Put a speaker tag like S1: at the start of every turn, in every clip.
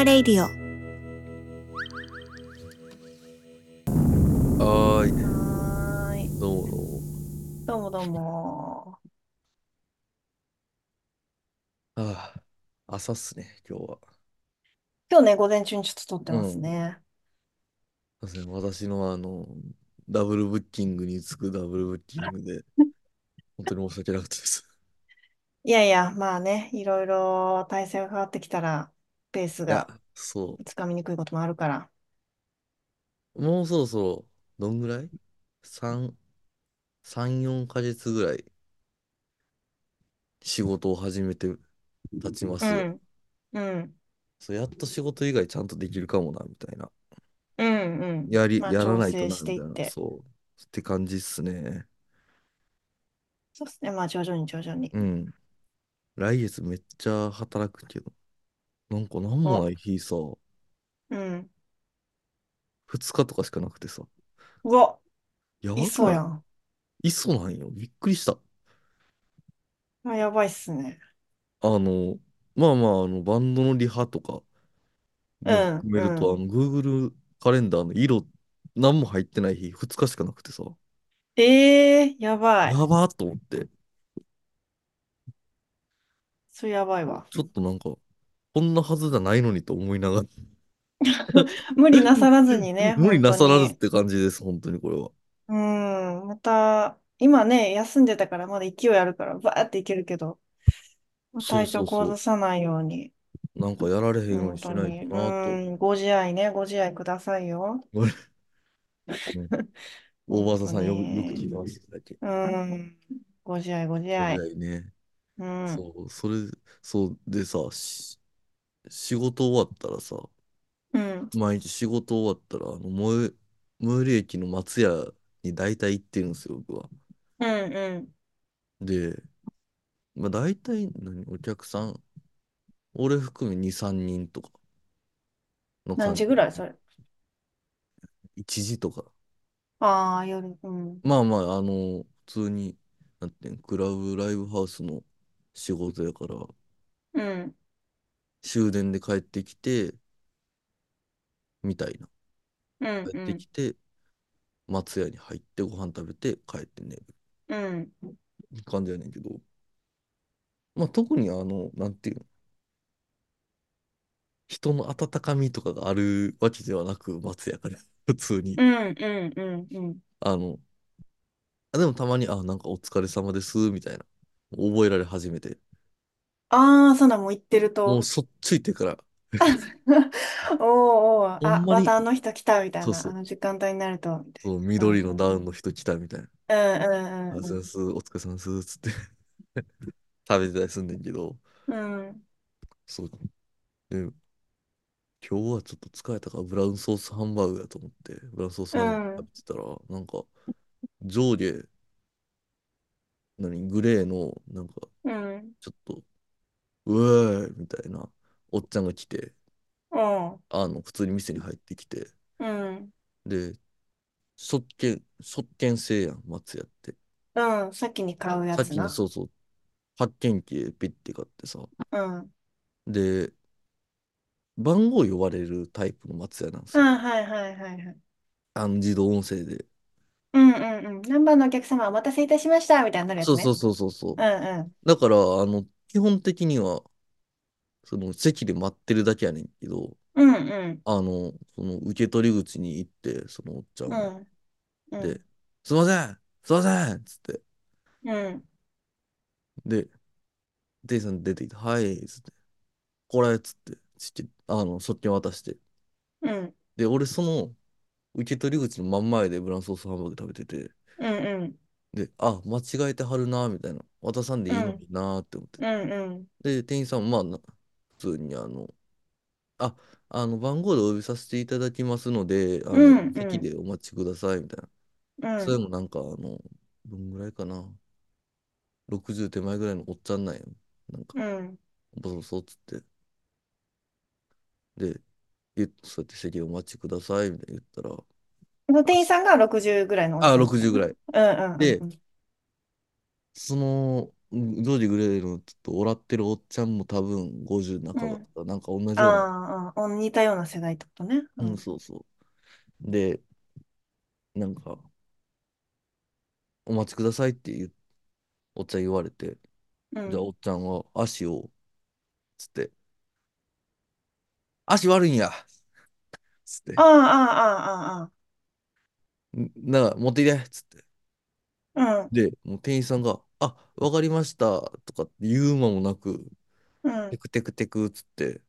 S1: アレイディオ
S2: はーい、
S1: はーい
S2: どうも
S1: ど
S2: どうも。
S1: うもどうも
S2: ああ、朝っすね、今日は。
S1: 今日ね午前中にちょっと撮ってますね、
S2: そうですね私のあの、ダブルブッキングにつくダブルブッキン グで、本当に申し訳なかったです。
S1: いやいやまあねいろいろ体勢が変わってきたらペース
S2: いや
S1: が、
S2: そ
S1: つかみにくいこともあるから
S2: う、もうそろそろ、どんぐらい ?3、3、4ヶ月ぐらい仕事を始めて経ちま
S1: う
S2: すよ。
S1: んうん
S2: そう、やっと仕事以外ちゃんとできるかもな、みたいな。
S1: うんうん
S2: やり、
S1: まあ
S2: やら
S1: 調
S2: ないと
S1: 整
S2: な、
S1: して
S2: み
S1: いった
S2: いな。
S1: て
S2: そう、って感じっすね。
S1: そうですねまあ徐々に徐々に
S2: うん。来月めっちゃ働くけど、なんかなんも
S1: お
S2: ない日さ、
S1: うん
S2: 2日とかしかなくてさ、
S1: うわ
S2: や
S1: い
S2: ばく
S1: そう
S2: な
S1: やん
S2: いいそなんよ。びっくりした。
S1: あやばいっすね
S2: あの、まあまあ、あの、バンドのリハとか
S1: う
S2: も
S1: ん
S2: 含める
S1: う
S2: と、あ
S1: ん
S2: の、Google カレンダーの色、何も入ってない日、2日しかなくてさ、
S1: ええー、やばい
S2: やばーと思って、
S1: それやばいわ
S2: ちょっとなんか、こんなはずじゃないのにと思いながら
S1: 無理なさらずにね
S2: 無理
S1: 本
S2: な
S1: 当
S2: さらずっ
S1: に
S2: て感じです、本当にこれは。
S1: うん、また、今ね、休んでたから、まだ勢いあるから、バーっていけるけど、
S2: そう
S1: 体
S2: そ
S1: 調壊
S2: うそ
S1: さないように、
S2: う。なんかやられへんように
S1: 本
S2: し
S1: 当
S2: ない
S1: に、
S2: と
S1: う
S2: なと。
S1: ん、ご自愛ね、ご自愛ください よ。
S2: ね大
S1: 本
S2: 場
S1: 当
S2: さん、よく、よく聞い
S1: に、
S2: てますだけ。
S1: うん、ご自愛、ご自
S2: ご自
S1: 愛。
S2: 愛ね。
S1: うん、
S2: そう、それ、そうでさ、し仕事終わったらさ、
S1: うん。
S2: 毎日仕事終わったら、あの、最寄最寄り駅の松屋に大体行ってるんですよ、僕は。
S1: うん、うん、
S2: で、まあ、大体何、お客さん、俺含め2、3人とかの
S1: 何
S2: 感
S1: 時
S2: じ。
S1: ぐらい、それ。
S2: 1時とか。
S1: ああ、夜、うん、
S2: まあまあ、あの、普通に、なんていうんクラブ、ライブハウスの仕事やから、
S1: うん。
S2: 終電で帰ってきて、みたいな。
S1: うん、
S2: 帰っ
S1: う
S2: て
S1: ん、
S2: きて、松屋に入ってご飯食べて帰って寝る
S1: うん、
S2: 感じやねんけど、まあ、特にあの、なんていうの、人の温かみとかがあるわけではなく、松屋から 普通に。
S1: うん、うん、うん、うん。
S2: あの、あでもたまに、あ、なんかお疲れ様です、みたいな。覚えられ始めて。
S1: ああ、そんなんもう言ってる
S2: もう
S1: と。
S2: そっちいてから、
S1: おうおう、
S2: ほん
S1: あ、
S2: ま
S1: また
S2: に、
S1: あの人来たみたい
S2: そう
S1: な、
S2: そ
S1: あ
S2: う、
S1: の時間帯になると、みたい
S2: そう
S1: な。う
S2: 緑のダ
S1: ん
S2: ウンの人来たみたいな。
S1: うんうん
S2: あ、
S1: う
S2: すいま
S1: ん
S2: せん、お疲れ様です、つって 食べてたりすんねんけど、
S1: うんうん。
S2: そう。で今日はちょっと疲れたからブラウンソースハンバーグやと思ってブラウンソース
S1: う
S2: ハンバー
S1: んうん
S2: グ食べてたらなんか上下何グレーのなんか
S1: うん
S2: ちょっとうえーいみたいなおっちゃんが来て
S1: うん
S2: あの普通に店に入ってきて
S1: うん
S2: で食券食券制やん松屋って
S1: うんさっきに買うや
S2: さっ
S1: つ
S2: きの
S1: な。
S2: そうそう発券機でピッて買ってさ
S1: うん
S2: で番号呼ばれるタイプの松屋なんですよ
S1: あ、はいはいはいはい。
S2: あの自動音声で
S1: うんうんうん。何番のお客様お待たせいたしましたみたいになるや
S2: そ
S1: つ
S2: うそ
S1: ね。
S2: うそうそうそ
S1: うんうん
S2: うだからあの基本的にはその席で待ってるだけやねんけど、
S1: うんうん
S2: あの、その受け取り口に行って、そのおっちゃん
S1: う
S2: が、
S1: んう
S2: で、
S1: ん
S2: すいませんすいませんっつって、
S1: うん
S2: で、店員さん出てきて、はいっつって、これっつって、チケあの、食券渡して、
S1: うん
S2: で、俺その受け取り口の真ん前でブランソースハンバーグ食べてて、
S1: うん
S2: で、あ、間違えてはるなみたいな、渡さんで
S1: う
S2: いいの
S1: ん
S2: になって思って、
S1: うんうん
S2: で、店員さん、まあ、な普通にあの、あ、あの、番号でお呼びさせていただきますので、あ
S1: う
S2: の、
S1: んう
S2: 席
S1: ん
S2: でお待ちください、みたいな。
S1: う
S2: それ
S1: ん
S2: もなんか、あの、どんぐらいかな。60手前ぐらいのおっちゃんなんや。なんか、
S1: うん
S2: ボソボソっつって。で、え、そうやって席でお待ちください、みたいな言ったら、
S1: その店員
S2: 足
S1: さんが60ぐらいのおっち
S2: あ、
S1: ゃんやった
S2: 60ぐ
S1: の
S2: らい。
S1: うんうんうん
S2: で、
S1: うん
S2: その、ジョージ・グレイのちょっと笑ってるおっちゃんも多分50
S1: う
S2: 半ばと
S1: ん。
S2: か、なんか同じような。
S1: ああ、うん似たような世代ってことね。う
S2: うん、
S1: ん。
S2: そうそう。で、なんか、お待ちくださいって言うおっちゃん言われて、
S1: う
S2: じゃあ
S1: ん。
S2: おっちゃんは足を、つって、足悪いんや、つっ
S1: あ
S2: て、
S1: あ、ああ、ああ、
S2: んなら持っていれ、つって。
S1: ああ。
S2: で、もう店員さんが、あ、わかりました、とかって言う間もなく、
S1: うん。う
S2: テ
S1: ん。
S2: クテクテク、つって、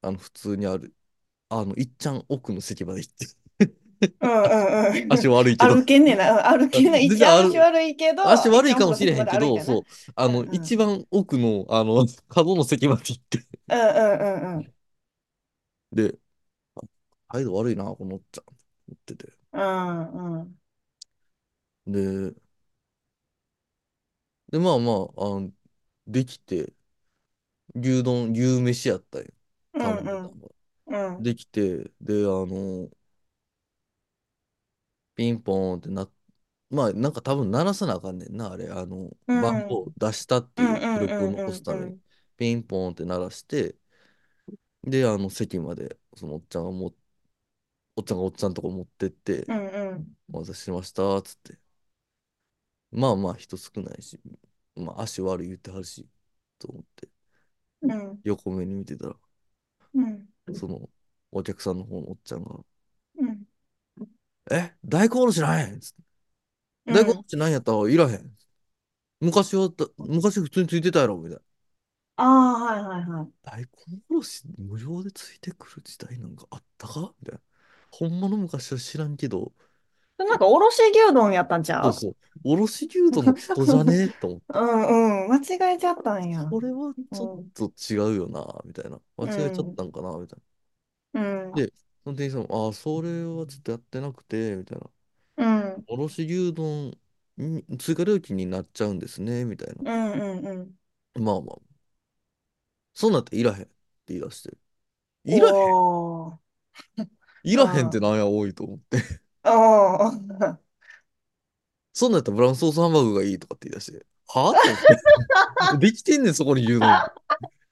S2: あの、普通にある、あの、いっちゃん奥の席まで行って、
S1: うんうんう
S2: 足
S1: ん。
S2: 悪いけど、
S1: 歩けんねんな。うん歩
S2: あ
S1: けない。一
S2: 全然
S1: 応
S2: あ
S1: 足
S2: る、
S1: 悪いけど、
S2: 足悪
S1: 一
S2: い
S1: 応奥
S2: かも
S1: の
S2: しれ
S1: 席
S2: へん
S1: まで
S2: け
S1: 歩いたよ
S2: ど、
S1: な。
S2: そう、あ
S1: うん
S2: の、
S1: うん。うん
S2: 一番奥の、あの、 角の席まで行って、
S1: うんうんうん。
S2: で、あ態度悪いな、このおっちゃん、言ってて。
S1: うんうん。
S2: で、で、まあまあ、あの、できて、牛丼、牛飯やったんよ、
S1: う
S2: 頼んでた
S1: ん
S2: のが。
S1: うん。うん
S2: できて、で、あの、ピンポーンってな、まあ、なんか多分鳴らさなあかんねんな、あれ、あの、
S1: う
S2: 番
S1: ん。
S2: 号出したって
S1: うん
S2: いうう記録を
S1: んう
S2: 残す
S1: ん
S2: た
S1: う
S2: めに、
S1: ん
S2: ピンポーンって鳴らして、で、あの、席まで、そのおっちゃんがも、おっちゃんがおっちゃんとこ持ってって、
S1: うんうん。
S2: お待たせしました、つって。まあまあ、人少ないし、まあ、足悪い言ってはるし、と思って、
S1: うんうん
S2: 横目に見てたら、
S1: うん
S2: その、お客さんの方のおっちゃんが、
S1: うん
S2: え、大根おろしないんつって
S1: う
S2: 大根おろ
S1: ん
S2: しないんやったらいらへん。昔はだ、昔普通についてたやろ、みたいな。
S1: ああ、はいはいはい。
S2: 大根おろし無料でついてくる時代なんかあったかみたいな。ほんまの昔は知らんけど、
S1: なんか、おろし牛丼やったんちゃ
S2: そう
S1: う
S2: そう、おろし牛丼の人じゃねえと 思っ
S1: う
S2: て。
S1: んうん。間違えちゃったんや。
S2: これはちょっ
S1: うん。
S2: と違うよな、みたいな。間
S1: う
S2: 違えちゃっ
S1: ん。
S2: たんかな、みたい
S1: うん。
S2: な。で、その店員さんも、ああ、それはちょっとやってなくて、みたいな。
S1: うん。
S2: おろし牛丼に追加料金になっちゃうんですね、みたいな。
S1: うんうんうん。
S2: まあまあ、そうなっていらへんって言い出して。いらへん
S1: おー。
S2: いうらへんって
S1: ん。
S2: なんや多いと思って。
S1: おー。
S2: そんなんやったらブラウンソースハンバーグがいいとかって言い出して。はあと思って。できてんねん、そこに牛丼。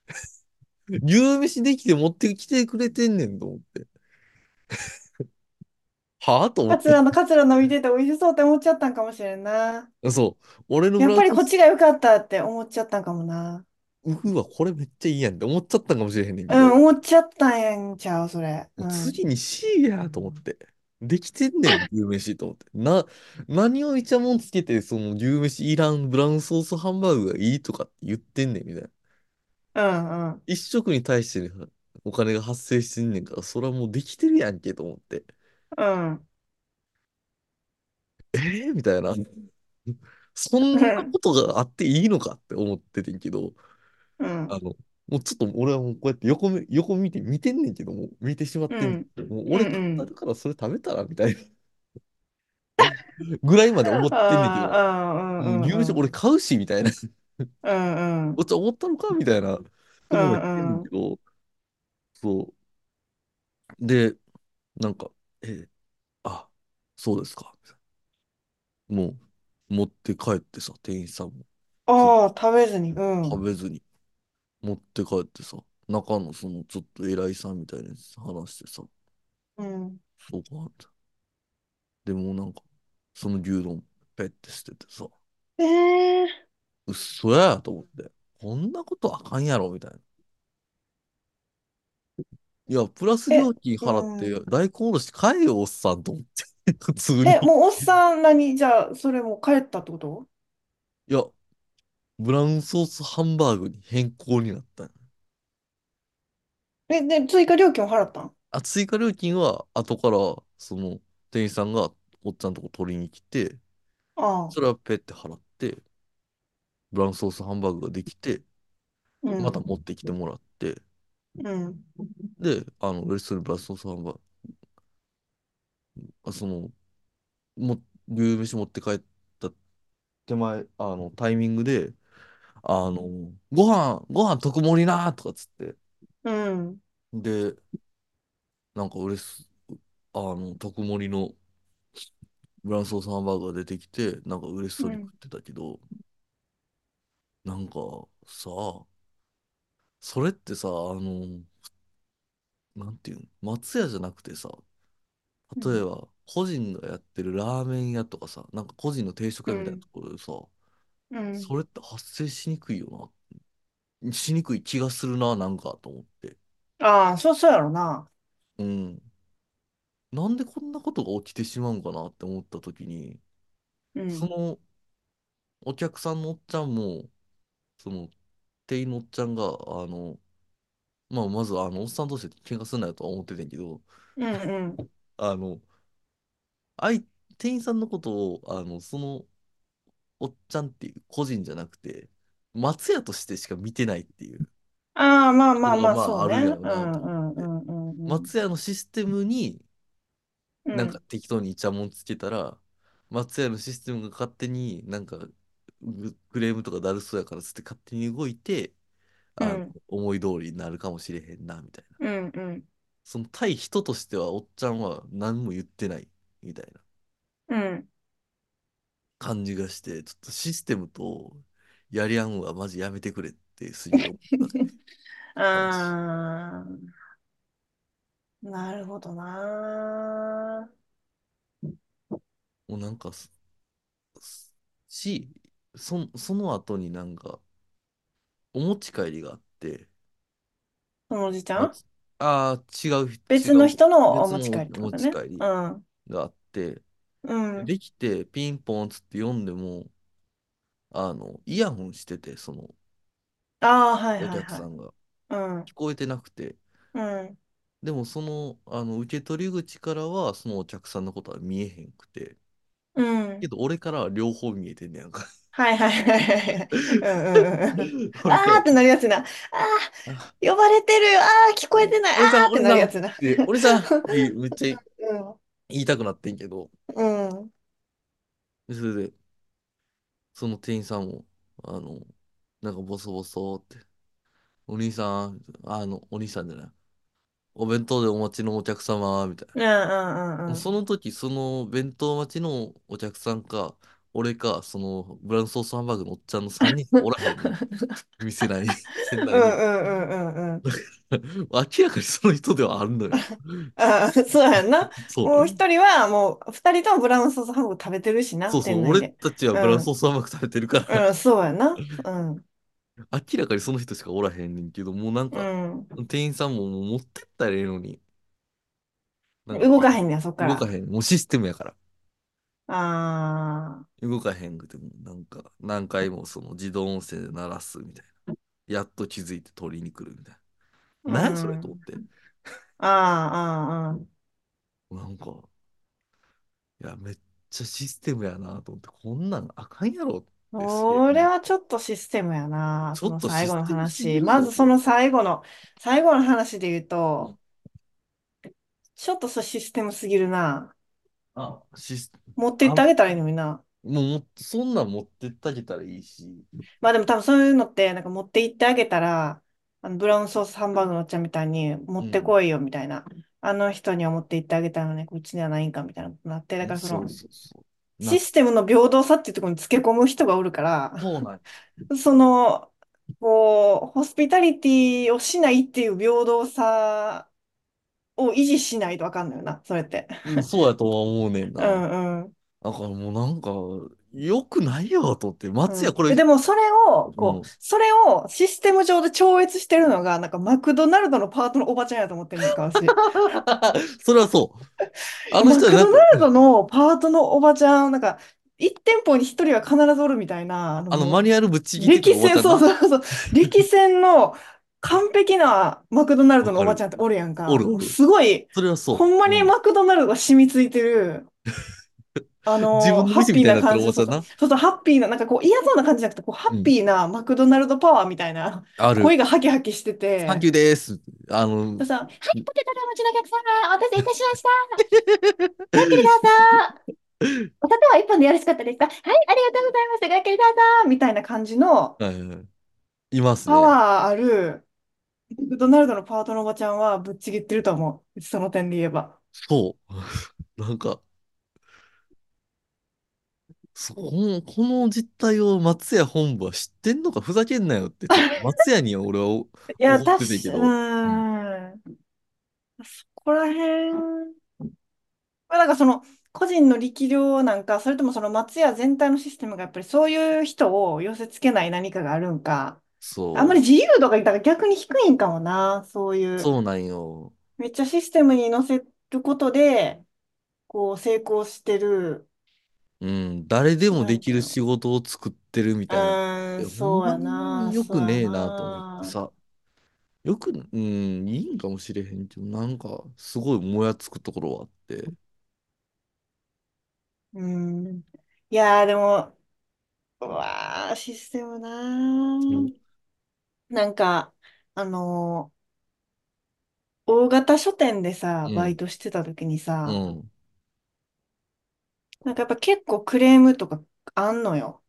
S2: 牛飯できて持ってきてくれてんねんと思って。はあと思
S1: カ
S2: っ
S1: ツラ
S2: て。
S1: の、カツラの見てて美味しそうって思っちゃったんかもしれんな。
S2: そう。俺のブ
S1: やっ
S2: ラウン
S1: ぱり
S2: ソー
S1: こっ
S2: ス、
S1: ちが良かったって思っちゃったんかもな。
S2: うわ、これめっちゃいいやんって思っちゃったんかもしれへんねん
S1: う
S2: け
S1: ん、
S2: ど。
S1: 思っちゃったんやんちゃう、それ。
S2: も
S1: う
S2: う
S1: ん。
S2: 次に C やと思って。できてんねん、牛飯と思って。な、何をイチャモンつけて、その牛飯いらん、ブラウンソースハンバーグがいいとかって言ってんねん、みたいな。
S1: うんうん。
S2: 一食に対してねお金が発生してんねんから、それはもうできてるやんけと思って。
S1: うん。
S2: えー、みたいな。そん
S1: う。
S2: なんことがあっていいのかって思っててんけど、
S1: う
S2: あ
S1: ん。
S2: の、もうちょっと俺はもうこうやって横目、横見て、見てんねんけど、もう見てしまっ
S1: う
S2: てんね
S1: ん。
S2: ん。も
S1: う
S2: う俺買っ
S1: んう
S2: た
S1: ん。
S2: からそれ食べたらみたいな。 ぐらいまで思ってんねんけど、
S1: ああ、う
S2: うん
S1: ん
S2: 牛
S1: う
S2: 飯
S1: んうん。
S2: 俺買うし、みたいな。
S1: うんう
S2: こっ
S1: ん。
S2: ち思ったのかみたいなと
S1: う
S2: こまで言ってんねん
S1: んう
S2: け
S1: ん。
S2: ど、そう。で、なんか、えーあ、そうですか。もう、持って帰ってさ、店員さんも、その
S1: ああ、食べずに。うん。う
S2: 食
S1: ん
S2: べずに持って帰ってさ、中のそのちょっと偉いさんみたいなやつと話してさ、
S1: うん。
S2: そうかって。でもなんか、その牛丼、ペッて捨ててさ、
S1: ええー。
S2: うっそやと思って、こんなことあかんやろ、みたいな。いや、プラス料
S1: え、
S2: 金
S1: う
S2: 払って、
S1: ん。
S2: 大根おろし買えよ、おっさんと思って。普通
S1: え、
S2: に。
S1: もうおっさん何じゃあ、それもう帰ったってこと
S2: いや、ブラウンソースハンバーグに変更になったん。
S1: え、で、追加料金を払ったん
S2: あ、追加料金は後からその店員さんがおっちゃんとこ取りに来て、
S1: ああ、
S2: それはペッて払って、ブラウンソースハンバーグができて、
S1: う
S2: また
S1: ん。
S2: 持ってきてもらって、
S1: うん。
S2: で、あの、ウエストのブラウンソースハンバーグ、あ、その、も、牛飯持って帰った手前、あの、タイミングで、あの、ご飯、ご飯特盛りなーとかっつって、
S1: うん。
S2: で、なんかウレス、あの、特盛りの、ブランソースハンバーグが出てきて、なんか嬉しそう
S1: う
S2: に食
S1: ん。
S2: ってたけど、なんかさ、それってさ、あの、なんていうの、松屋じゃなくてさ、
S1: う
S2: 例え
S1: ん。
S2: ば、個人がやってるラーメン屋とかさ、なんか個人の定食
S1: う
S2: 屋みたいなと
S1: ん。
S2: ころでさ、
S1: うん。
S2: それって発生しにくいよな。しにくい気がするな、なんかと思って。
S1: ああ、そうそうやろな。
S2: うん。なんでこんなことが起きてしまうんかなって思った時に、
S1: う
S2: そ
S1: ん。
S2: のお客さんのおっちゃんも、その店員のおっちゃんが、あの、まあ、まずあの、おっさん同士で喧嘩すんなよとは思っててんけど、
S1: うんうん。
S2: あの、相店員さんのことを、あの、その、おっちゃんっていう個人じゃなくて松屋としてしか見てないっていう
S1: ああ、まあ
S2: こ
S1: まあ
S2: とが
S1: まあ、
S2: ま
S1: そう
S2: ああ
S1: ね。
S2: るんやろ
S1: う
S2: なと
S1: ん
S2: 思
S1: う
S2: っ
S1: んう
S2: て
S1: んうんうん。
S2: 松屋のシステムに
S1: う
S2: なんか
S1: ん。
S2: 適当にイチャモンつけたら松屋のシステムが勝手になんかぐクレームとかだるそうやからつって勝手に動いて
S1: う
S2: あの
S1: ん
S2: 思い通りになるかもしれへんなみたいな
S1: うんうん。
S2: その対人としてはおっちゃんは何も言ってないみたいな
S1: うん
S2: 感じがしてちょっとシステムとやり合うのはマジやめてくれってすげえ思った 話。
S1: ああ、なるほどな。
S2: もうなんかす、すし、そ、その後になんか、お持ち帰りがあって、
S1: そのおじちゃ
S2: ま
S1: ん
S2: あ、あー違う人、
S1: 別の
S2: 違う、
S1: 人のお
S2: 別
S1: 持ち
S2: の
S1: 帰
S2: お
S1: りって
S2: お
S1: こ
S2: 持
S1: と
S2: ち
S1: ね。
S2: 帰
S1: う
S2: り
S1: ん。
S2: があって、
S1: うん。
S2: できて、ピンポンつって読んでも、あの、イヤホンしてて、その、
S1: ああ、はい
S2: お
S1: はい
S2: 客
S1: は
S2: さ
S1: い。
S2: んが、
S1: うん。
S2: 聞こえてなくて、
S1: うん。
S2: でも、その、あの、受け取り口からは、そのお客さんのことは見えへんくて、
S1: う
S2: け
S1: ん。
S2: ど、俺からは両方見えてんねやんか。
S1: はいはいはいはいはい。うんうんうん。
S2: な ん
S1: あー
S2: か、
S1: ってなるやつな。あ
S2: あ
S1: ー、呼ばれてる。あー、聞こえてない。あ
S2: 俺さん、
S1: ーって
S2: 俺
S1: なる
S2: さん
S1: や
S2: っ
S1: つな。
S2: て、俺さんってめっちゃ言いたくなってんけど、
S1: うん。うん。
S2: それで、その店員さんも、あの、なんかボソボソって、お兄さん、あの、お兄さんじゃない、お弁当でお待ちのお客様、みたいな。
S1: うんうん
S2: もう
S1: うん
S2: その時、その弁当待ちのお客さんか、俺か、そのブラウンソースハンバーグのおっちゃんの3人 しかおらへんねん。店内に、店
S1: うんう
S2: 内に。
S1: んうんうんうん。
S2: 明らかにその人ではある のよ。
S1: あー、そうやんな。
S2: そう。
S1: もう一人は、もう二人ともブラウンソースハンバーグ食べてるしな、
S2: そうそ
S1: 店
S2: う、
S1: 内
S2: 俺
S1: で。
S2: たちは
S1: う
S2: ブラウンソ
S1: ん。
S2: ースハンバーグ食べてるから、
S1: うん、そうやな。うん。
S2: 明らかにその人しかおらへんねんけど、もうなん
S1: う
S2: か、
S1: ん。
S2: 店員さんももう持ってったらええのに、なんか
S1: 動
S2: こ
S1: かへんねや、そっ
S2: う、
S1: か。
S2: 動からへん。もうシステムやから。
S1: あ
S2: 動かへんくても、なんか、何回もその自動音声で鳴らすみたいな。やっと気づいて取りに来るみたい
S1: あ、う
S2: な。なんやそれ
S1: ん。
S2: と思って。
S1: ああ、あー
S2: なんか、いや、めっちゃシステムやなと思って、こんなんあかんやろっ
S1: あー、
S2: てすげえ
S1: そ
S2: 思
S1: れ
S2: っ
S1: はち
S2: て。
S1: ょっとシステムやな。
S2: ち
S1: そ
S2: ょっ
S1: の
S2: と
S1: 最
S2: シ
S1: 後
S2: ス
S1: の
S2: テムすぎ
S1: 話。
S2: る
S1: ま
S2: ぞ
S1: ず
S2: と
S1: そ
S2: 思っ
S1: の
S2: て。
S1: 最後の、最後の話で言う
S2: うん
S1: と、ちょっとそれシステムすぎるな。
S2: あ、シス、
S1: 持って行っ
S2: あ、
S1: て
S2: も
S1: あげたらいいのにな。
S2: う、もうそんなん持ってってあげたらいいし。
S1: まあでも多分そういうのって、なんか持って行ってあげたら、あのブラウンソースハンバーグのおっちゃんみたいに、持
S2: う
S1: って
S2: ん。
S1: こいよみたいな。あの人には持って行ってあげたのに、うちにはないんかみたいなことになって、だからそ
S2: そう
S1: の、
S2: そうそう。な
S1: シ
S2: っ
S1: ステムの平等さっていうところにつけ込む人がおるか
S2: そう
S1: ら、
S2: なんよ。
S1: その、こう、ホスピタリティをしないっていう平等さを維持しないとわかんないよな、それって。
S2: うんそうやとは思うねん
S1: う
S2: な。
S1: んうん。
S2: だからもうなんか、良くないよと思って、
S1: う
S2: 松屋
S1: ん、
S2: これ、
S1: えでもそれを、
S2: う
S1: こう、
S2: ん。
S1: それをシステム上で超越してるのが、なんかマクドナルドのパートのおばちゃんやと思ってんねんか、私。
S2: それはそう。 あの
S1: マ
S2: 人は
S1: ク
S2: な
S1: ド
S2: んか、
S1: ナルドのパートのおばちゃん、なんか、一店舗に一人は必ずおるみたいな、あの
S2: あの
S1: もう、
S2: マニュアルぶっちぎってた
S1: 歴
S2: おばち
S1: 戦、
S2: ゃん
S1: そう
S2: な。
S1: そうそう、歴戦の完璧なマクドナル
S2: わ
S1: ドの
S2: か
S1: おばち
S2: る。
S1: ゃんっておるやん
S2: お
S1: か。
S2: るお
S1: もう
S2: る。
S1: すごい、
S2: それはそ
S1: ほんま
S2: う。う
S1: に
S2: ん。
S1: マクドナルドが染みついてる、あ
S2: 自
S1: のー
S2: 分の
S1: ハッ
S2: 店み
S1: ピー
S2: たい
S1: な
S2: になって
S1: 感
S2: るお
S1: じ、
S2: ば
S1: そ
S2: ち
S1: うそう、
S2: ゃんな。
S1: そうそう、ハッピーな、なんかこう、嫌そうな感じじゃなくて、こう、ハ
S2: う
S1: ッ
S2: ん。
S1: ピーなマクドナルドパワーみたいな、
S2: あ
S1: 声
S2: る。
S1: がハキハキして
S2: サ
S1: て、
S2: ンキューです。あの、
S1: そうそう、はい、ポテトのお持ちのお客様、お待たせいたしました。 ごゆっくりどうぞ。お砂糖は一本でよろしかったですかはい、ありがとうございます。ごゆっくりどうぞ。みたいな感じの、
S2: はいはい。います
S1: パ
S2: ね。
S1: ワーある、マクドナルドのパートのおばちゃんはぶっちぎってると思う。その 点で言えば。
S2: そう。なんか、そこの、この実態を松屋本部は知ってんのかふざけんな よって、ちょっと松屋には俺はお
S1: いや、
S2: 怒っ
S1: 確
S2: てていいけ
S1: か、
S2: ど
S1: うーん。そこら辺、まあ、なんかその、個人の力量なんか、それともその松屋全体のシステムがやっぱりそういう人を寄せ付けない何かがあるんか、あんまり
S2: そ、
S1: 自由度がだから逆に低いんかもな、そういうう。
S2: そうなんよ。
S1: めっちゃシステムに乗せることで、こう成功してる、
S2: うん、誰でも
S1: な
S2: で
S1: ん
S2: き
S1: ていう
S2: る
S1: の。
S2: 仕事を作ってるみ
S1: う
S2: たいな。
S1: ー
S2: え、
S1: ん、
S2: ほん
S1: そう
S2: ま
S1: やな、
S2: に良
S1: そう
S2: く
S1: や
S2: ねえなと思って
S1: な。
S2: さ。よく、うん、いいんかもしれへんけど、なんか、すごいもやつくところはあって。
S1: うーん。いやー、でも、うわー、システムな
S2: うん
S1: ー。なんか、あのー大型書店でさ、
S2: う
S1: バイ
S2: ん、
S1: トしてた時に
S2: う
S1: さ、
S2: ん。
S1: なんかやっぱ結構クレームとかあんのよ。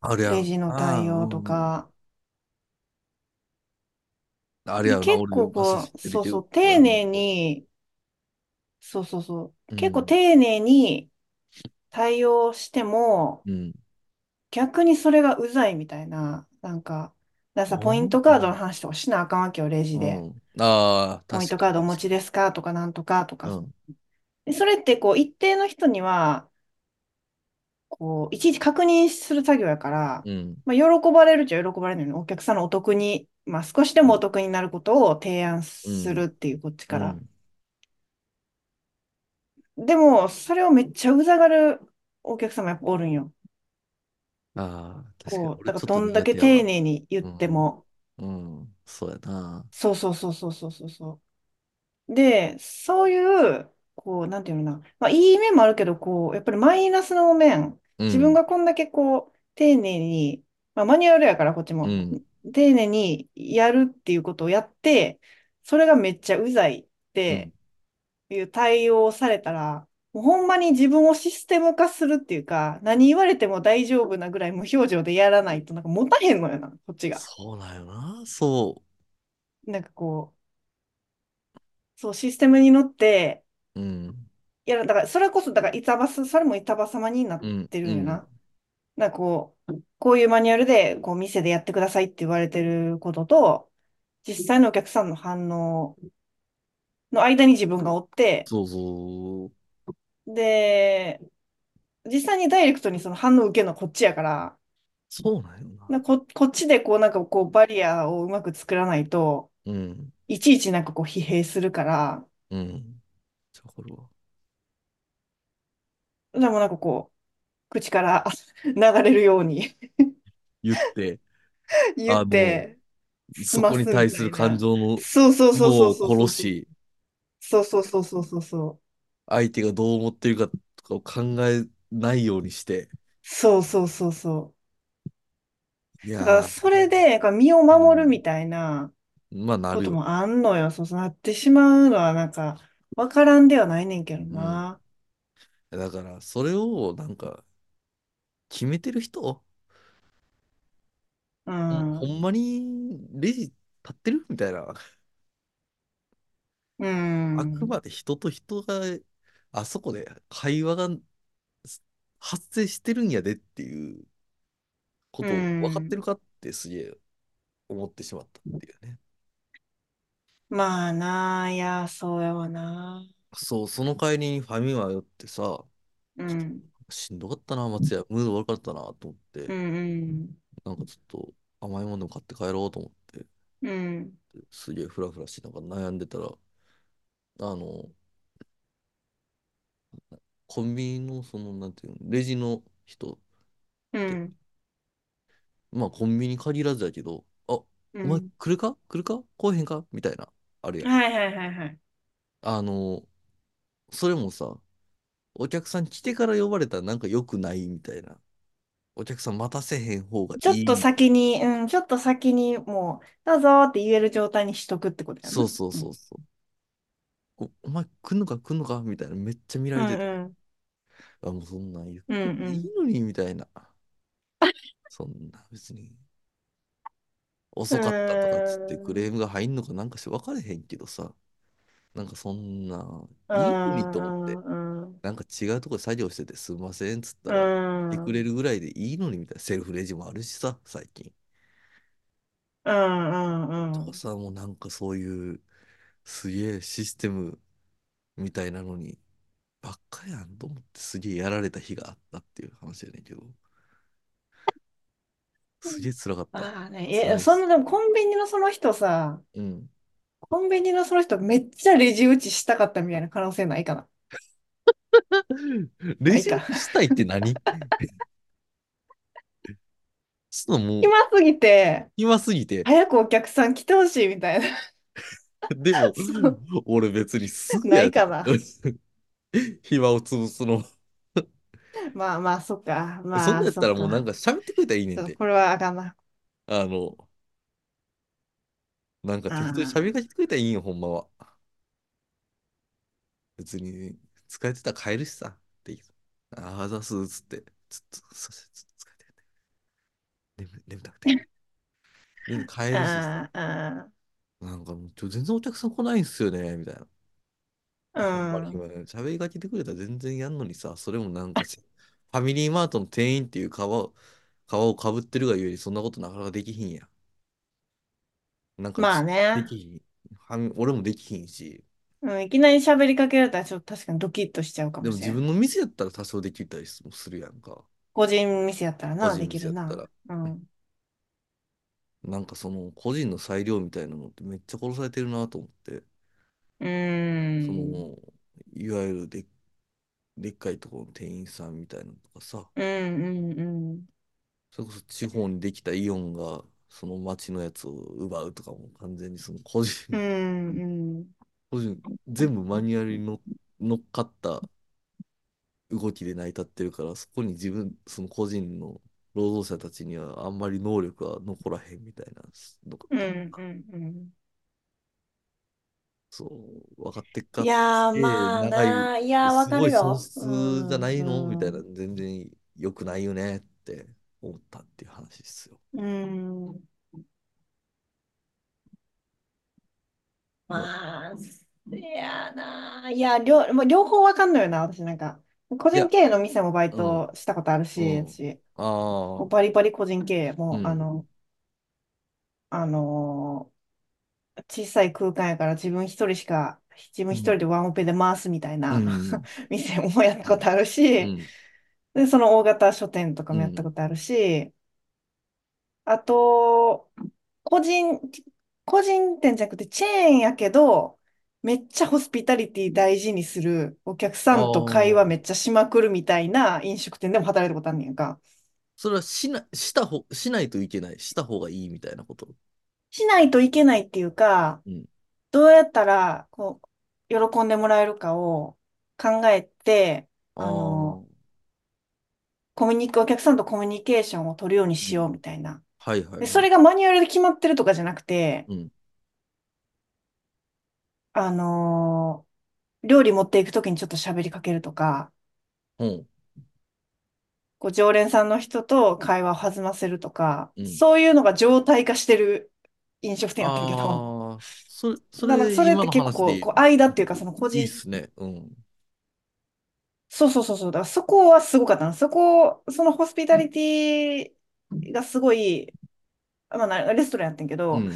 S2: あるや
S1: レ
S2: ろ
S1: ジの
S2: な。
S1: 対応と
S2: うん。
S1: か。
S2: ある
S1: で、
S2: やろな。
S1: 結
S2: 俺、
S1: 構
S2: 場所知っ
S1: こう、
S2: て
S1: そうそ
S2: るけど。
S1: う、丁寧に、そうそうそうう、結構
S2: ん、
S1: 丁寧に対応しても、
S2: うん。
S1: 逆にそれがうざいみたいな、なんか、だからさ、
S2: あ
S1: ポイン
S2: ん
S1: トカードの話とかしなあかんわけよ、レジ
S2: う
S1: で。
S2: ん。ああ、
S1: ポイン
S2: 確
S1: ト
S2: か
S1: カー
S2: に、
S1: ドお持
S2: 確
S1: ち
S2: か
S1: ですかとか、なんとかとか。
S2: に。うん。
S1: でそれってこう、一定の人には、こう、いちいち確認する作業やから、
S2: うん。
S1: まあ、喜ばれるっちゃ喜ばれるのに、お客さんのお得に、まあ、少しで
S2: う
S1: もお
S2: ん。
S1: 得になることを提案
S2: う
S1: する
S2: ん。
S1: っていう、こっち
S2: う
S1: から。
S2: ん。
S1: でも、それをめっちゃうざがるお客様やっぱおるんよ。
S2: ああ、確かに。
S1: こう、
S2: 俺、
S1: だから
S2: ちょっ
S1: ど
S2: と
S1: んだ
S2: 苦
S1: け
S2: 手や
S1: 丁
S2: わ。
S1: 寧に言っ
S2: う
S1: て
S2: ん。
S1: も、
S2: うん。そうやな。
S1: そうそうそうそうそうそうそう。で、そういう、こう、なんていうのかな、まあ、いい面もあるけど、こう、やっぱりマイナスの面、
S2: う
S1: 自分
S2: ん。
S1: がこんだけこう、丁寧に、まあ、マニュアルやから、こっち
S2: う
S1: も、
S2: ん。
S1: 丁寧にやるっていうことをやって、それがめっちゃうざいっ
S2: う
S1: て
S2: ん。
S1: いう対応をされたら、もうほんまに自分をシステム化するっていうか、何言われても大丈夫なぐらい無表情でやらないと、なんか持たへんのよな、こっちが。
S2: そうだよな。そ
S1: なんかこう、そう、システムに乗って、
S2: う。うん。
S1: いや、だから、それこそ、だから、板橋、それも板挟まになっ
S2: うん。
S1: てる
S2: うん
S1: よ
S2: ん。
S1: な。なんかこう、こういうマニュアルで、こう、店でやってくださいって言われてることと、実際のお客さんの反応の間に自分がおって、
S2: そうそう。
S1: で、実際にダイレクトにその反応を受けるのはこっちやから、
S2: そうなんよな。
S1: なこ、こっちでこう、なんかこう、バリアをうまく作らないと、
S2: うん。
S1: いちいちなんかこう、疲弊するから、
S2: うん。じゃあ、これは。
S1: でもなんかこう、口から 流れるように
S2: 言って、
S1: 言っ
S2: あの、
S1: て、済
S2: そ
S1: ま
S2: こに
S1: すみ
S2: 対
S1: た
S2: する
S1: い
S2: 感
S1: な。
S2: 情の
S1: そうそうそう
S2: 量
S1: そう
S2: を
S1: そうそ
S2: 殺
S1: うそう。
S2: し、
S1: そうそうそうそうそうそう。
S2: 相手がどう思ってるかとかを考えないようにして、
S1: そうそうそうそう。
S2: いう
S1: だから
S2: や
S1: それで、なんか身を
S2: ー、う
S1: 守るみ
S2: ん、
S1: たいな
S2: まあな
S1: こ
S2: る
S1: と
S2: よ
S1: もあんのよ。そうそうなってしまうのはなんか、わからんではないねんけど
S2: な。うん。
S1: な。
S2: だから、それをなんか、決めてる人、
S1: う
S2: ほん、ほ
S1: ん。
S2: んまにレジ立ってるみたいな。
S1: う
S2: あく
S1: ん。
S2: まで人と人が、あそこで会話がす発生してるんやでっていうこ
S1: う
S2: とを分かっ
S1: ん。
S2: てるかってすげえ思ってしまったっていうね。
S1: まあなあ、いや、そうやわな。
S2: そう、その帰りにファミマ寄ってさ、
S1: う
S2: ちょっ
S1: ん。
S2: としんどかったな、松屋、ムード悪かったなと思っ
S1: う
S2: て、
S1: ん
S2: なんかちょっと甘いものでも買って帰ろうと思って、
S1: うん。うん。
S2: すげえフラフラしてなんか悩んでたら、あの、コンビニのその、なんていうの、レジの人っ
S1: う
S2: て、
S1: ん。
S2: まあコンビニ限らずやけど、あ、
S1: う
S2: お前
S1: ん。
S2: 来るか来るか来えへんかみたいな、あるやん。
S1: はいはいはいはい。
S2: あの、それもさ、お客さん来てから呼ばれたらなんか良くないみたいな。お客さん待たせへん方が
S1: ちょ
S2: い
S1: っ
S2: い
S1: と
S2: みたい
S1: 先
S2: な。
S1: に、うん、ちょっと先に、もう、どうぞって言える状態にしとくってことや
S2: そう
S1: な。
S2: そう
S1: う
S2: そ
S1: ん。
S2: うそう。お、お前来んのか来んのかみたいな。めっちゃ見ら
S1: う
S2: れてて。
S1: んうん。
S2: あ、もうそんなん言っ
S1: うんう
S2: てもいい
S1: ん。
S2: のに、みた いな。そんな別に
S1: う
S2: 遅かったとかっつってクレ
S1: ー
S2: ームが入んのかなんかして分かれへんけどさ。なんかそんな
S1: う
S2: いいのにと思って。
S1: んうん
S2: なんか違うとこで作業しててすんませんっつった
S1: う
S2: ら、来て
S1: ん、う
S2: く
S1: ん、
S2: れるぐらいでいいのにみたいな、セルフレジもあるしさ、最近。
S1: うん、う
S2: とか
S1: ん。
S2: さ、もうなんかそういう、すげえシステムみたいなのに、ばっかやんと思ってすげえやられた日があったっていう話やねんけど、すげえ辛かった。
S1: ああね、
S2: そ
S1: え、
S2: の
S1: そん
S2: 日。
S1: な、でもコンビニのその人さ、
S2: うん。
S1: コンビニのその人めっちゃレジ打ちしたかったみたいな可能性ないかな。な
S2: レ
S1: い
S2: ジ
S1: か。
S2: 打ちしたいって何 ちょっともう、
S1: 暇すぎて、
S2: 暇すぎて、
S1: 早くお客さん来てほしいみたいな。
S2: で も、
S1: そう、
S2: 俺別にすぐ
S1: な
S2: や
S1: い
S2: で。
S1: かな。
S2: 暇を潰すの。
S1: まあまあ、そっか。
S2: そん
S1: ま
S2: な
S1: あ、
S2: やっ
S1: そ
S2: た
S1: っ
S2: らもうなん
S1: か。
S2: か喋ってくれたらいいねん
S1: そう
S2: て。
S1: これはあかんな。
S2: あの、なんか適当に
S1: あ
S2: 喋りかけてくれたらいいよ、ほんまは。別に、使えてたら買えるしさ。って言う。ああ、ざっす、つって。ちょっと、すいません、ちょっと使えて。眠、眠たくて。全然買えるしさ。
S1: あ、あ
S2: なんかもう、ちょ、全然お客さん来ないんすよね、みたいな。
S1: あ、
S2: ほんまに
S1: う
S2: 今
S1: ん。
S2: ね、喋りかけてくれたら全然やんのにさ、それもなんかせ ファミリーマートの店員っていう皮を、皮をかぶってるがゆえにそんなことなかなかできひんやん。なんか
S1: まあ
S2: ち、で
S1: ね。
S2: きひん。はみ俺もできひんし、
S1: うん、いきなり喋りかけられたら、ちょっと確かにドキッとしちゃうか
S2: で
S1: も
S2: も
S1: し
S2: 自
S1: れん。
S2: 分の店やったら多少できたりもするやんか。
S1: 個人店やったら
S2: 個
S1: な、
S2: 人
S1: でき
S2: 店
S1: る
S2: やった
S1: な。
S2: ら。
S1: うん。
S2: なんかその個人の裁量みたいなのってめっちゃ殺されてるなと思って、
S1: う
S2: そ
S1: ーん。
S2: の、いわゆるで、でっかいところの店員さんみたいなのとかさ、
S1: うんうんうん。
S2: それこそ地方にできたイオンがその町のやつを奪うとかも完全にその個
S1: う
S2: 人、
S1: んうん。
S2: 個人、全部マニュアルにの乗っかった動きで成り立ってるから、そこに自分、その個人の労働者たちにはあんまり能力は残らへんみたいなのが
S1: うん
S2: と
S1: う
S2: か、
S1: んうん。
S2: そう、分かってっ
S1: い
S2: か、
S1: やー、
S2: すげえ
S1: まあ
S2: 長い、
S1: なー、いやー、わ
S2: す
S1: か
S2: ご
S1: る
S2: い損
S1: よ。う
S2: 失じゃないのみ
S1: ん、
S2: た
S1: う
S2: いな、
S1: ん、
S2: 全然良くないよねって思ったっていう話ですよ。
S1: うん。
S2: もう、
S1: まあ、いやーなー、いやー、両、もう両方わかんのよな、私なんか。個
S2: い
S1: 人
S2: や、
S1: 経営の店もバイ
S2: うん、
S1: トしたことある
S2: う
S1: し、
S2: ん、
S1: 私、
S2: あ
S1: もう
S2: あ。
S1: バリバリ個人経営、
S2: う
S1: もう、あ
S2: ん、
S1: の、あのー小さい空間やから自分一人しか、自分
S2: う
S1: 一
S2: ん、
S1: 人でワンオペで回すみたいうな
S2: ん、
S1: 店もやった
S2: う
S1: こ
S2: ん、
S1: とある
S2: う
S1: し、
S2: ん、
S1: で、その大型書店とか
S2: う
S1: もやったこ
S2: ん、
S1: とあるし、あと、個人、個人店じゃなくてチェーンやけど、めっちゃホスピタリティ大事にする、お客さ
S2: あ
S1: んと会話め
S2: あ、
S1: っちゃしまくるみたいな飲食店でも働いたことあんねんか。
S2: それはしな、したほ、しないといけない、した方がいいみたいなこと。
S1: しないといけないっていうか、
S2: うん、
S1: どうやったら、こう、喜んでもらえるかを考えて、
S2: あ
S1: あの、
S2: あ、
S1: コミュニケ、お客さんとコミュニケーションを取るように
S2: う、
S1: しようんみたいな。
S2: はいはい
S1: で、そ
S2: はい、
S1: れがマニュアルで決まってるとかじゃなくて、
S2: うん、
S1: あの料理持っていくときにちょっと喋りかけるとか、
S2: うん、
S1: こう常連さんの人と会話を弾ませるとか、
S2: うん、
S1: そういうのが常態化してる飲食店やってんけど、
S2: ああ、それ、そ
S1: だから
S2: れ
S1: それっ
S2: 今
S1: て
S2: の
S1: 結
S2: 話
S1: 構、
S2: で
S1: こう、間っていうかその個
S2: いいっ
S1: 人、
S2: すね、うん、
S1: そうそうそうそう、だからそこはすごかったな。そこ、そのホスピタリティがすごい、まあ、なレストランやってんけ
S2: う
S1: ど、
S2: ん、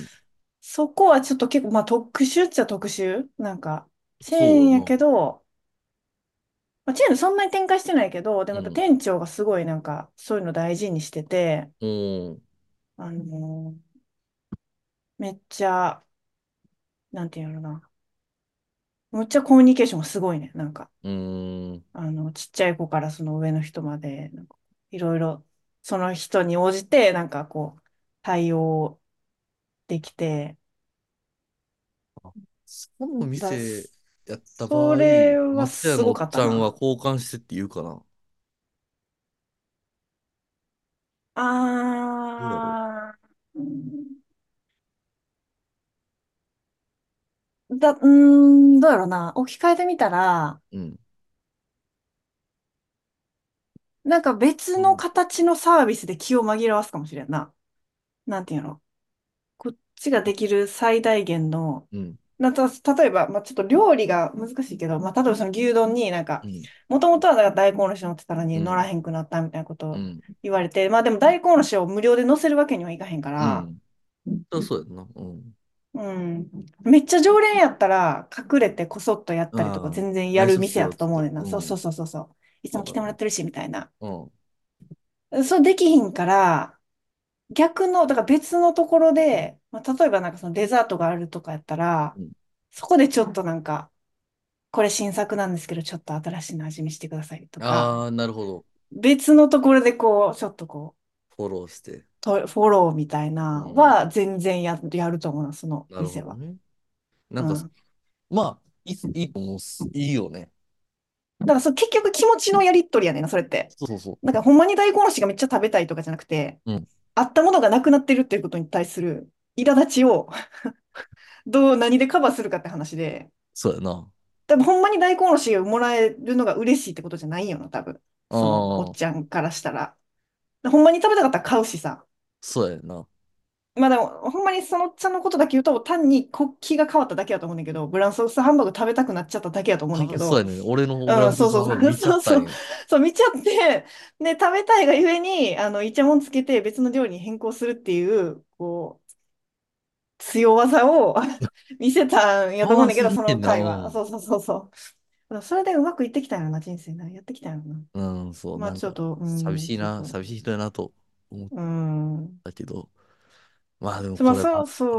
S1: そこはちょっと結構、まあ特殊っちゃ特殊なんか、チェー
S2: そう
S1: ン
S2: よ
S1: や
S2: な、
S1: けど、まあ、チェーンそんなに展開してないけど、でも
S2: う
S1: やっぱ
S2: ん、
S1: 店長がすごいなんか、そういうの大事にしてて、
S2: うん、
S1: あのーめっちゃ、なんていうのな。むっちゃコミュニケーションがすごいね。なんか、
S2: うーん、
S1: あの、ちっちゃい子からその上の人まで、なんかいろいろ、その人に応じて、なんかこう、対応できて、
S2: あそこの
S1: だ、
S2: 店
S1: す
S2: やった場
S1: そ
S2: 合、
S1: れは
S2: 松
S1: す
S2: 屋のお
S1: ご
S2: っ
S1: かっ
S2: ち
S1: た
S2: ゃんは
S1: な。
S2: 交換してって言うかな。どうやろう。
S1: あー、だ、うーん、どうやろうな。置き換えてみたら、
S2: うん。
S1: なんか別
S2: う
S1: の
S2: ん
S1: 形のサービスで気を紛らわすかもしれんな。なんていうのこっちができる最大限の、
S2: うん
S1: なた例えば、まあ、ちょっと料理が難しいけど、まあ、例えばその牛丼になん
S2: う
S1: か、
S2: ん、
S1: もともとはなんか大根おろし乗ってたの
S2: う
S1: に乗ら
S2: ん、
S1: へんくなったみたいなこと
S2: う
S1: を
S2: ん、
S1: 言われて、まあでも大根おろしを無料で乗せるわけにはいかへんか
S2: う
S1: ら、
S2: ん。だそうやんな。うん。
S1: うん。めっちゃ常連やったら、隠れてこそっとやったりとか
S2: あ
S1: 全然
S2: あ、
S1: や
S2: 挨
S1: る
S2: 拶
S1: 店
S2: せ
S1: やっ
S2: よ、
S1: た
S2: つ
S1: と
S2: っ
S1: 思う
S2: て。
S1: ねんな。
S2: う。
S1: そうそうんそうそうそう。いつ
S2: わ
S1: も来
S2: か
S1: て
S2: る
S1: もらっ
S2: わ。
S1: てるし、みたいな。
S2: うん。
S1: そうできひんから、逆の、だから別のところで、まあ、例えばなんかそのデザートがあるとかやったら、
S2: うん。
S1: そこでちょっとなんか、これ新作なんですけど、ちょっと新しいの味見してくださいとか、
S2: ああ、なるほど。
S1: 別のところでこう、ちょっとこう、
S2: フォローして。。
S1: とフォローみたいうなんは全然や、やると思うな、その
S2: なるほ
S1: 店
S2: ど
S1: は。
S2: ね。
S1: う
S2: なんか、
S1: ん。
S2: まあ、いい、いいと思うっす。いいよね。
S1: だからそう結局気持ちのやりっとりやねんな、それって。
S2: そうそうそ
S1: なんかほんまに大根おろしがめっちゃ食べたいとかじゃなくて、
S2: う。うん。
S1: あったものがなくなってるっていうことに対する苛立ちを どう、何でカバーするかって話で、
S2: そうやな。
S1: 多分ほんまに大根おろしをもらえるのが嬉しいってことじゃないよな、多分。そのおっ
S2: ああ、
S1: ちゃんからしたら。ほんまに食べたかったら買うしさ。
S2: そうやな。
S1: まあでも、ほんまにそのおっちゃんのことだけ言うと、単に国旗が変わっただけやと思うねんだけど、ブランソースハンバーグ食べたくなっちゃっただけやと思うね
S2: 多
S1: んだけ
S2: 分そう
S1: ど、
S2: やね。俺のブ
S1: う
S2: ラ
S1: ん、
S2: ンソ
S1: そ
S2: ー
S1: う
S2: ス
S1: そ
S2: ハ
S1: う
S2: ン
S1: そ
S2: バーグ
S1: う、
S2: 見ちゃ
S1: そ
S2: っ
S1: うそう、そう見
S2: たんよ。
S1: ちゃって、ね、食べたいがゆえに、あの、イチャモンつけて別の料理に変更するっていう、こう、強技を 見せたんやと思う
S2: 弱
S1: ねんだけ
S2: す
S1: ど、そ
S2: ぎて
S1: の
S2: んな。
S1: 回
S2: う
S1: は。そ
S2: ん。
S1: うそうそうそう。それでうまくいってきたんやろな、人生な。やってきたんやろな。
S2: うん、そう、
S1: まあ
S2: なん
S1: ちょっ
S2: か、
S1: と、う
S2: 寂
S1: ん、
S2: しい
S1: そう
S2: な、
S1: そ
S2: 寂しい人やなと思っ
S1: う。うん。
S2: たけど、まあでも
S1: そまあ、
S2: これは
S1: そう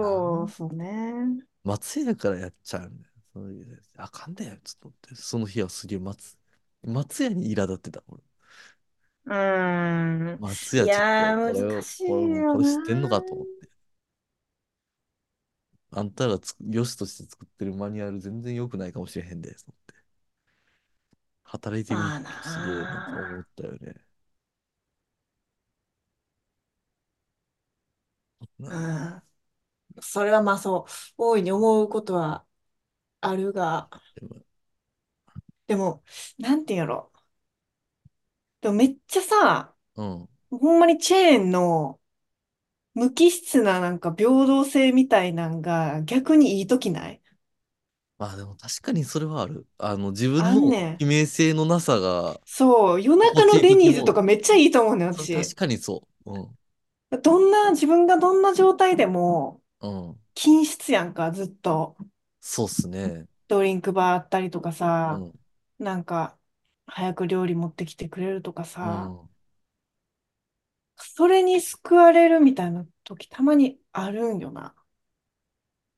S1: そ
S2: な、
S1: うそうね。
S2: 松屋からやっちゃうんだよ。そういう、あかんだよ、ちょっと待って。その日はすげえ松、松屋に苛立ってた、俺。
S1: うーん。
S2: 松
S1: い
S2: 屋ちょっ
S1: や
S2: と、こ
S1: ー、
S2: れ
S1: 難
S2: を、
S1: しい
S2: これもう
S1: よ
S2: これ
S1: な
S2: 知ってんのかと思って。あんたらがつく、良しとして作ってるマニュアル全然良くないかもしれへんで、と思って。働いてみる
S1: まあ
S2: とすげえ、なんか思っ
S1: な
S2: たよね。なあ
S1: あ。うん。それはまあそう、大いに思うことはあるが、
S2: でも
S1: でも、なんていうんやろ。でもめっちゃさ、
S2: うん。
S1: ほんまにチェーンの無機質ななんか平等性みたいなんが逆にいいときない
S2: まあでも確かにそれはある。あの、自分
S1: あん
S2: の
S1: ねん。
S2: 偽名性のなさが、
S1: そう、夜中の
S2: 陥
S1: デ
S2: る
S1: ニ
S2: 気
S1: ーズと
S2: も、
S1: かめっちゃいいと思うねん、
S2: それ
S1: 私。
S2: 確かにそう。うん。
S1: どんな、自分がどんな状態でも、
S2: うん。
S1: 均質やんか、ずっと。
S2: そうっすね。
S1: ドリンクバーあったりとか
S2: う
S1: さ、
S2: ん。
S1: なんか、早く料理持ってきてくれるとか
S2: う
S1: さ、
S2: ん。
S1: それに救われるみたいな時たまにあるんよな。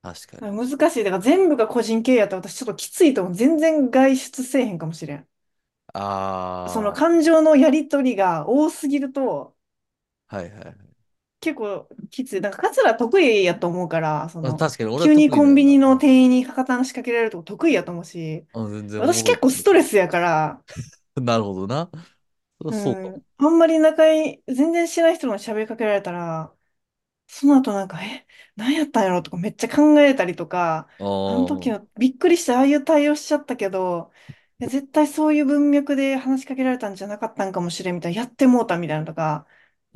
S2: 確かに。
S1: 難しい。だから全部が個人経営やったら私ちょっときついと思う。全然外出せえへんかもしれん。その
S2: あ
S1: 感情のやりとりが多すぎると
S2: あ、はいはいはい。
S1: 結構きつい。だから桂得意やと思うから、そ
S2: うん
S1: の、
S2: 確かに俺は
S1: 急に
S2: 得意
S1: コ
S2: な
S1: ン
S2: ん
S1: ビ
S2: だ。
S1: ニ
S2: う
S1: の
S2: ん。
S1: 店員に博多の仕掛けられるとこ得意やと思うし、
S2: うん全然お
S1: 私
S2: もろい
S1: 結構
S2: と
S1: ス
S2: 思
S1: トレスやから、
S2: う。なる ほどな。そりゃ
S1: う
S2: そうかも。
S1: ん、あんまり仲いい、全然知らない人に喋りかけられたら、その後なんか、え、何やったんやろとかめっちゃ考えたりとか、あの時
S2: あ
S1: のびっくりしてああいう対応しちゃったけど、いや絶対そういう文脈で話しかけられたんじゃなかったんかもしれんみたいな、やってもうたみたいなのとか、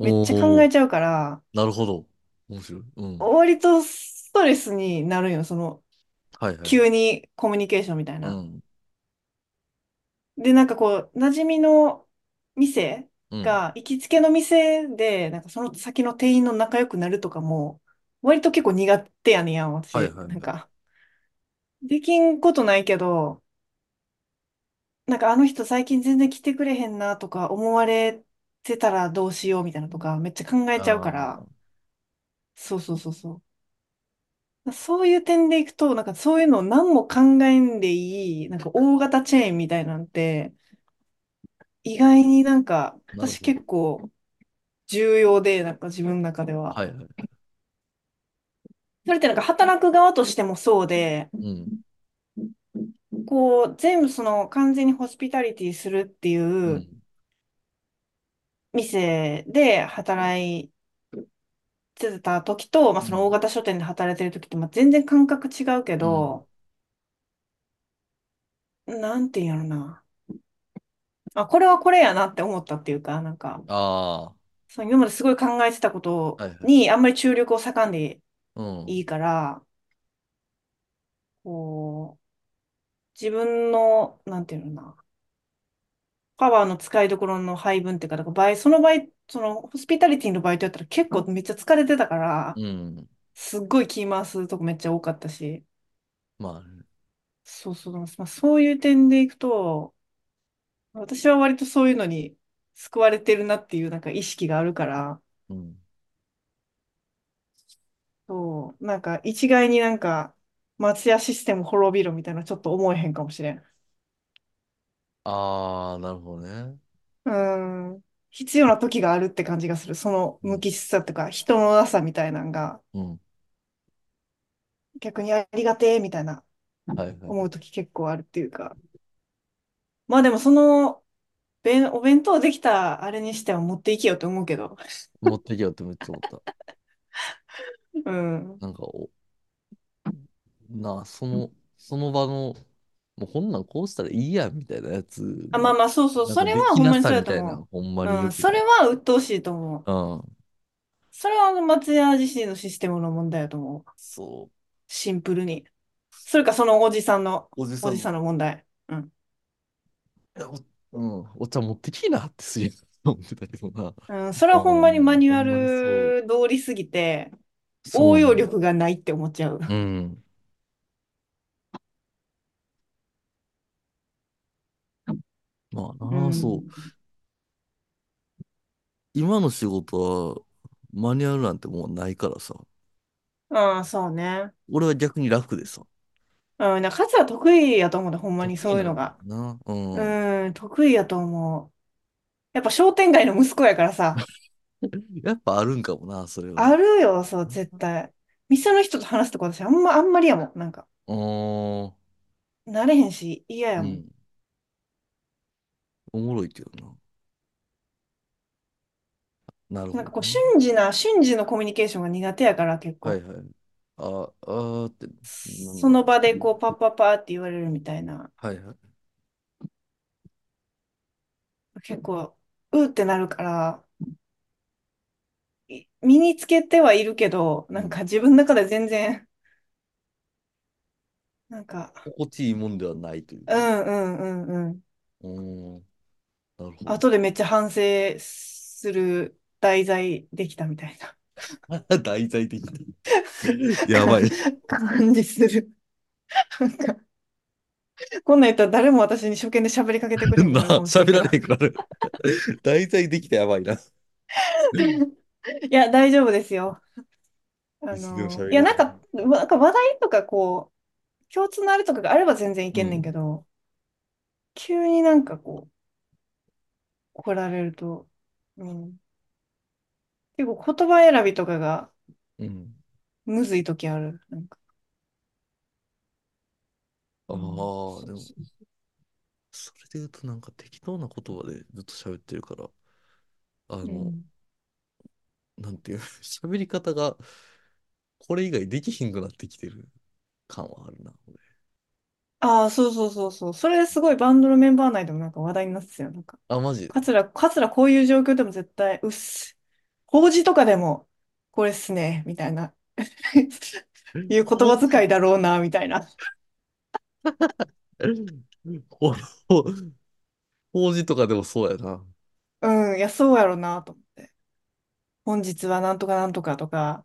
S2: あ、
S1: めっちゃ考
S2: お
S1: え
S2: お、
S1: ちゃうから、
S2: なるほど。面白い。うん。
S1: 割とストレスになるよ、その、
S2: はいはい。
S1: 急にコミュニケーションみたいうな。
S2: ん。
S1: で、なんかこう、馴染みの店
S2: うん。
S1: が、行きつけの店で、なんかその先の店員の仲良くなるとかも、割と結構苦手やねんやん、
S2: はい
S1: 私。
S2: はい
S1: なん
S2: はい。
S1: か、できんことないけど、なんかあの人最近全然来てくれへんなとか思われてたらどうしようみたいなとか、めっちゃ考えちゃうか
S2: あ
S1: ら、そうそうそうそう。そういう点でいくと、なんかそういうのを何も考えんでいい、なんか大型チェーンみたいなんて、意外になんか、
S2: あ、なる
S1: 私
S2: ほど。
S1: 結構、重要で、なんか自分の中では。
S2: はいはい。
S1: それってなんか働く側としてもそうで、
S2: うん。。
S1: こう、全部その完全にホスピタリティするっていううん店で働いてた時と、まあ
S2: う
S1: その大
S2: ん。
S1: 型書店で働いてる時って、まあ全然感覚違うけ
S2: うん。
S1: ど、なんていうんやろな。あ、これはこれやなって思ったっていうか、なんか、
S2: あ
S1: その今まですごい考えてたこと
S2: あ、はいはい。
S1: にあんまり注力を割かんで
S2: う
S1: い
S2: ん。
S1: いから、こう、自分の、なんていうのかな、パワーの使いどころの配分っていうか、だからバイそのバイ、その、ホスピタリティのバイトやったら結構めっちゃ疲れてたから、
S2: うん。
S1: すっごい気回すとこめっちゃ多かったし、
S2: まあね。
S1: そうそう、まあ、そういう点でいくと、私は割とそういうのに救われてるなっていうなんか意識があるから、
S2: うん。
S1: そう、なんか一概になんか松屋システム滅びろみたいなちょっと思えへんかもしれん。
S2: ああ、なるほどね。
S1: うん。必要な時があるって感じがする。その
S2: う
S1: 無
S2: ん。
S1: 機質さとか人のなさみたいなのが
S2: うん。
S1: 逆にありがてえみたいな
S2: はいはい。
S1: 思う時結構あるっていうか。まあでもその弁、お弁当できたあれにしては持っていけよって思うけど。
S2: 持ってきようってめっちゃ思った。
S1: うん。
S2: なんかお、なあ、その、その場の、もうこんなんこうしたらいいやんみたいなやつ
S1: あ、まあ
S2: の、
S1: まあそうそう。
S2: な
S1: そ
S2: んか
S1: れ
S2: で
S1: は
S2: き
S1: ほん
S2: な
S1: まにそ
S2: さ
S1: う
S2: み
S1: やと
S2: たいな、
S1: 思
S2: ほんま
S1: う。
S2: に
S1: う
S2: よ
S1: ん。
S2: く
S1: そ
S2: な
S1: れ
S2: い。
S1: は鬱陶しいと思う。
S2: うん。
S1: それは松屋自身のシステムの問題だと思う。
S2: そう。
S1: シンプルに。それかそのおじさんの、
S2: おじ
S1: お
S2: さ
S1: じ
S2: んの、
S1: さんの問題。うん。
S2: いやお、うん、お茶持ってきいなってすげえ思ってたけどな。
S1: うん、それ
S2: う
S1: はほんまにマ
S2: ん、
S1: ニュ
S2: ほ
S1: ア
S2: んまにそう。
S1: ル通りすぎて、応
S2: そうな
S1: 用
S2: んよ。
S1: 力がないって思っちゃう。
S2: うん。まあ
S1: う
S2: なあ、そう。
S1: ん。
S2: 今の仕事は、マニュアルなんてもうないからさ。
S1: ああ、そうね。
S2: 俺は逆に楽でさ。
S1: うん、なんか勝は得意やと思うんだ、ほんまに
S2: 得
S1: そ
S2: 意
S1: ういうの
S2: なん
S1: が。
S2: だよな。うん。
S1: うん、得意やと思う。やっぱ商店街の息子やから さ、
S2: やっぱあるんかもな、それは。
S1: あるよ、そう、絶対。店の人と話すとこ私、あんま、あんまりやもん。なんか、
S2: うーん。
S1: 慣れへんし、嫌や
S2: う
S1: もん。
S2: ん。おもろいけどな。
S1: な
S2: なる
S1: ん
S2: ほ
S1: か
S2: ど
S1: こう、
S2: ね。
S1: 瞬時な、瞬時のコミュニケーションが苦手やから、結
S2: はい
S1: 構。
S2: はい。あ、あーって、なんだ
S1: そ
S2: ろ
S1: の場で
S2: う。
S1: こう、パッパッパーって言われるみたいな。
S2: はいはい。
S1: 結構、うーってなるから、い身につけてはいるけど、
S2: う
S1: なん
S2: ん。
S1: か自分の中で全然、なんか、
S2: 心地いいもんではないという
S1: う
S2: か。
S1: んうんうんうん。
S2: うーん。なるほど。
S1: 後でめっちゃ反省する題材できたみたいな
S2: 題材的な。 や
S1: か
S2: ばい。
S1: 感じする。なんか、こんなん言ったら誰も私に初見で喋りかけてくれへんく
S2: な、
S1: なるかもしれん
S2: 喋
S1: けど。
S2: られへんく なる。題材できたらやばいな。
S1: いや、大丈夫ですよ。あ
S2: いつでも
S1: の、
S2: 喋
S1: いや、
S2: れ
S1: なん
S2: る。
S1: か、なんか話題とかこう、共通のあれとかがあれば全然いうけんねん
S2: ん。
S1: けど、急になんかこう、来られると、うん、結構言葉選びとかが
S2: うん。
S1: むずい時ある。なんか、
S2: あ
S1: う
S2: あ、
S1: ん、
S2: でも、それで言うとなんか適当な言葉でずっと喋ってるから、あ
S1: う
S2: の、
S1: ん
S2: なんていう、 喋り方がこれ以外できひんくなってきてる感はあるな、俺。
S1: ああ、そうそうそうそう。それすごいバンドのメンバー内でもなんか話題になってたよ。なんか、
S2: あ、マジ で。
S1: 桂、桂こういう状況でも絶対、うっす。法事とかでも、これっすね、みたいな。いう言
S2: ほう
S1: 葉遣いだろうな、みたいな。
S2: ほほ法事とかでもそうやな。
S1: うん、いや、そうやろうな、と思って。本日はなんとかなんとかとか、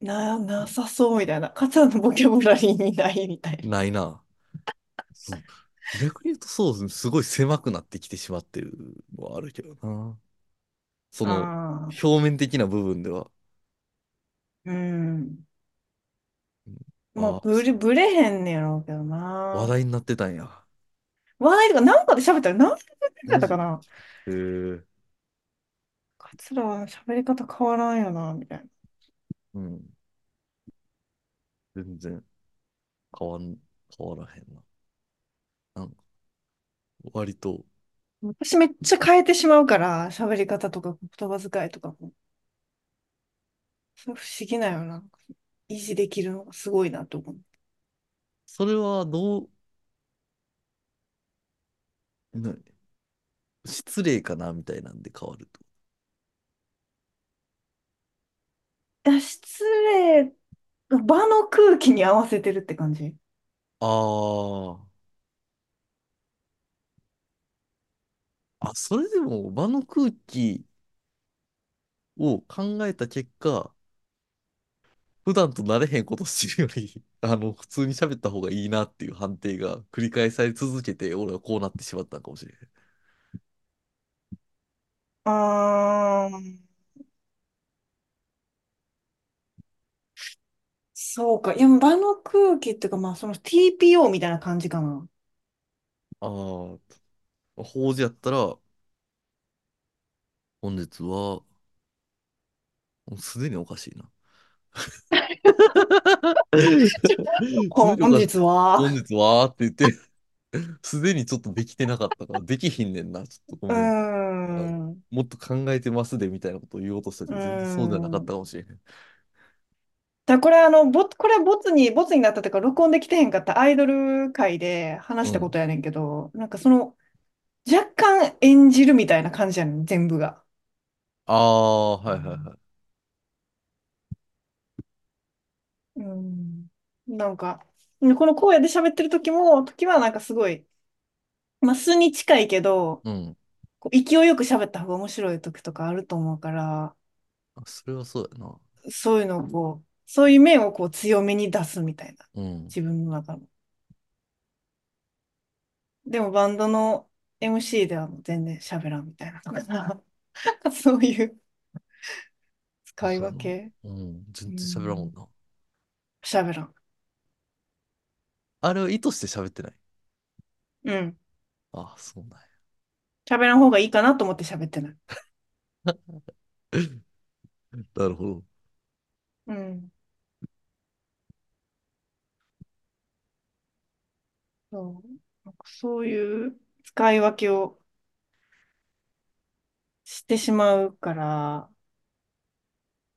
S1: な、なさそう、みたいな。桂のボキャブラリーにない、みたいな。
S2: ないな。そう逆に言うとそうですね、すごい狭くなってきてしまってるのはあるけどな。その、
S1: ああ、
S2: 表面的な部分では。
S1: うん。まあ、
S2: ああ、
S1: ぶれ、ぶれへんねやろうけど
S2: 話
S1: な。
S2: 題になってたんや。
S1: 話題とか、なんかで喋ったら何分くらいだ
S2: マ
S1: った
S2: ジ
S1: かな。
S2: へえ。
S1: 桂は喋り方変わらんよな、みたいな。
S2: うん。全然変わん、変わらへんな。なんか割と、
S1: 私めっちゃ変えてしまうから、喋り方とか言葉遣いとかも。それ不思議なよな。維持できるのがすごいなと思う。
S2: それはどう、な失礼かなみたいなんで変わると。
S1: いや、失礼、場の空気に合わせてるって感じ。
S2: ああ。あ、それでも場の空気を考えた結果、普段と慣れへんことしてるより、 あの、普通に喋った方がいいなっていう判定が繰り返され続けて、俺はこうなってしまったのかもしれない。
S1: あー、そうか。いや、場の空気っていうか、まあ、その TPO みたいな感じかな。
S2: ああ、法事やったら、本日は、もうすでにおかしいな。すで
S1: ほ
S2: にお
S1: 本
S2: かしい。
S1: 日は、
S2: 本日はーって言ってすでにちょっとできてなかったから、できひんねんな、ちょっとご
S1: う
S2: めん。
S1: ー
S2: なんか
S1: ん、う
S2: もっと考えてますでみたいなことを言おうとしたけ
S1: ー
S2: ど、全然そうじゃなかった
S1: ん。
S2: かもしれへん。
S1: だからこれ、あの、ボツ、これボツに、ボツになったというか、録音できてへんかったアイドル界で話
S2: う
S1: したこ
S2: ん。
S1: とやねんけど、なんかその、若干演じるみたいな感じやねん、全部が。
S2: ああ、はいはいはい。
S1: うん。なんか、この荒野で喋ってる時も、時はなんかすごい、まあ、素に近いけど、
S2: うん。
S1: こう勢いよく喋った方が面白い時とかあると思うから、
S2: あそれはそうやな。
S1: そういうのをこう、そういう面をこう強めに出すみたいな、
S2: うん。
S1: 自分の中の。でもバンドの MC ではもう全然喋らんみたいなとかな、 そういう
S2: あ、
S1: 使い
S2: そうや
S1: 分
S2: な。
S1: け。
S2: うん。全
S1: う
S2: 然喋らんもん
S1: ん、
S2: な。
S1: 喋らん。
S2: あれは意図して喋ってない。
S1: うん。
S2: ああ、そうなんや。
S1: 喋らん方がいいかなと思って喋ってない。
S2: なるほど。
S1: うん。そう。なんかそういう使い分けをしてしまうから、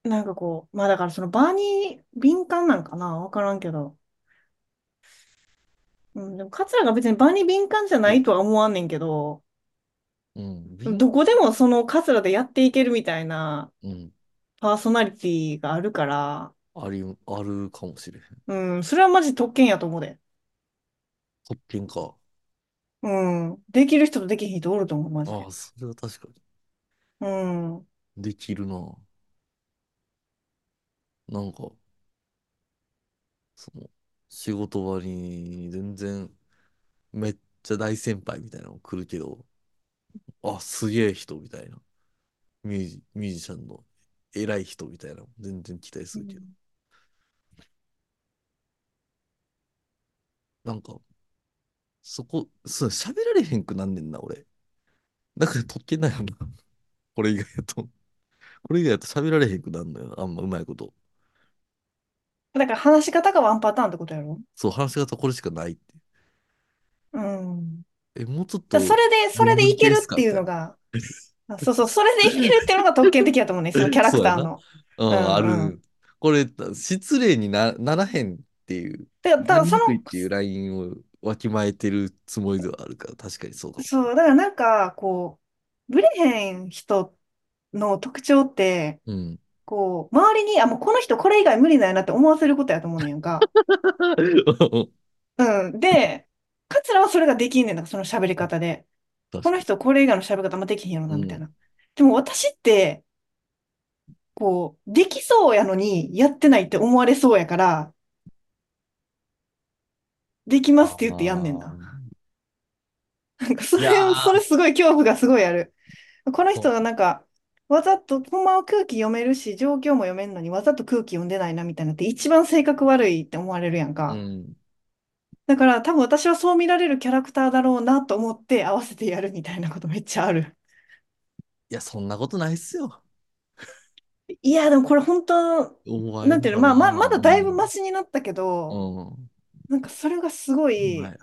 S1: なんかこう、まあだからその場に敏感なんかな、わからんけど。うん、でも、桂が別に場に敏感じゃないとは思わんねんけど、
S2: うん。敏
S1: どこでもその桂でやっていけるみたいな
S2: うん。
S1: パーソナリティがあるから、
S2: あり、あるかもしれへん。
S1: うん、それはマジ特権やと思うで。
S2: 特権か。
S1: うん、できる人とできひん人おると思う、マジ
S2: あ
S1: で。
S2: あ、それは確かに。
S1: うん、
S2: できるな。なんか、その、仕事場に全然、めっちゃ大先輩みたいなの来るけど、あ、すげえ人みたいな。ミュージ、ミュージシャンの偉い人みたいなの全然期待
S1: う
S2: するけど。
S1: ん、
S2: なんか、そこ、そう、喋られへんくなんねんな、俺。なんか特権なん やな。これ以外だと。これ以外だと喋られへんくなんのよ。あんまうまいこと。
S1: だから話し方がワンパターンってことやろ
S2: そう、話し方これしかないって。
S1: うん。
S2: え、もうちょっ
S1: だそ
S2: と
S1: れで、それ
S2: 文
S1: で
S2: 文
S1: いけ
S2: 系っ
S1: る
S2: す
S1: っ
S2: か
S1: て
S2: み
S1: いう
S2: たい
S1: の
S2: な。
S1: が、あそうそう、それでいけるっていうのが特権的やと思うねん、そのキャラ
S2: そ
S1: ク
S2: うや
S1: ター
S2: な。
S1: の。
S2: う、
S1: うん
S2: あ
S1: ん、うん。
S2: る。これ、失礼にな、ならへんっていう、
S1: だから、だ
S2: な
S1: から
S2: り
S1: そ
S2: に
S1: の、
S2: くいっていうラインをわきまえてるつもりではあるから、確かにそうかも。
S1: そう、だからなんか、こう、ブレへん人の特徴って、
S2: うん。
S1: こう、周りに、あ、もうこの人これ以外無理なんやなって思わせることやと思うねんか。うん。で、桂はそれができんねん、なんかその喋り方で。こ
S2: 確
S1: の
S2: かに。
S1: 人これ以外の喋り方もできひんやろ
S2: う
S1: な、みたい
S2: ん。
S1: な。でも私って、こう、できそうやのにやってないって思われそうやから、できますって言ってやんねん
S2: あ
S1: な。
S2: あ。
S1: なんかそ
S2: いや
S1: れを、それ
S2: ー、
S1: すごい恐怖がすごいある。この人
S2: そ
S1: はなんか、わざと、ほんまは空気読めるし、状況も読めんのにわざと空気読んでないなみたいなって一番性格悪いって思われるやん
S2: う。う
S1: か。
S2: ん。
S1: だから多分私はそう見られるキャラクターだろうなと思って合わせてやるみたいなことめっちゃある。
S2: いや、そんなことないっすよ。
S1: いや、でもこれ本当、
S2: 思われ
S1: なん
S2: る
S1: ていうの、
S2: か
S1: ま
S2: な。
S1: あまあ、まだ
S2: う
S1: だいぶマ
S2: ん。
S1: シになったけ
S2: う
S1: ど、
S2: ん。
S1: なんかそれがすご
S2: ほんま
S1: い、
S2: や。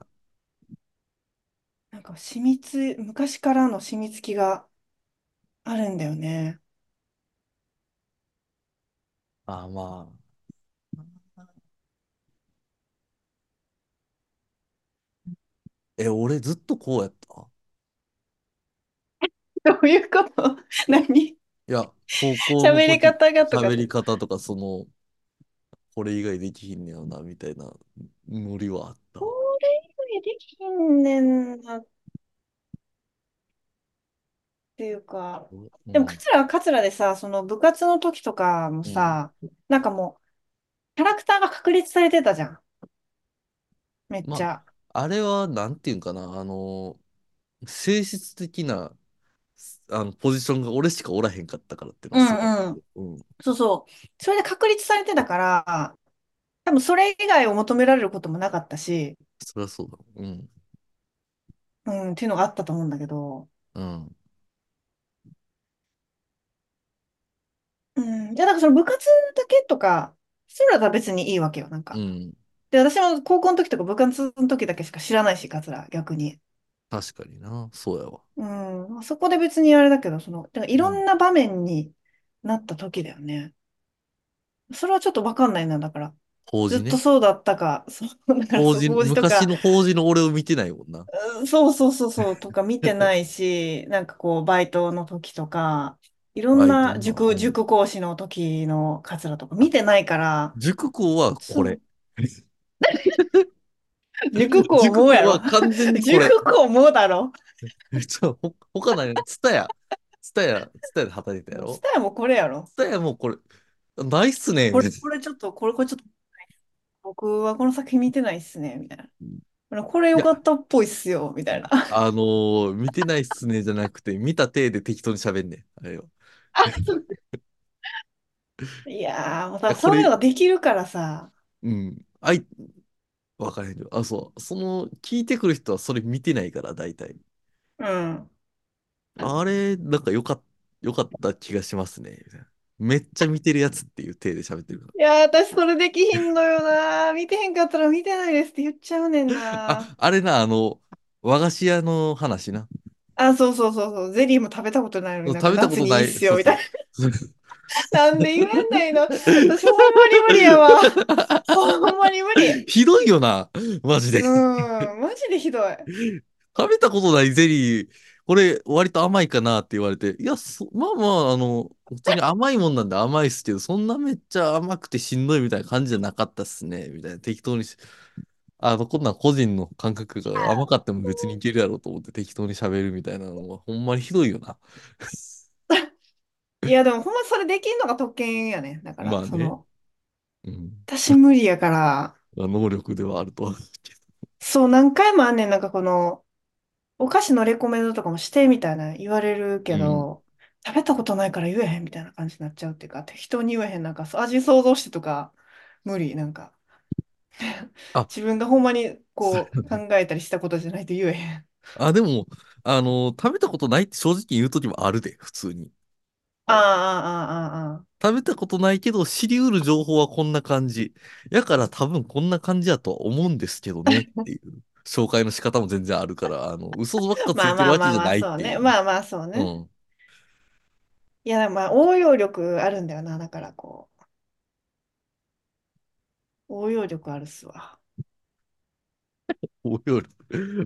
S1: なんか染みつ、昔からの染みつきがあるんだよね。
S2: あーまあ。え、俺ずっとこうやった。
S1: どういうこと 何
S2: いや、高校の
S1: 喋り
S2: 時、
S1: 方がとか
S2: 喋
S1: って
S2: り
S1: こと
S2: 方とか、その、これ以外できひんねやろな、みたいなノリはあっ
S1: こ
S2: た。
S1: れ以外できひんねんなっていうか、
S2: う
S1: でも、カ
S2: ん。
S1: ツラはカツラでさ、その部活の時とかも
S2: うん。
S1: さ、なんかもう、キャラクターが確立されてたじゃん。めっち
S2: ま
S1: ゃ。
S2: あ、あれは、なんていうんかな、あの、性質的な、あの、ポジションが俺しかおらへんかったからっていうの
S1: う
S2: はすごい。
S1: んうん。
S2: うん。
S1: そうそう。それで確立されてたから、多分それ以外を求められることもなかったし、
S2: そりゃそうだ。うん。
S1: うん、っていうのがあったと思うんだけど、
S2: うん。
S1: うん、じゃあなんかその部活だけとか、そういうのは別にいいわけよ、なん
S2: う
S1: か。
S2: ん。
S1: で、私も高校の時とか部活の時だけしか知らないし、カツラ、逆に。
S2: 確かにな。そうやわ。
S1: うん、そこで別にあれだけど、その、だからいうろん
S2: ん。
S1: な場面になった時だよね。それはちょっとわかんないな、だから。
S2: 法
S1: ず
S2: 事
S1: っと
S2: ね。
S1: そうだ ったか、そう、だから
S2: 法
S1: そう、
S2: 事、
S1: 法事と
S2: 昔
S1: か、
S2: の法事の俺を見てないもんな。
S1: うんそうそうそうそうとか見てない し、なんかこう、バイトの時とか、いろん
S2: バイト
S1: な
S2: な。
S1: 塾、
S2: うん。
S1: 塾講師の時のカツラとか見
S2: あ、
S1: てないから、
S2: 塾講はこ
S1: そ
S2: れ。
S1: う、 塾講
S2: 塾
S1: もう
S2: 講
S1: やろ。
S2: は完全にこれ。
S1: 塾講もうだろ。
S2: ちょ、ほ、他何ツタヤ。ツタヤ、ツタヤで働いてたや
S1: ス
S2: ろ
S1: タイもこれやろ。
S2: ツタヤもうこれ。ないっすね。
S1: こ
S2: み
S1: れ、
S2: たい
S1: これちょっと、これ、これちょっと、僕はこの作品見てないっすね、みたいな。
S2: な。
S1: あのこれ
S2: い
S1: 良
S2: や、
S1: かったっぽいっすよ、みたいな。
S2: あのー見てないっすねじゃなくて、見た体で適当に喋んねん。あれは。
S1: あ、
S2: い
S1: そう。 いやー、もう
S2: や、
S1: さ、
S2: こ
S1: そういうの
S2: れ、
S1: ができるからさ。
S2: うん。あい、わからへんけど。あ、そう。その、聞いてくる人はそれ見てないから、大体。
S1: うん。
S2: あれ、なんかよかっ、よかった気がしますね。みたいな。めっちゃ見てるやつっていう体で喋ってるから。
S1: いやー、私それできひんのよなー。見てへんかったら見てないですって言っちゃうねん な
S2: あ、あれな、あの、和菓子屋の話な。
S1: ー。あ、そうそうそうそう。ゼリーも食べたことないのになん
S2: 食
S1: か
S2: べたこ
S1: 夏
S2: と
S1: にい
S2: ない
S1: っ
S2: い。
S1: す
S2: そ
S1: よ、
S2: う
S1: み
S2: そ
S1: た
S2: う。
S1: い な。なんで言えないの私ほんまに無理や わ。ほんまに無理。
S2: ひどいよな、マジ
S1: う
S2: で。
S1: ん、マジでひどい。
S2: 食べたことないゼリー、これ割と甘いかなって言われて、いや、そ、まあまあ、あの、普通に甘いもんなんで甘いっすけど、そんなめっちゃ甘くてしんどいみたいな感じじゃなかったっすね、みたいな。適当にし、あの、こんなん個人の感覚が甘かっても別にいけるやろうと思って適当に喋るみたいなのは、ほんまにひどいよな。
S1: いや、でもほんまそれできんのが特権やね。だか
S2: ま
S1: ら、
S2: あ
S1: そ
S2: ね。
S1: の、
S2: うん。
S1: 私無理やから、
S2: 能力ではあるとは思う け
S1: そう、何回もあんねん。なんかこの、お菓子のレコメンドとかもしてみたいな言われる
S2: ど。
S1: け
S2: うん。
S1: ど、食べたことないから言えへんみたいな感じになっちゃうっていうか、適当に言えへん、なんかそう味想像してとか、無理、なんか。
S2: あ、
S1: 自分がほんまに
S2: そ
S1: こう考えたりしたことじゃないと言えへん。
S2: あ、でも、あの、食べたことないって正直言うときもあるで、普通に。
S1: ああ、ああ、ああ、
S2: 食べたことないけど、知りうる情報はこんな感じ。やから多分こんな感じやとは思うんですけど ねっていう紹介の仕方も全然あるから、あの、嘘ばっ
S1: ああ
S2: かつ
S1: ま
S2: い
S1: あ
S2: て
S1: まあ
S2: るわけ
S1: まあ
S2: じゃ
S1: まあ、
S2: ないっ
S1: そう
S2: て
S1: ね。
S2: いう。
S1: まあまあ、そう
S2: う
S1: ね。
S2: ん。
S1: いや、まあ、応用力あるんだよな。だからこう、応用力あるっすわ。
S2: 応用力。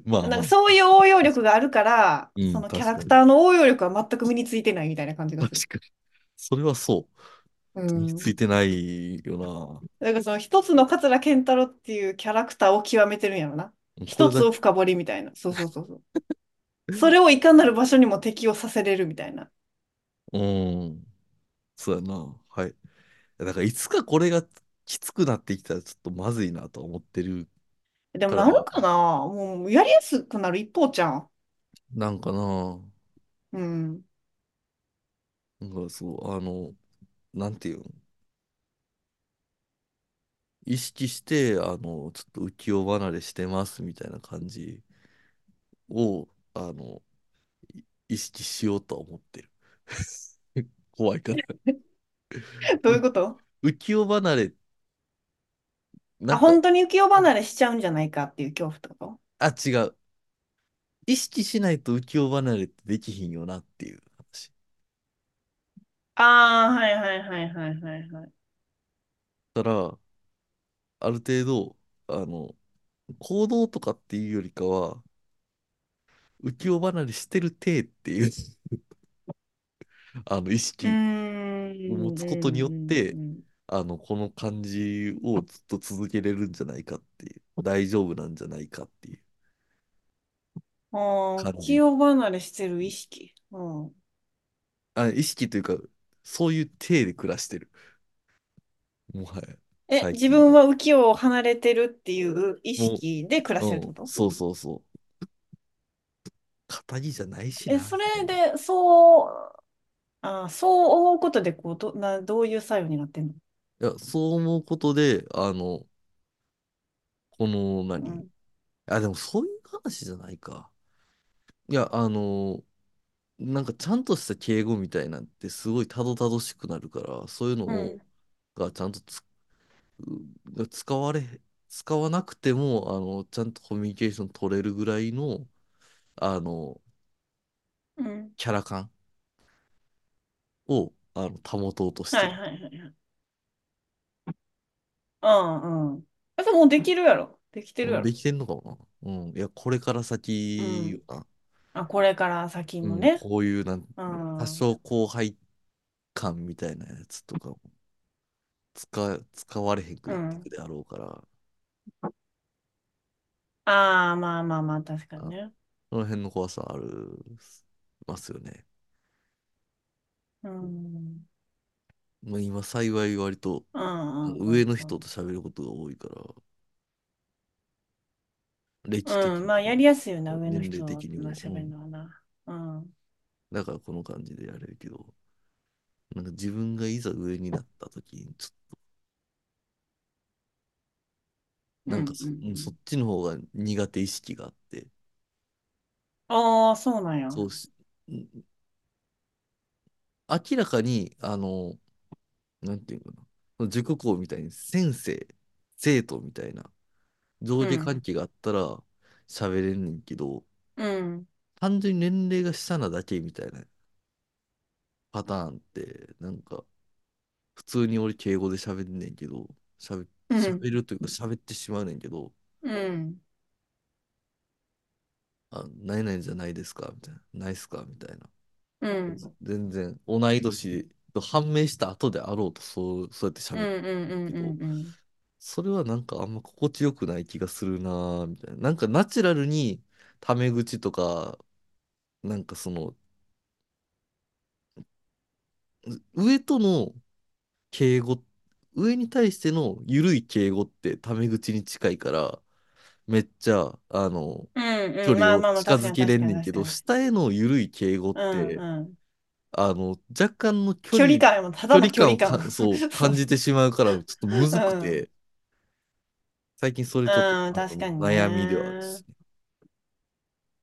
S2: まあ
S1: なん
S2: ま
S1: か
S2: あ。
S1: そういう応用力があるから、
S2: う
S1: そ
S2: ん、
S1: のキャ
S2: 確
S1: ラ
S2: か
S1: ク
S2: に。
S1: ターの応用力は全く身についてないみたいな感じがする。
S2: 確かに。それはそうう。につ
S1: ん。
S2: いてないよ
S1: なんかその一つの桂健太郎っていうキャラクターを極めてるんやろな。
S2: な。こ
S1: 一
S2: れ
S1: つ
S2: だ
S1: を
S2: け。
S1: 深掘りみたいな。そうそうそうそう。それをいかなる場所にも適用させれるみたいな。
S2: うん。そうやな。はい。だからいつかこれがきつくなってきたらちょっとまずいなと思ってる
S1: でも
S2: か
S1: なる
S2: ら、
S1: かなもうやりやすくなる一方じゃん。
S2: なんかな。
S1: うん。
S2: なんかそう、あの、なんていうん、意識して、あの、ちょっと浮世離れしてますみたいな感じを、あの、い意識しようとは思ってる。 怖いから。
S1: どういうこと
S2: う浮世離れ、な
S1: あ、
S2: んか、
S1: 本当に浮世離れしちゃうんじゃないかっていう恐怖ってこと
S2: あ、違う。意識しないと浮世離れってできひんよなっていう話。
S1: ああー、はいはいはいはいはいはい。
S2: だから、ある程度、あの、行動とかっていうよりかは、浮世離れしてる体っていう あの、
S1: う
S2: 意
S1: ー
S2: 識
S1: ん、
S2: を持
S1: う
S2: つことによっ
S1: ん、
S2: て、
S1: うん。
S2: あの、この感じをずっと続けれるんじゃないかっていう、大丈夫なんじゃないかっていう
S1: ああ、
S2: 感
S1: 浮
S2: じ。
S1: 世離れしてる意識。うん。
S2: あ、意識というか、そういう体で暮らしてる。もはや、
S1: え、
S2: 最
S1: 自
S2: 近
S1: 分
S2: は。
S1: は浮世を離れてるっていう意
S2: も
S1: 識で暮ら
S2: う、
S1: してるって
S2: う
S1: こと
S2: ん、そうそうそう。肩着じゃないし
S1: え、
S2: な、
S1: そ
S2: みた
S1: れ
S2: いな。
S1: で、そう、あ、そう思うことで、こう、ど、な、どういう作用になってんの
S2: いや、そう思うことで、あの、この
S1: う
S2: 何、
S1: ん。
S2: あ、でもそういう話じゃないか。いや、あの、なんかちゃんとした敬語みたいなんてすごいたどたどしくなるから、そういうの
S1: う
S2: を、
S1: ん。
S2: がちゃんとつが使われ、使わなくても、あの、ちゃんとコミュニケーション取れるぐらいの、あの、
S1: うん。
S2: キャラ感を、あの、保とうとして
S1: はい
S2: る。
S1: はいはいはい。うんうん。あともうできるやろ。できてる
S2: う
S1: や
S2: ん、で
S1: ろ。
S2: きてんのかもな。うん。いや、これから
S1: う
S2: 先
S1: ん。
S2: よな、
S1: あ、これから先
S2: う
S1: の
S2: ん、
S1: ね。
S2: こういう、なん、
S1: う
S2: 多
S1: ん。
S2: 少後輩感みたいなやつとかも使、使われへんく
S1: う
S2: なっていく
S1: ん。
S2: であろうから、
S1: ああ、まあまあまあ、確かに
S2: あ、
S1: ね。
S2: その辺の怖さある、ますよね。
S1: うん。
S2: まあ、今、幸い割と、
S1: うんうんう
S2: 上
S1: ん
S2: の
S1: う
S2: 人
S1: ん。
S2: と喋ることが多いから、歴的
S1: うん、
S2: に
S1: まあ、や
S2: も、
S1: りやすいよな、上の
S2: 年齢
S1: 人
S2: 的に
S1: とな
S2: も、う
S1: 喋る
S2: ん。
S1: のはな。うん。
S2: だからこの感じでやれるけど、なんか自分がいざ上になった時に、ちょっと、
S1: う
S2: なんか
S1: んう
S2: そ、
S1: ん
S2: うん
S1: う
S2: そっ
S1: ん。
S2: ちの方が苦手意識があって、
S1: ああ、そうなんや。
S2: そうし、うん明らかに、あの、なんていうのかな、塾講みたいに先生、生徒みたいな
S1: う
S2: 上下
S1: ん。
S2: 関係があったら喋れんねんけど、
S1: うん。
S2: 単純に年齢が下なだけみたいなパターンって、なんか、普通に俺敬語で喋んねんけど、喋、
S1: うん。
S2: 喋るというか喋ってしまうねんけど、
S1: うん。
S2: あ、何々じゃないですかみたいな、ないっすかみたいな。
S1: うん。
S2: 全然同い年と判明した後であろうと、そう、そうやって
S1: う
S2: 喋って
S1: んうん
S2: る
S1: う
S2: け
S1: ん
S2: ど、
S1: うんうん。
S2: それはなんかあんま心地よくない気がするなぁ、みたいな。なんかナチュラルにタメ口とか、なんかその、う上との敬語、上に対しての緩い敬語ってタメ口に近いから、めっちゃ、あの、
S1: うん
S2: 距
S1: うん。ま
S2: 離
S1: あ
S2: を
S1: まあまあ、
S2: 近
S1: 確
S2: づ
S1: かに
S2: け
S1: 確
S2: れん
S1: かに
S2: ねん
S1: 確か
S2: けど、
S1: に。
S2: 下への緩い敬語っ
S1: うん
S2: て、
S1: うん。
S2: あの、若干の距
S1: 距離
S2: 離、
S1: 感も、ただ
S2: 距
S1: の
S2: 離
S1: 距離
S2: 感を
S1: 感。
S2: か、そ う、
S1: そ
S2: 感
S1: う。
S2: じてしまうから、ちょっとむずく
S1: うん。
S2: て、最近それちょっと、
S1: うん、
S2: あ
S1: 確
S2: の、
S1: かに
S2: 悩みではあるっ
S1: ね。
S2: すね。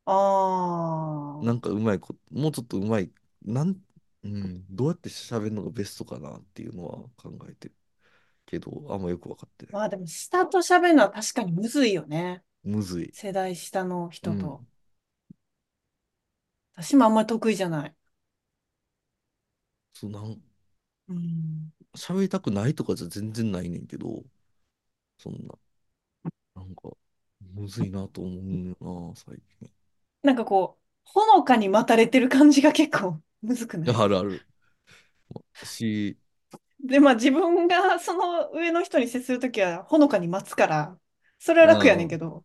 S1: あ
S2: な
S1: あ。
S2: んかうまいこと、もうちょっとうまい、なん、うん、どうやって喋るのがベストかなっていうのは考えてるけど、あんまよくわかってない。
S1: まあでも、下と喋るのは確かにむずいよね。
S2: むずい。
S1: 世代下の
S2: う
S1: 人と。
S2: ん。
S1: 私もあんまり得意じゃない。
S2: そう、なん、
S1: うん。
S2: 喋りたくないとかじゃ全然ないねんけど、そんな、なんか、むずいなと思うんよな、最 近。
S1: なんかこう、ほのかに待たれてる感じが結構むずく
S2: い
S1: な
S2: や
S1: い
S2: あるある。し、
S1: で、まあ自分がその上の人に接するときはほのかに待つから、それは
S2: う
S1: 楽やねんけ
S2: ん。
S1: ど、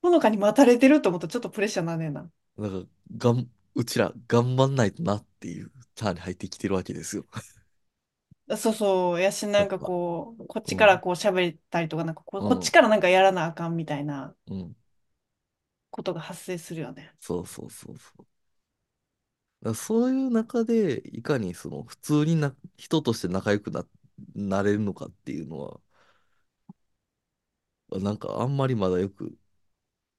S1: ほのかに待たれてると思うとちょっとプレッシャーなんねんな。
S2: なんか、がん、うちら頑張んないとなっていうターンに入ってきてるわけですよ。
S1: そうそう、やし、
S2: や
S1: なん
S2: っ
S1: か
S2: ぱ。
S1: こう、こっ
S2: う
S1: ちから
S2: ん。
S1: こう喋ったりとか、なんかこう、
S2: う
S1: こっち
S2: ん。
S1: からなんかやらなあかんみたいな
S2: うん。
S1: ことが発生するよね。
S2: そうそうそうそう。だからそういう中で、いかにその普通にな人として仲良くな、なれるのかっていうのは、なんかあんまりまだよく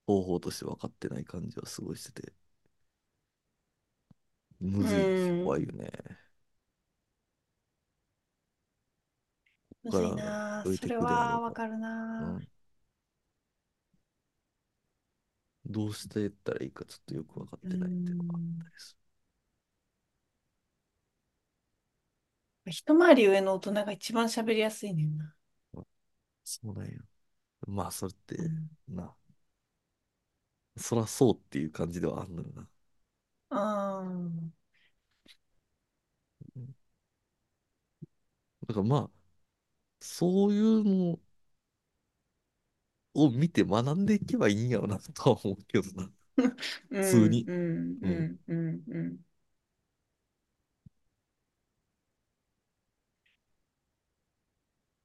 S2: 方法として分かってない感じはすごいしてて、
S1: う
S2: むずいし
S1: ー
S2: 怖いよ
S1: ん、
S2: ね。
S1: む
S2: ここ
S1: ず
S2: か
S1: い
S2: ら
S1: なあ
S2: 増え
S1: そ
S2: て
S1: れ
S2: くであろ
S1: は
S2: う
S1: わ
S2: か
S1: かる
S2: ら、う、
S1: なん
S2: どうしていったらいいかちょっとよく分かっ
S1: あうー
S2: てないっていうのがあっ
S1: ん。
S2: たりす
S1: 一回り上の大人が一番喋りやすいねんな。
S2: る。そうなんや。まあ、それっ
S1: う
S2: て、
S1: ん。
S2: な、そらそうっていう感じではあるのよな。
S1: あー
S2: うんだからまあそういうのを見て学んでいけばいいんやろなとは思うけどな。普
S1: う
S2: 通
S1: ん、
S2: に。
S1: うん、
S2: うん。
S1: うん、うん、うん。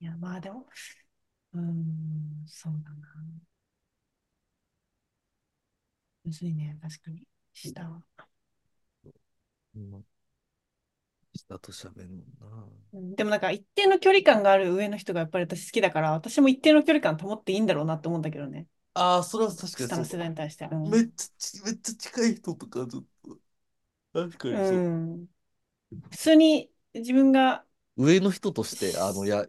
S1: いや、まあでも、うん、そうだな。むずいね、確かに。下は。
S2: うん下と喋るもんな。
S1: うんでもなんか一定の距離感がある上の人がやっぱり私好きだから、私も一定の距離感保っていいんだろうなって思うんだけどね。
S2: ああ、それは確かに
S1: 下
S2: そ
S1: の
S2: うか
S1: 世
S2: も。
S1: 代に対して。う
S2: め
S1: ん。
S2: っちゃち、めっちゃ近い人とかずっと。確か
S1: う
S2: にそう。
S1: ん。普通に自分が、
S2: 上の人として、 あの、
S1: し
S2: や、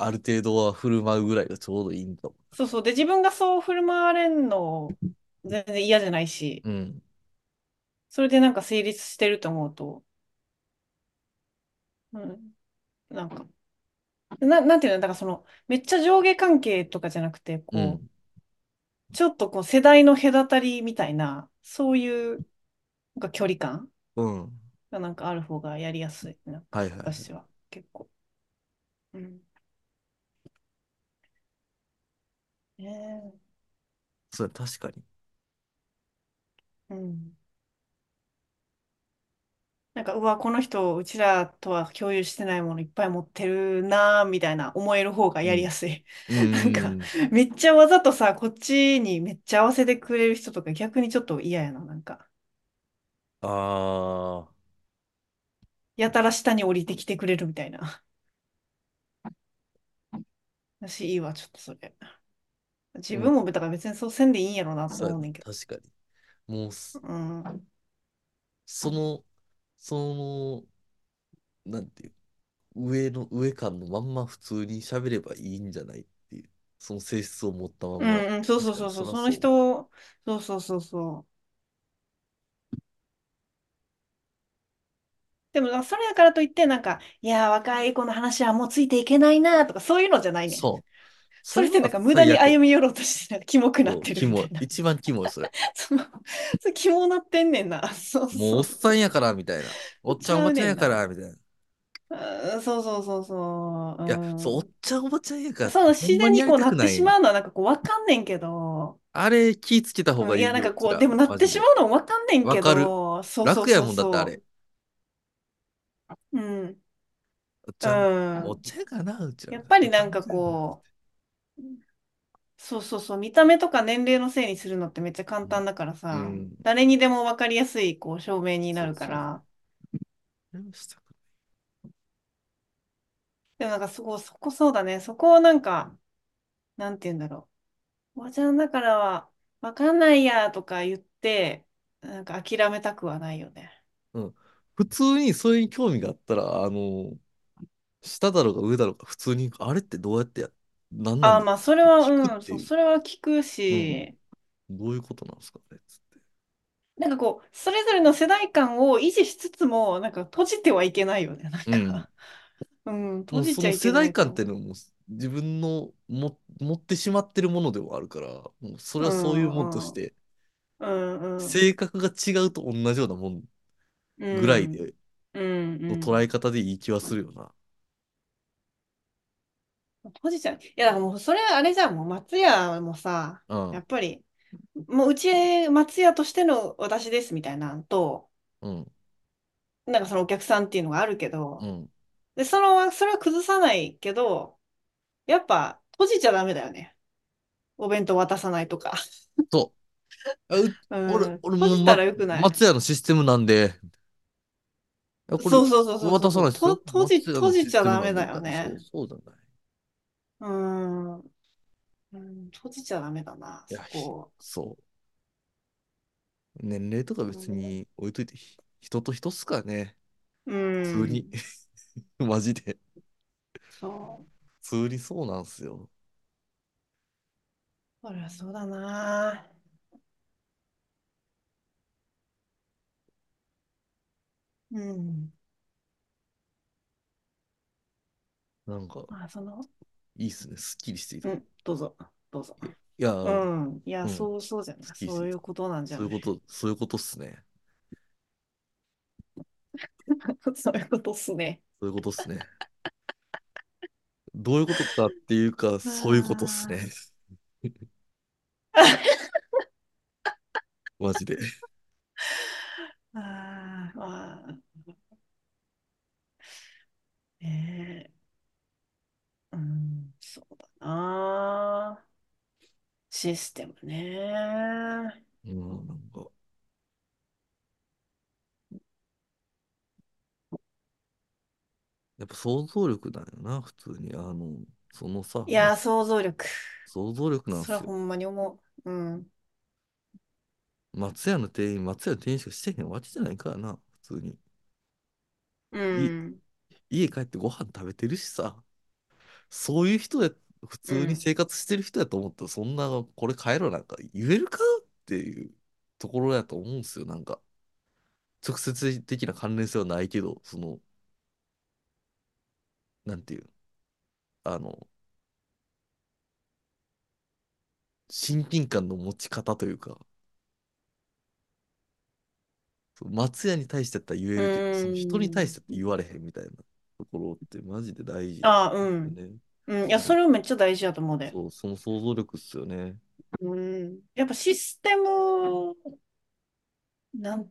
S2: ある程度は振る舞うぐらいがちょうどいいんだもん。
S1: そうそう。で、自分がそう振る舞われんの全然嫌じゃないし、
S2: うん。
S1: それでなんか成立してると思うと、うん。なんか、な、なんていうの、だからその、めっちゃ上下関係とかじゃなくて、
S2: う
S1: こ
S2: ん。
S1: う、ちょっとこう世代の隔たりみたいな、そういうなんか距離感
S2: うん。
S1: がなんかある方がやりやすい。なんか
S2: はいはいはい。
S1: 私は結構。うん。ねえ
S2: それ確かに。
S1: うん。なんか、うわ、この人、うちらとは共有してないものいっぱい持ってるなーみたいな思える方が
S2: う
S1: やり
S2: ん。
S1: やすい。
S2: う
S1: なんか、
S2: ん。
S1: めっちゃわざとさ、こっちにめっちゃ合わせてくれる人とか逆にちょっと嫌やな、なんか。
S2: ああ
S1: やたら下に降りてきてくれるみたい な。私、いいわ、ちょっとそれ。自
S2: ー。う
S1: 分
S2: ん。
S1: も、だから別にそうせんでいいんやろうなと
S2: そうや
S1: 思う
S2: な。
S1: ねんけど。
S2: 確かに。もうす、
S1: うん。
S2: その、その、なんていう、上の、上感のまんま普通に喋ればいいんじゃないっていう。その性質を持ったま
S1: う
S2: ま。
S1: んうん、そう
S2: 確
S1: そうそ
S2: かに、
S1: うそ、
S2: そうら
S1: その
S2: そう。
S1: 人を、そうそうそうそう。でも、それやからといって、なんか、いやー、若い子の話はもうついていけないなーとか、そういうのじゃないねん。
S2: そう。そ
S1: それ
S2: れ
S1: って
S2: は
S1: なんか無駄
S2: 最
S1: に
S2: 悪。
S1: 歩み寄ろうとして、なんかキモくなっ
S2: そう、
S1: て
S2: キ
S1: るみた
S2: モい。
S1: いな。
S2: 一番キモい、それ。
S1: その、それキモなってんねんな。そう
S2: もう
S1: そ
S2: おっ
S1: う
S2: さ
S1: そ
S2: ん
S1: う。
S2: やから、みたいな。おっちゃ
S1: ち
S2: んお
S1: ゃ
S2: ば
S1: う
S2: ちゃ
S1: ね
S2: ん
S1: ん
S2: やか
S1: な。
S2: ら、みたいな。い
S1: うんそうそうそうそう。
S2: や、そう、おっ
S1: う
S2: ちゃんおばちゃんやから
S1: ん。
S2: っ
S1: そ
S2: て、
S1: の
S2: ほ
S1: 自
S2: んま
S1: 然に
S2: にやり
S1: こう
S2: た
S1: な
S2: く
S1: って
S2: な
S1: し
S2: い。
S1: まうのはなんかこうわかんねんけど、
S2: あれ、気ぃつけた方
S1: う
S2: が
S1: ん、い
S2: い
S1: や
S2: い
S1: なん
S2: よ、
S1: か
S2: うち
S1: こう、
S2: ら。
S1: でもなっ
S2: マ
S1: て
S2: ジ
S1: し
S2: で。
S1: まうのわかんねん
S2: わ
S1: け
S2: かる。
S1: ど、そうそう
S2: 楽や
S1: そう
S2: もん、だってあれ。
S1: そう。うん。
S2: おっちゃん、
S1: う
S2: おっ
S1: ん。
S2: ちゃんやからな、うちら。
S1: やっぱ
S2: お
S1: り
S2: っち
S1: な
S2: ゃん
S1: ん
S2: おば
S1: か
S2: ちゃんやから。
S1: こう、そうそうそう、見た目とか年齢のせいにするのってめっちゃ簡単だから
S2: う
S1: さ、
S2: ん。
S1: 誰にでも分かりやすいこう証明にな
S2: そう
S1: るか
S2: そうそう。
S1: ら、
S2: それはしたく
S1: でもなんかそこ、そこそうだね、そこをなんか、なんて言うんだろう、おばちゃんだからは分かんないやとか言って、なんか諦めたくはないよね。
S2: うん。 普通にそれに興味があったら、あの、下だろうが上だろうが、普通に、あれってどうやってや、なんな
S1: あ
S2: ん
S1: あ、
S2: だろ
S1: まあ、
S2: う
S1: それは、
S2: 聞くっ
S1: うん、
S2: て
S1: そう、
S2: いう。
S1: それは聞く
S2: うん。
S1: し、
S2: どういうことなんですかね、つって。
S1: なんかこう、それぞれの世代間を維持しつつも、なんか閉じてはいけないよね、なん
S2: うん。
S1: か。うん、閉
S2: もう
S1: じ
S2: そ
S1: ちゃ
S2: の
S1: い
S2: 世
S1: けな
S2: 代
S1: いと
S2: 観って
S1: 思。
S2: のも自分のも持ってしまってるものでもあるから、もうそうれ
S1: う
S2: はそういうもんと
S1: ん、
S2: し
S1: うん。
S2: て、
S1: うんうん
S2: 性格が違うと同じようなもん
S1: う
S2: ぐらい
S1: ん
S2: で
S1: うん
S2: の
S1: う
S2: 捉え
S1: ん
S2: 方でいい気はするよな。
S1: ほじちゃんいやだからもうそれあれじゃんもう松屋もさ
S2: う
S1: や
S2: ん、
S1: っぱりもううち松屋としての私ですみたいなんと
S2: うん、
S1: なんかそのお客さんっていうのがあるけ
S2: う
S1: ど
S2: ん。
S1: でそのそれは崩さないけどやっぱ閉じちゃダメだよねお弁当渡さないとか
S2: そう。あう俺、
S1: うん閉
S2: 俺もう、
S1: じた
S2: ま、
S1: らよくない
S2: 松屋のシステムなんで、いやこれ、
S1: そうそうそうそうそ
S2: 渡
S1: う
S2: さ
S1: そ
S2: な
S1: う
S2: いですよ。
S1: と閉じ
S2: 松屋
S1: 閉
S2: の
S1: じ
S2: シ
S1: ち
S2: ス
S1: ゃ
S2: テム
S1: ダ
S2: な
S1: メ
S2: んで、
S1: だ
S2: みた
S1: よ
S2: いな。そう、
S1: ね
S2: そうじゃない。
S1: うんうん閉じちゃダメだない
S2: や、
S1: そ
S2: ひ
S1: こ
S2: そう。年齢とか別
S1: うん
S2: に置いといて、ひ人と人っすからね。
S1: う
S2: 普通に。
S1: ん
S2: マジで。
S1: そう。
S2: 普通にそうなんすよ。
S1: そりゃそうだな。うん。
S2: なんか、
S1: まあ、その、
S2: いいっすね。すっきりしていた。
S1: う
S2: い
S1: ん、どうぞ、どうぞ。
S2: や、
S1: う
S2: うん。
S1: ん。いや、
S2: うん。
S1: そう、そうじゃ
S2: す
S1: な
S2: っ
S1: い。
S2: きりし
S1: そう
S2: てい
S1: い
S2: た。
S1: うことなんじゃ
S2: そういう
S1: ない。
S2: こと、そういうことっすね。
S1: そういうことっすね。
S2: そういうことっすね。どういうことかっていうか、そういうことっす
S1: あ
S2: ね。マジで。
S1: ーあー、まあ、ねえ、うん、そうだな。システムね。
S2: うん、なんか、やっぱ想像力だよな、普通に。あの、そのさ、
S1: い
S2: ま、
S1: やー、想像力。
S2: 想像力なん
S1: それは
S2: すよ。
S1: ほんまに思う。うん。
S2: 松屋の店員、松屋の店員しかしてへんわけじゃないからな、普通に。
S1: う
S2: い、
S1: ん。
S2: 家帰ってご飯食べてるしさ、そういう人や、普
S1: う
S2: 通に
S1: ん。
S2: 生活してる人やと思ったら、そんな、これ帰ろうなんか言えるかっていうところやと思うんすよ、なんか。直接的な関連性はないけど、その、なんていう、あの、親近感の持ち方というか、その松屋に対してだったら言え
S1: う
S2: るけど、その人に対し
S1: ん。
S2: てだって言われへんみたいなところってマジで大事
S1: ああ、うん。
S2: ね。
S1: うん。い
S2: そ
S1: や、
S2: の、
S1: それはめっちゃ大事やと思うで。
S2: そう、その想像力っすよね。
S1: うん。やっぱシステム、なん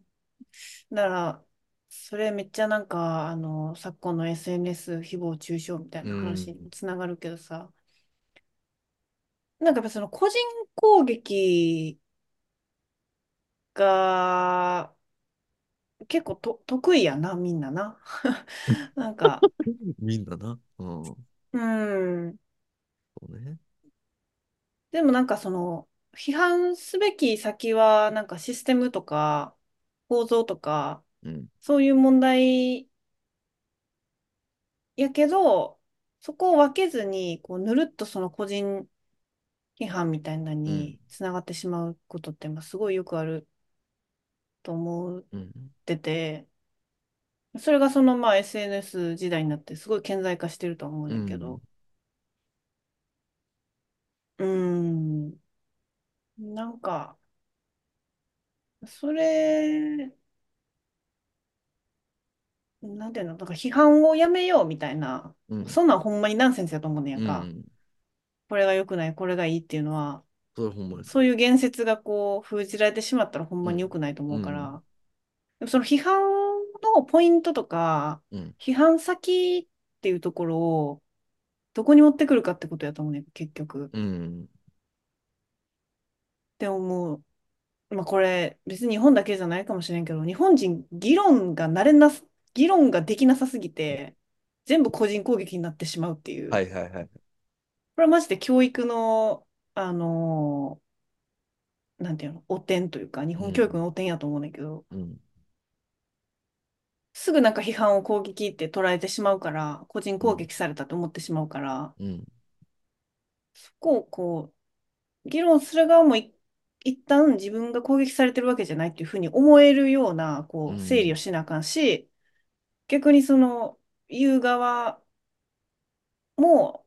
S1: なら、それめっちゃなんか、あの、昨今の SNS、誹謗中傷みたいうな話に
S2: ん、
S1: つながるけどさ、なんかやっぱその個人攻撃が結構と得意やな、みんなな。 なんか、
S2: みんなな。うん、そ
S1: うん。
S2: うね。
S1: でもなんかその、批判すべき先は、なんかシステムとか、構造とか、
S2: うん、
S1: そういう問題やけど、そこを分けずに、こう、ぬるっとその個人批判みたいなの
S2: うん、
S1: につながってしまうことって、まあ、すごいよくあると思っ
S2: うん。
S1: てて、それがその、まあ、SNS 時代になって、すごい顕在化してると思うん
S2: う
S1: やけ
S2: ん
S1: ど、うん、なんか、それ、なんていうの、なんか批判をやめようみたいな、
S2: うん、
S1: そんなんほんまにナンセンスやと思うねんや
S2: うんんう
S1: か。
S2: ん
S1: これが良くない、これがいいっていうのは、
S2: それほんまにそ
S1: そういう言説がこう封じられてしまったらほん
S2: う。う
S1: まに良
S2: ん、
S1: くないと
S2: う
S1: 思うか
S2: ん、
S1: ら、でもその批判のポイントとか、
S2: うん。
S1: 批判先っていうところをどこに持ってくるかってことやと思うねん、結局。
S2: うん、
S1: って思う。まあこれ別に日本だけじゃないかもしれんけど、日本人議論が慣れなす、議論ができなさすぎて、全部個人攻撃になってしまうってい
S2: は
S1: う。
S2: いはいはい。
S1: これはマジで教育の、あのーなんていうの、汚点というか、日
S2: う
S1: 本教育
S2: ん、
S1: の汚点やと思うねんだけど、
S2: うん、
S1: すぐなんか批判を攻撃って捉えてしまうから、個人
S2: う
S1: 攻
S2: ん、
S1: 撃されたと思ってしまうから、
S2: うん、
S1: そこをこう、議論する側もい一旦自分が攻撃されてるわけじゃないっていうふうに思えるような、
S2: う
S1: こう、整理を
S2: ん、
S1: しなあかんし、逆にその、言う側も、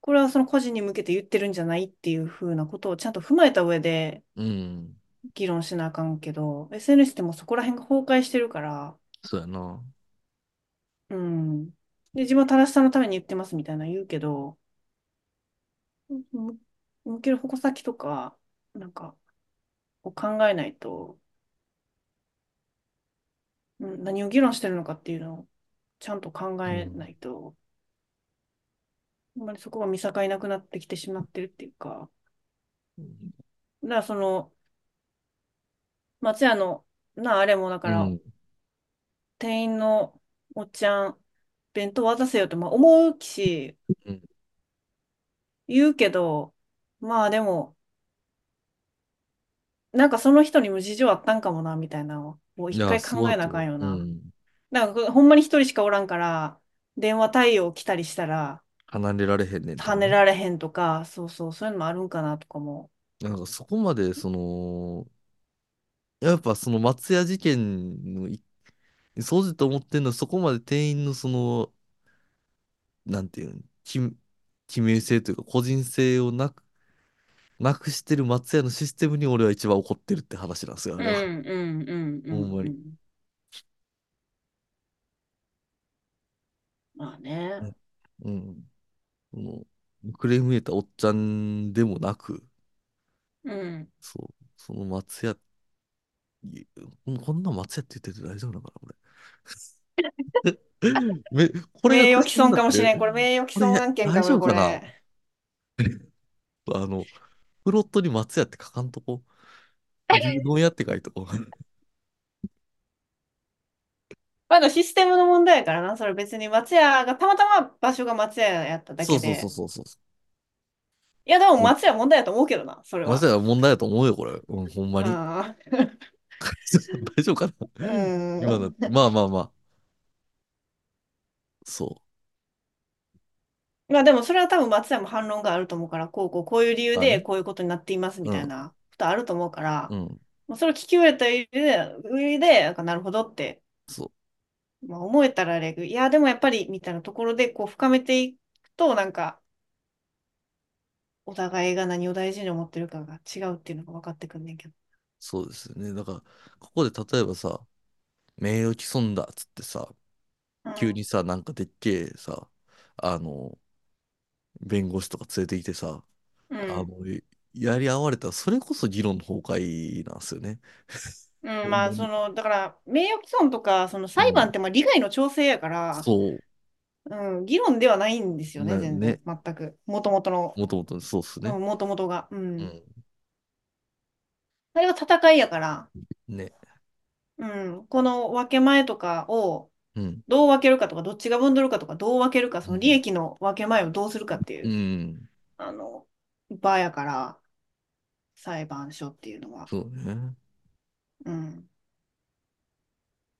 S1: これはその個人に向けて言ってるんじゃないっていうふうなことをちゃんと踏まえた上で、
S2: うん。
S1: 議論しなあかんけど、SNS ってもうそこら辺が崩壊してるから、
S2: そうやな。
S1: うん。で、自分は正しさのために言ってますみたいなの言うけど、む向ける矛先とか、なんか、を考えないと、うん何を議論してるのかっていうのをちゃんと考
S2: う、
S1: えなんいと、あんまりそこが見境なくなってきてしまってるっていうか、
S2: うん
S1: だからその、松屋の、なあ、あれもだか
S2: う
S1: ら、
S2: ん、
S1: 店員のおっちゃん、弁当渡せよって、まあ、思うし、
S2: うん、
S1: 言うけど、まあでも、なんかその人にも事情あったんかもな、みたいなのを
S2: い
S1: 一
S2: や、
S1: 回
S2: そう
S1: 考
S2: だ
S1: えな
S2: と
S1: あかん
S2: 思
S1: よ
S2: う。う
S1: な。
S2: ん。
S1: なんかほんまに一人しかおらんから、電話対応来たりしたら、
S2: 離れられへんねんて
S1: 跳ね
S2: な。
S1: られへんとか、そうそう、そういうのもあるんかなとかも。
S2: なんかそこまで、その、やっぱその松屋事件のい、そうじと思ってんのは、そこまで店員のその、なんていうの、き、記名性というか、個人性をなく、なくしてる松屋のシステムに俺は一番怒ってるって話なんですよ、あ
S1: う
S2: れは。
S1: んうんうんう
S2: ほん
S1: ん
S2: ま
S1: う
S2: に。
S1: ん。まあね。
S2: うん。うんそのクレーム入れたおっちゃんでもなく、
S1: うん。
S2: そう、その松屋、いこんこんな松屋って言ってて大丈夫なのかな、これ。 め、これ
S1: 名誉毀
S2: がクレーム
S1: 損
S2: だっ
S1: かもしれ
S2: て、
S1: ん。これ名誉毀
S2: こ
S1: 損
S2: れ
S1: 案件
S2: 大
S1: か
S2: 丈
S1: も、
S2: 夫
S1: こ
S2: かな。
S1: れ。
S2: あの、フロットに松屋って書かんとこ、牛丼屋って書いとこ。
S1: まだシステムの問題やからな。それ別に松屋が、たまたま場所が松屋やっただ
S2: そう
S1: け
S2: そうそう
S1: で。
S2: そうそう。
S1: いや、でも
S2: もう
S1: 松屋問題やと思うけどな、それ
S2: まさ
S1: は。
S2: か問題だと思うよ、これ。うん、ほんまに。
S1: あ
S2: 大丈夫かな
S1: あ。う
S2: 今だっ
S1: ん。
S2: て。まあまあまあ。そ
S1: まあでもそれは多分松屋も反論があると思うから、こうこうこういう理由
S2: う。まあ
S1: で
S2: ね。
S1: こういうことになっていますみ
S2: う
S1: たい
S2: ん、
S1: なことあると思うから、
S2: うん。
S1: まあ、それを聞き入れた上で、上でなんかなるほどって、
S2: そ
S1: まあ、思えたらあれやけど、いやでもやっぱりみたいなところでこう深めていくと、なんかお互いが何を大事に思ってるかが違うっていうのが分かってくんねんけど。
S2: う。そうですよね。だから、ここで例えばさ、名誉毀損だっつってさ、
S1: う
S2: 急
S1: ん。
S2: にさ、なんかでっけえさ、あの、弁護士とか連れてきてさ、
S1: う
S2: あ
S1: ん。
S2: の、いやり合われたら、それこそ議論の崩壊なんですよね。
S1: う
S2: ほ
S1: ん、
S2: ん
S1: ま
S2: ま
S1: あ、そ
S2: に。
S1: の、だから、名誉毀損とか、その
S2: う
S1: 裁判っ
S2: ん。
S1: て、まあ、利害の調整やから、
S2: そ
S1: うん、議論ではないんです
S2: う。
S1: よね、
S2: な
S1: 全然、
S2: ね。
S1: 全く。もともとの、
S2: もともとそうっす
S1: う
S2: ね。
S1: ん、もともとが。う。
S2: うんん。
S1: あれは戦いやから、
S2: ね。
S1: うん、この分け前とかを、
S2: うん。
S1: どう分けるかとか、どっちが分取るかとか、どう分けるか、
S2: う
S1: その利
S2: ん。
S1: 益の分け前をどうするかっていうう、
S2: ん。
S1: あの、場やから、裁判所っていうのは。
S2: そうね。
S1: うん。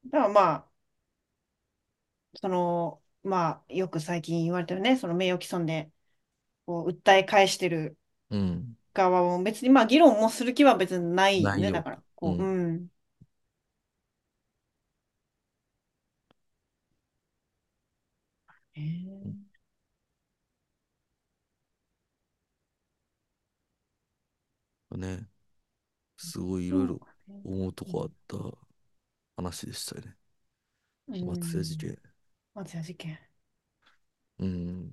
S1: だからまあ、その、まあ、よく最近言われてるね、その名誉毀損で、こう、訴え返してる、
S2: うん。
S1: 側も別にまあ議論もする気は別にない
S2: な
S1: よ
S2: い
S1: ね。
S2: よ。
S1: だから、
S2: う
S1: こう、
S2: ん。
S1: うん。へえ
S2: ね。すごいいろい
S1: そう
S2: ろ
S1: かね。
S2: 思うと
S1: う
S2: こあっ
S1: ん。
S2: た話でしたよね。
S1: う
S2: 松屋事
S1: ん。
S2: 件。
S1: 松屋事件。
S2: うん。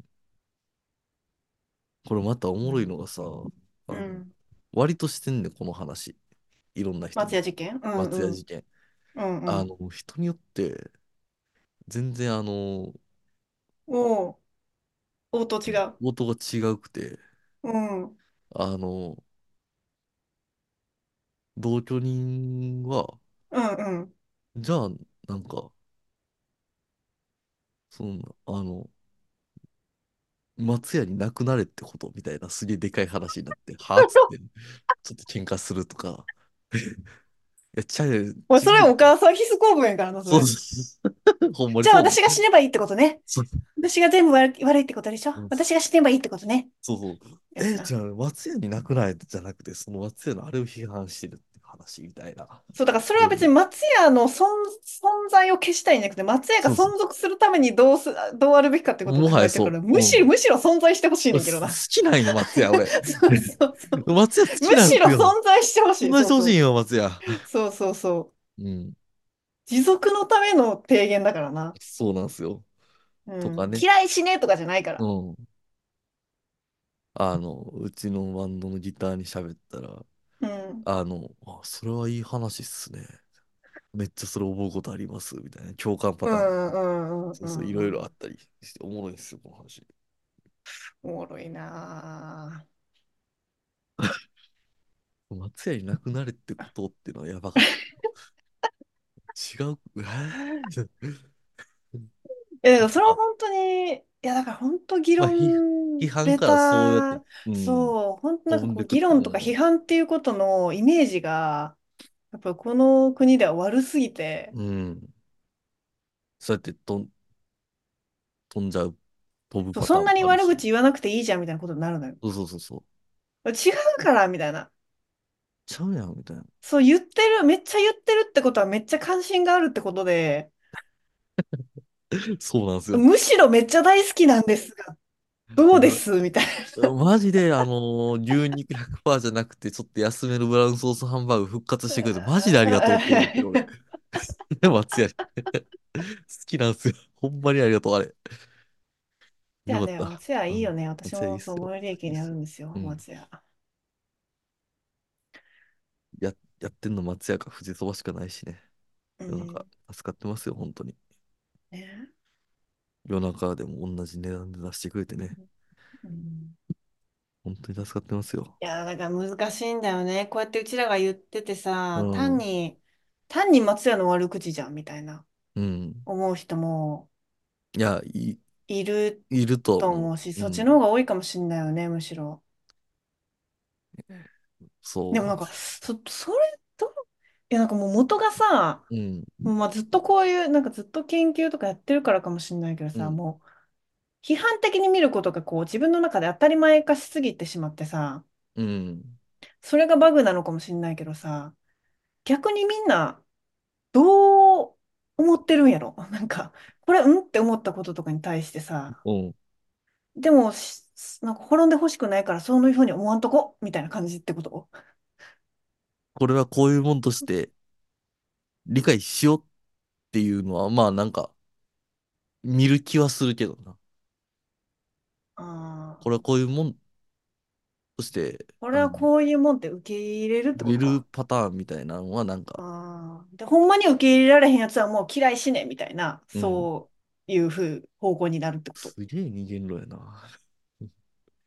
S2: これまたおもろいのがさ、あ
S1: う
S2: の、
S1: ん。
S2: 割としてんねん、この話。いろんな人
S1: 松
S2: に。
S1: 屋事件うん
S2: 松屋
S1: う
S2: 事
S1: ん。
S2: 件。
S1: うんう
S2: あ
S1: ん。
S2: の、人によって、全然あの、
S1: おう、応答違う。
S2: 応答が違うくて、
S1: うん。
S2: あの、同居人は、
S1: うんうん。
S2: じゃあ、なんか、その、あの、松屋になくなれってことみたいな、すげえでかい話になって、 はあっつって、ちょっと喧嘩するとか、 いや、ちゃうよ、
S1: おい、
S2: 違
S1: それ
S2: う。
S1: お母さん必須公文やからな、そ
S2: そう
S1: れ。
S2: そう。 ほんまに
S1: じゃあ
S2: そう。
S1: 私が死ねばいいってことね。
S2: そう、
S1: 私が全部悪い、悪いってことでしょ
S2: うん
S1: 私が死ねばいいってことね。
S2: そうそう。
S1: やつ
S2: え、じ
S1: な。
S2: ゃあ、松屋になくないじゃなくて、その松屋のあれを批判してるって話みたいな。
S1: そう、だからそれ
S2: う
S1: は別
S2: ん
S1: に松屋の存、存在を消したいんじゃなくて、松屋が
S2: そ
S1: 存
S2: うそう。
S1: 続するためにどうす、どうあるべきかってことを
S2: も
S1: 考
S2: はや
S1: えてるか
S2: そ
S1: ら、む
S2: う。う
S1: しろ、
S2: ん。
S1: むしろ存在してほしい
S2: 俺
S1: ねんけど
S2: す
S1: な。
S2: 好きなんよ、松屋、俺。
S1: そうそうそう。
S2: 松屋好き
S1: む
S2: なん
S1: しろ
S2: すよ。
S1: 存在してほし
S2: 存
S1: い。
S2: 在し
S1: そ
S2: て
S1: う
S2: ほ
S1: そ。
S2: しいうよ、松屋。
S1: そうそうそう。
S2: うん。
S1: 持続のための提言だからな。
S2: そうなんすよ。
S1: う
S2: とか
S1: ん。
S2: ね。
S1: 嫌いしねえとかじゃないから。
S2: うん。あの、うちのバンドのギターに喋ったら、
S1: うん。
S2: あの、あ、それはいい話っすね。めっちゃそれ思うことあります、みたいな。共感パ
S1: う
S2: ターン。
S1: んうんうん
S2: そううそう、い
S1: ん
S2: ろ
S1: う
S2: い
S1: ん。
S2: ろあったりして、おもろいんすよ、この話。
S1: おもろいなあ
S2: 松屋になくなれってことってのはやばかった。違う、え
S1: え、だか
S2: ー、な
S1: ら
S2: ん
S1: それは
S2: か、
S1: 本当に、いや、だから本当議
S2: まあ、批
S1: 論
S2: 批判
S1: ベ
S2: からそうやって、
S1: タ、
S2: うん、
S1: そう、本当なん
S2: 飛
S1: か
S2: ん
S1: こ
S2: で
S1: う、議
S2: くって
S1: 論と
S2: ね。
S1: か批判っていうことのイメージが、やっぱこの国では悪すぎて、
S2: うん。そうやってとん飛んじゃう、飛ぶ
S1: そう
S2: パ
S1: そん
S2: ターン
S1: なに
S2: もある
S1: 悪
S2: し。
S1: 口言わなくていいじゃんみたいなことになるのよ。
S2: そうそうそうそう。
S1: 違うから、みたいな。
S2: ちゃうやん、みたいな。
S1: そう言ってる、めっちゃ言ってるってことはめっちゃ関心があるってことで、
S2: そうなんですよ。
S1: むしろめっちゃ大好きなんですが、どうで
S2: な
S1: すみたい
S2: マジで、あのー牛肉100%じゃなくて、ちょっと安めのブラウンソースハンバーグ復活してくれて、マジでありがとうって思ってる、俺。
S1: な。
S2: 松屋、好きなんですよ。ほんまにありがとう、あれ。
S1: 松屋
S2: よかっ
S1: ね、
S2: た。
S1: 松屋
S2: う
S1: いいよ
S2: ん。
S1: ね。私
S2: 松屋いい
S1: も
S2: っ
S1: そ
S2: す
S1: う、
S2: よ。
S1: 最寄り駅
S2: いいっ
S1: にあ
S2: す
S1: る
S2: よ。
S1: んですよ、
S2: うん。
S1: 松屋。
S2: や、やってんの松屋か富士そばしかないしね。
S1: う
S2: 夜中、
S1: ん。
S2: 助かってますよ、本当に。
S1: ね。
S2: 夜中でも同じ値段で出してくれてね。
S1: うん。
S2: 本当に助かってますよ。
S1: いやー、だから難しいんだよね。こうやってうちらが言ってて
S2: う
S1: さ、単
S2: ん。
S1: に、単に松屋の悪口じゃん、みたいな、
S2: うん。
S1: 思う人も
S2: いや、い、
S1: いる
S2: いると
S1: と
S2: 思
S1: 思うし、
S2: う。う
S1: そっちの
S2: ん。
S1: 方が多いかもしんないよね、むしろ。で
S2: そ
S1: も
S2: うな
S1: なんん
S2: で
S1: か、
S2: す。
S1: そ、それと、いやなんかもう元がさ、
S2: うん。
S1: もうまあずっとこういう、なんかずっと研究とかやってるからかもしんないけど
S2: う
S1: さ、
S2: ん。
S1: もう批判的に見ることがこう自分の中で当たり前化しすぎてしまってさ、
S2: うん。
S1: それがバグなのかもしんないけどさ、逆にみんなどう思ってるんやろ なんか、これうんって思ったこととかに対してさ、
S2: うん。
S1: でもし、なんか滅んでほしくないからそういうふうに思わんとこみたいな感じってこと
S2: これはこういうもんとして理解しようっていうのは、まあなんか見る気はするけどな。
S1: ああ
S2: これはこういうもんとして、
S1: ー、これ
S2: あ
S1: は
S2: の、
S1: こういうもんって受け入れるってこ
S2: 出
S1: と
S2: る
S1: か。
S2: パターンみたいなのはなんか、
S1: ああ、で、ほんまに受け入れられへんやつはもう嫌いしねみたいな、
S2: うん。
S1: そういうふう方向になるってこと。
S2: すげえ二元論やな。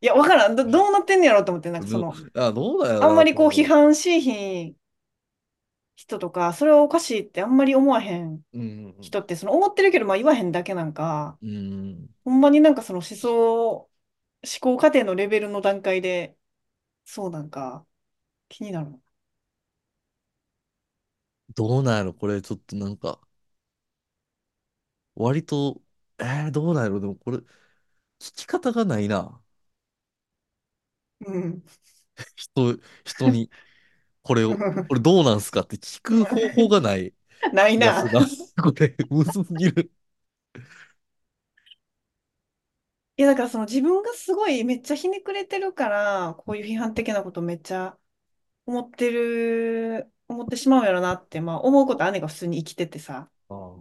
S1: いや、わからん。ど、どうなってんねやろうと思って、なんかそ
S2: ど、
S1: の、
S2: あ、どうだよ
S1: あんま
S2: な、
S1: りこう批
S2: こ
S1: 判しひん人とか、それはおかしいってあんまり思わへん
S2: う。うん。
S1: 人って、その思ってるけど、まあ言わへんだけなんか、
S2: うん。
S1: ほんまになんかその思想、思考過程のレベルの段階で、そうなんか、気になる。
S2: どうなんやろ、これちょっとなんか、割と、えー、どうなんやろ、でもこれ、聞き方がないな。
S1: うん。
S2: 人、人に、これを、これどうなんすかって聞く方法がない
S1: ない
S2: 気がす
S1: な。
S2: るな。これ、むずすぎる。
S1: いやだからその自分がすごいめっちゃひねくれてるからこういう批判的なことめっちゃ思ってる思ってしまうんやろなってまあ思うこと姉が普通に生きててさ
S2: ああ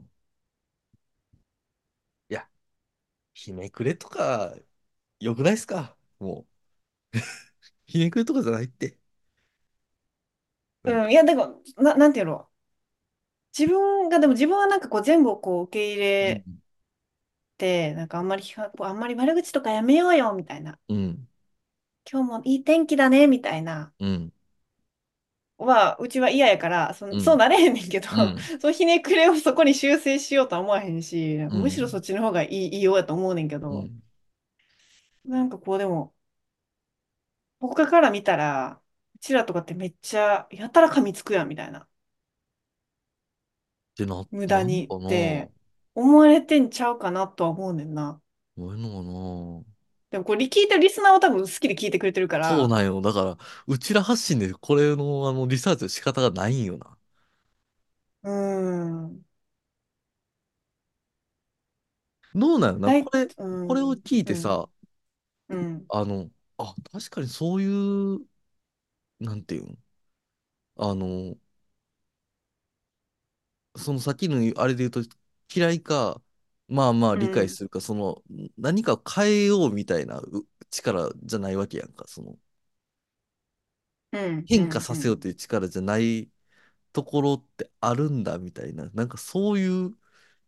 S2: いや、ひねくれとか、よくないっすかもう、 ひねくれとかじゃないって。なん
S1: う
S2: か、
S1: んいやだからな、なんていうの自分がでも自分はなんかこう全部をこう受け入
S2: う
S1: れ
S2: ん。
S1: てなんかあんまり批判こうあんまり悪口とかやめようよみたいな
S2: うん。
S1: 今日もいい天気だねみたいな
S2: うん。
S1: はうちは嫌やからそん、
S2: う。
S1: そうんなれへんねんけど
S2: うん。
S1: そのひねくれをそこに修正しようとは思わへんしなん
S2: う
S1: かむしろそ
S2: ん。
S1: っちの方がいい、いいようやと思うねんけ
S2: う
S1: ど。
S2: ん
S1: なんかこうでも他から見たらうちらとかってめっちゃやたら噛みつくやんみたいな
S2: ってな、
S1: 無
S2: な
S1: 駄
S2: ん
S1: に
S2: か
S1: っ
S2: な、
S1: て思われてんちゃうかなとは思うねんな
S2: ないのかな。
S1: でもこれ聞いてるリスナーは多分好きで聞いてくれてるか
S2: そう
S1: ら
S2: なんよ。だから、うちら発信でこれの、あの、リサーチの仕方がないんよな。
S1: うーん
S2: どうなんよな。
S1: だ
S2: こ
S1: い
S2: れ、
S1: う
S2: これ
S1: ん
S2: を聞いうて
S1: ん
S2: さ、
S1: うん
S2: あの、あ、確かにそういう、なんていうんあの、その先のあれで言うと、嫌いか、まあまあ
S1: う
S2: 理解
S1: ん
S2: するか、その、何かを変えようみたいなう力じゃないわけやんか。その、
S1: うんう
S2: 変化
S1: ん
S2: さ
S1: う
S2: せようんっていう力じゃないところってあるんだみたいな、なんかそういう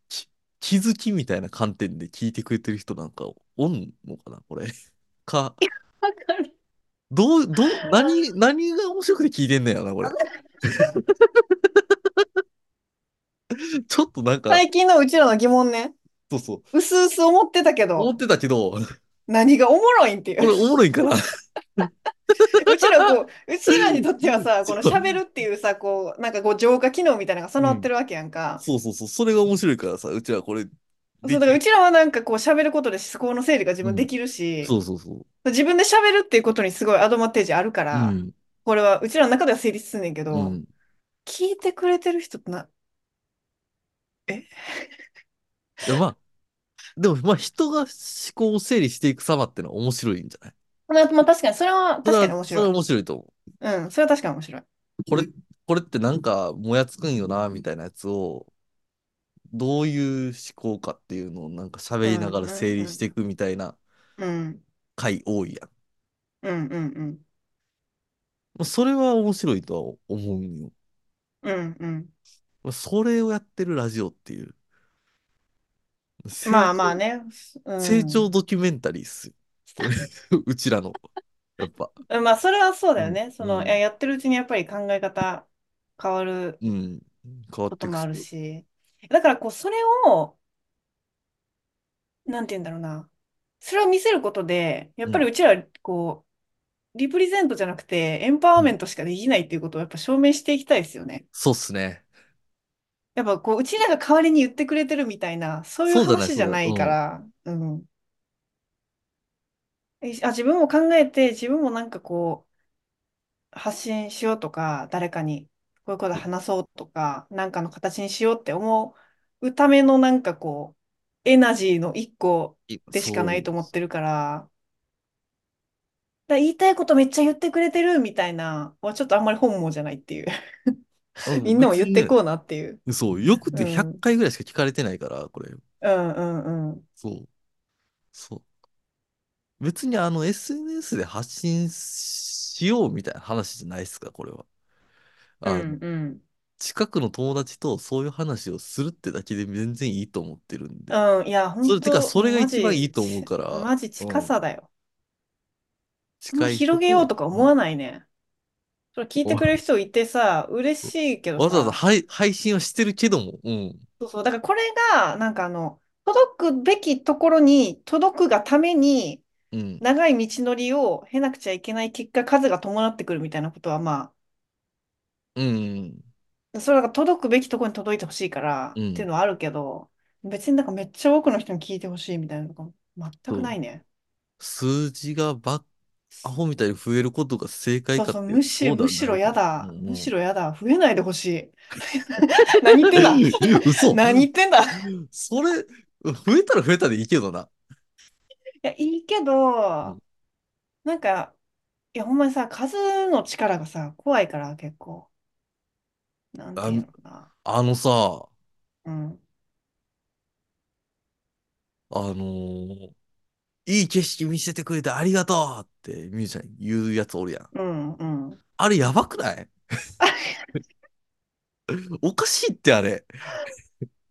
S2: き気づきみたいな観点で聞いてくれてる人なんかおんのかな、これ。 か、
S1: わかる
S2: どう、どう、何、何が面白くて聞いてんねやな、これ。 ちょっとなんか、
S1: 最近のうちらの疑問ね
S2: そうそう、
S1: うすうす思ってたけ
S2: 思
S1: ど
S2: ってたけど、
S1: 何がおもろいんってい
S2: こ
S1: う
S2: れおもろいんかな。
S1: うちらこう、うちらにとってはさ、
S2: そ
S1: この
S2: う
S1: 喋るっていうさ、こう、なんかこう浄化機能みたいなのが
S2: う
S1: 備わって
S2: ん。
S1: るわけやんか。
S2: そうそうそう、それが面白いからさ、うちはこれ、
S1: そう、
S2: で
S1: だからう
S2: き、
S1: ちらはなんかこう喋ることで思考の整理が自
S2: う
S1: 分で
S2: ん。
S1: きるし、
S2: そうそうそ
S1: 自分で喋るっていうことにすごいアドバンテージあるか
S2: う。う
S1: ら、
S2: ん。
S1: これはうちらの中では成立すんねんけ
S2: う
S1: ど、
S2: ん。
S1: 聞いてくれてる人ってな、え
S2: いや、まあ、でも、まあ、人が思考を整理していく様ってのは面白いんじゃない
S1: まあ、まあ確かに、それは
S2: それ
S1: 確かに
S2: は、
S1: 面
S2: それ
S1: 白い。
S2: は面白いと思
S1: うん、それは確かに面白い。
S2: う。これ、これってなんか、もやつくんよな、みたいなやつを、どういう思考かっていうのをなんか
S1: う
S2: 喋り
S1: ん、
S2: ながら
S1: うん、
S2: 整
S1: う
S2: 理してい
S1: ん、
S2: くみたいな
S1: うん、
S2: 回多い
S1: う
S2: やん。
S1: ん、うん、うん、
S2: まあ、それは面白いとは思うんよ。
S1: うん、うん
S2: まあ、それをやってるラジオっていう、成
S1: まあまあ
S2: 長、
S1: ね、う
S2: 成長
S1: ん。
S2: ドキュメンタリーっすよ。 それうちらの、やっぱ。
S1: うん まあ、それはそう
S2: う
S1: だよ
S2: ん、
S1: ね。そうの、や
S2: ん、
S1: やってるうちにやっぱり考え方変わる
S2: うん。変わ
S1: こ
S2: って
S1: と
S2: く
S1: もあ
S2: し。
S1: るし。だから、こう、それを、なんて言うんだろうな。それを見せることで、やっ
S2: う
S1: ぱり
S2: ん、
S1: うちら、こう、リプレゼントじゃなくて、エンパワー
S2: う
S1: メ
S2: ん。
S1: ントしかできないっていうことをやっぱ証明していきたいですよね。
S2: そうっすね。
S1: やっぱこう、うちらが代わりに言ってくれてるみたいな、そういう
S2: そうだね、
S1: 話じ
S2: そ
S1: ゃ
S2: うだ。
S1: ないか
S2: うん。
S1: ら、うん。えあ、自分も考えて、自分もなんかこう、発信しようとか、誰かにこういうこと話そうとか、なんかの形にしようって思うためのなんかこう、エナジーの一個
S2: い
S1: でしか
S2: そ
S1: な
S2: う
S1: い
S2: で
S1: と思っ
S2: す。
S1: てるから、だから言いたいことめっちゃ言ってくれてるみたいな、はちょっとあんまり本望じゃないっていう。
S2: あの
S1: みんなも
S2: 別
S1: 言っ
S2: に
S1: て
S2: ね、
S1: こうなっていう。
S2: そう、よく
S1: う
S2: て100
S1: ん。うん
S2: 回ぐらいしか聞かれてないから、これ。
S1: うんうん。
S2: そう、そう。別にあの SNS で発信しようみたいな話じゃないですか、これは。
S1: う
S2: あの、
S1: んうん。
S2: 近くの友達とそういう話をするってだけで全然いいと思ってるんで。
S1: うん、いや、
S2: そ
S1: 本
S2: れ、てか、
S1: 当
S2: それが
S1: マ
S2: 一番いい
S1: ジ、
S2: と思う
S1: ち
S2: から、
S1: マジ近
S2: うん、
S1: さだよ。あんま
S2: 近い人
S1: 広げよう
S2: と、
S1: とか
S2: う
S1: 思わ
S2: ん、
S1: ないね。それ聞いて
S2: わ、
S1: くれる人いてさ、嬉しいけど
S2: わざわざ
S1: さ、
S2: 配、配信はしてるけども、うん、
S1: そうそう、だからこれが、なんかあの、届くべきところに届くがために、
S2: うん、
S1: 長い道のりを経なくちゃいけない結果、数が伴ってくるみたいなことは、ま
S2: うん、
S1: あ、それはなんか届くべきところに届いてほしいから
S2: う、
S1: っていうんのはあるけど、別になんかめっちゃ多くの人に聞いてほしいみたいなのとか、全く
S2: そ
S1: な
S2: う。
S1: いね。
S2: 数字がば、アホみたいに増えることが正解
S1: そう
S2: かっ
S1: そう、
S2: て、
S1: むし、
S2: そう
S1: む
S2: ではな
S1: し
S2: い
S1: ろ
S2: と
S1: や
S2: 思う。う
S1: だ。むし
S2: ん
S1: ろやだ。増えないでほしい。 何言ってんだ
S2: うん。 嘘。
S1: 何言ってんだい
S2: それ、増えたら増えたでいいけどな。
S1: や、いいけ
S2: う
S1: ど、
S2: ん。
S1: なんか、いや、ほんまにさ、数の力がさ、怖いから、結構。なん
S2: あ、
S1: ていうのかな。
S2: あのさ、
S1: うん。
S2: あのーいい景色見せてくれてありがとうって、ミュージシャン言うやつおるやん。
S1: うん、うん。
S2: あれやばくない おかしいってあれ。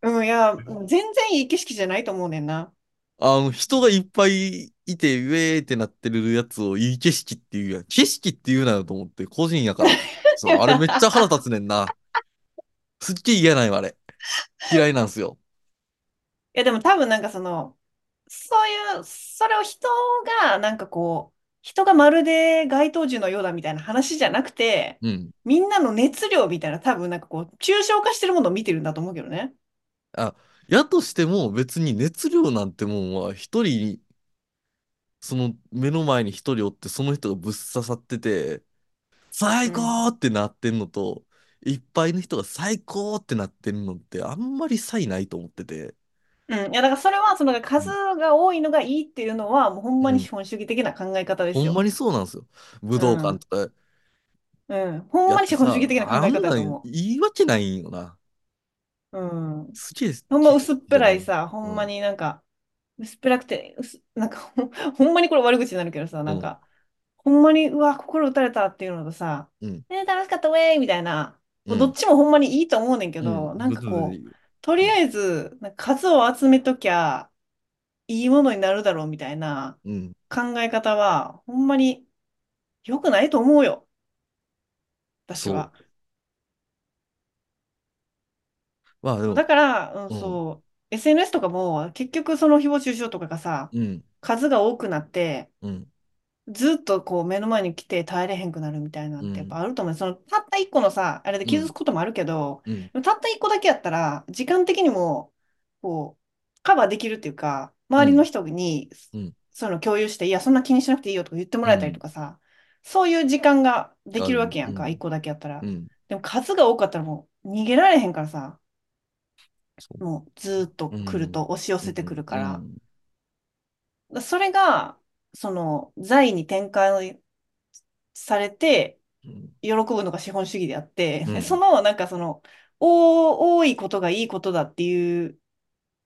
S1: うん、いや、全然いい景色じゃないと思うねんな。
S2: あの、人がいっぱいいて、ウェーってなってるやつをいい景色って言うやん。景色って言うなよと思って、個人やから。そう、あれめっちゃ腹立つねんな。すっげえ嫌なんよ、あれ。嫌いなんすよ。
S1: いや、でも多分なんかその、そういう、それを人が、なんかこう、人がまるで街頭樹のようだみたいな話じゃなくて、
S2: うん。
S1: みんなの熱量みたいな、多分なんかこう、抽象化してるものを見てるんだと思うけどね。
S2: あ、やとしても別に熱量なんてもんは一人、その目の前に一人おってその人がぶっ刺さってて、最
S1: うん。
S2: 高ってなってんのと、いっぱいの人が最高ってなってんのってあんまり差異ないと思ってて。
S1: うん。いや、だからそれは、その
S2: う
S1: 数
S2: ん。
S1: が多いのがいいっていうのは、もうほん
S2: う
S1: まに
S2: ん
S1: 資本主義的な考え方で
S2: ほ
S1: す
S2: んま
S1: よ。
S2: にそうなんですよ。武
S1: う
S2: 道館
S1: ん。
S2: とか
S1: うん。ほん
S2: や
S1: まに
S2: って
S1: 資本主義
S2: さ、
S1: 的な考
S2: あ
S1: え
S2: ん
S1: 方だ
S2: な
S1: と
S2: ん
S1: 思
S2: 言い訳ないんよな。
S1: う。うん。
S2: すげえ
S1: ほんま
S2: 景
S1: 薄
S2: 色
S1: っぺ
S2: じゃ
S1: ら
S2: ないい。
S1: さ、ほ
S2: うん
S1: ま
S2: ん。
S1: になんか、薄っぺらくて、薄なんか ほん、ほんまにこれ悪口になるけどさ、
S2: う
S1: なん
S2: ん。
S1: か、ほんまに、うわ、心打たれたっていうのとさ、
S2: うん。
S1: えー、楽しかった、ウェーイみたいな、
S2: う
S1: もうどっ
S2: ん。
S1: ちもほんまにいいと思うねんけ
S2: うん。
S1: ど、なん
S2: 別
S1: か
S2: に
S1: こ、
S2: いういよ。
S1: と
S2: う
S1: りあ
S2: ん。
S1: えず、なんか数を集めときゃいいものになるだろうみたいな
S2: うん。
S1: 考え方は、ほんまに良くないと思うよ、私
S2: そ
S1: は。
S2: う。まあで
S1: だ
S2: も、
S1: から、うん、
S2: うん。
S1: そう、SNS とかも、結局その誹謗中傷とかがさ、
S2: うん。
S1: 数が多くなって、
S2: うん。
S1: ずっとこう目の前に来て耐えれへんくなるみたいな
S2: う
S1: ってやっぱ
S2: ん。
S1: あると思う。そのたった一個のさ、あれで
S2: う
S1: 傷つ
S2: ん。
S1: くこともあるけど、
S2: うん。
S1: でもたった一個だけやったら、時間的にも、こう、カバーできるっていうか、
S2: う
S1: 周りの
S2: ん。
S1: 人に、
S2: うん。
S1: そういうの共有して、いや、そんな気にしなくていいよとか言っても
S2: う
S1: らえたり
S2: ん
S1: とかさ、そういう時間がで
S2: あ
S1: き
S2: る
S1: るわ
S2: ね。
S1: けや
S2: うん
S1: か、一
S2: ん。
S1: 個だけやった
S2: う
S1: ら。
S2: ん。
S1: でも数が多かったらもう逃げられへんからさ、
S2: そう。
S1: もうずっと
S2: う
S1: 来る
S2: ん。
S1: と、押し寄
S2: う
S1: せてく
S2: ん。
S1: る
S2: う
S1: から。
S2: ん。
S1: だそれが、その、財に転換されて、
S2: うん。
S1: 喜ぶのが資本主義であって、
S2: う
S1: でそ
S2: ん
S1: のなんかそのお多いことがいいことだっていう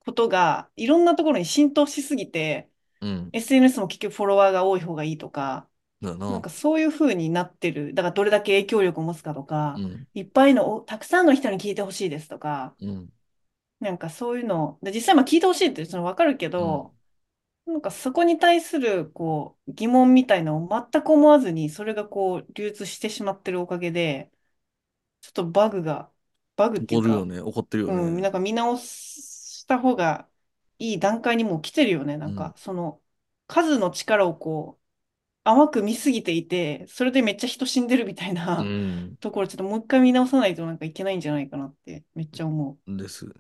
S1: ことが、いろんなところに浸透しすぎて、
S2: うん。
S1: SNS も結局フォロワーが多い方がいいとか、
S2: だ
S1: なん
S2: な。
S1: かそういう風になってる。だからどれだけ影響力を持つかと
S2: う
S1: か、
S2: ん。
S1: いっぱいの、おたくさんの人に聞いてほしいですとか、
S2: うん。
S1: なんかそういうの、で実際まあ聞いてほしいってそのわかるけ
S2: うん。
S1: ど、なんかそこに対するこう疑問みたいなのを全く思わずに、それがこう流通してしまってるおかげで、ちょっとバグが、バグってい
S2: 怒
S1: う
S2: るよ
S1: か、
S2: ね。怒ってるよ
S1: うん、
S2: ね。
S1: なんか見直した方がいい段階にもう来てるよね。な
S2: うん
S1: か
S2: ん。
S1: その数の力をこう甘く見すぎていて、それでめっちゃ人死んでるみたいうな
S2: ん。
S1: ところ、ちょっともう一回見直さないとなんかいけないんじゃないかなってめっちゃ思う。
S2: ですね。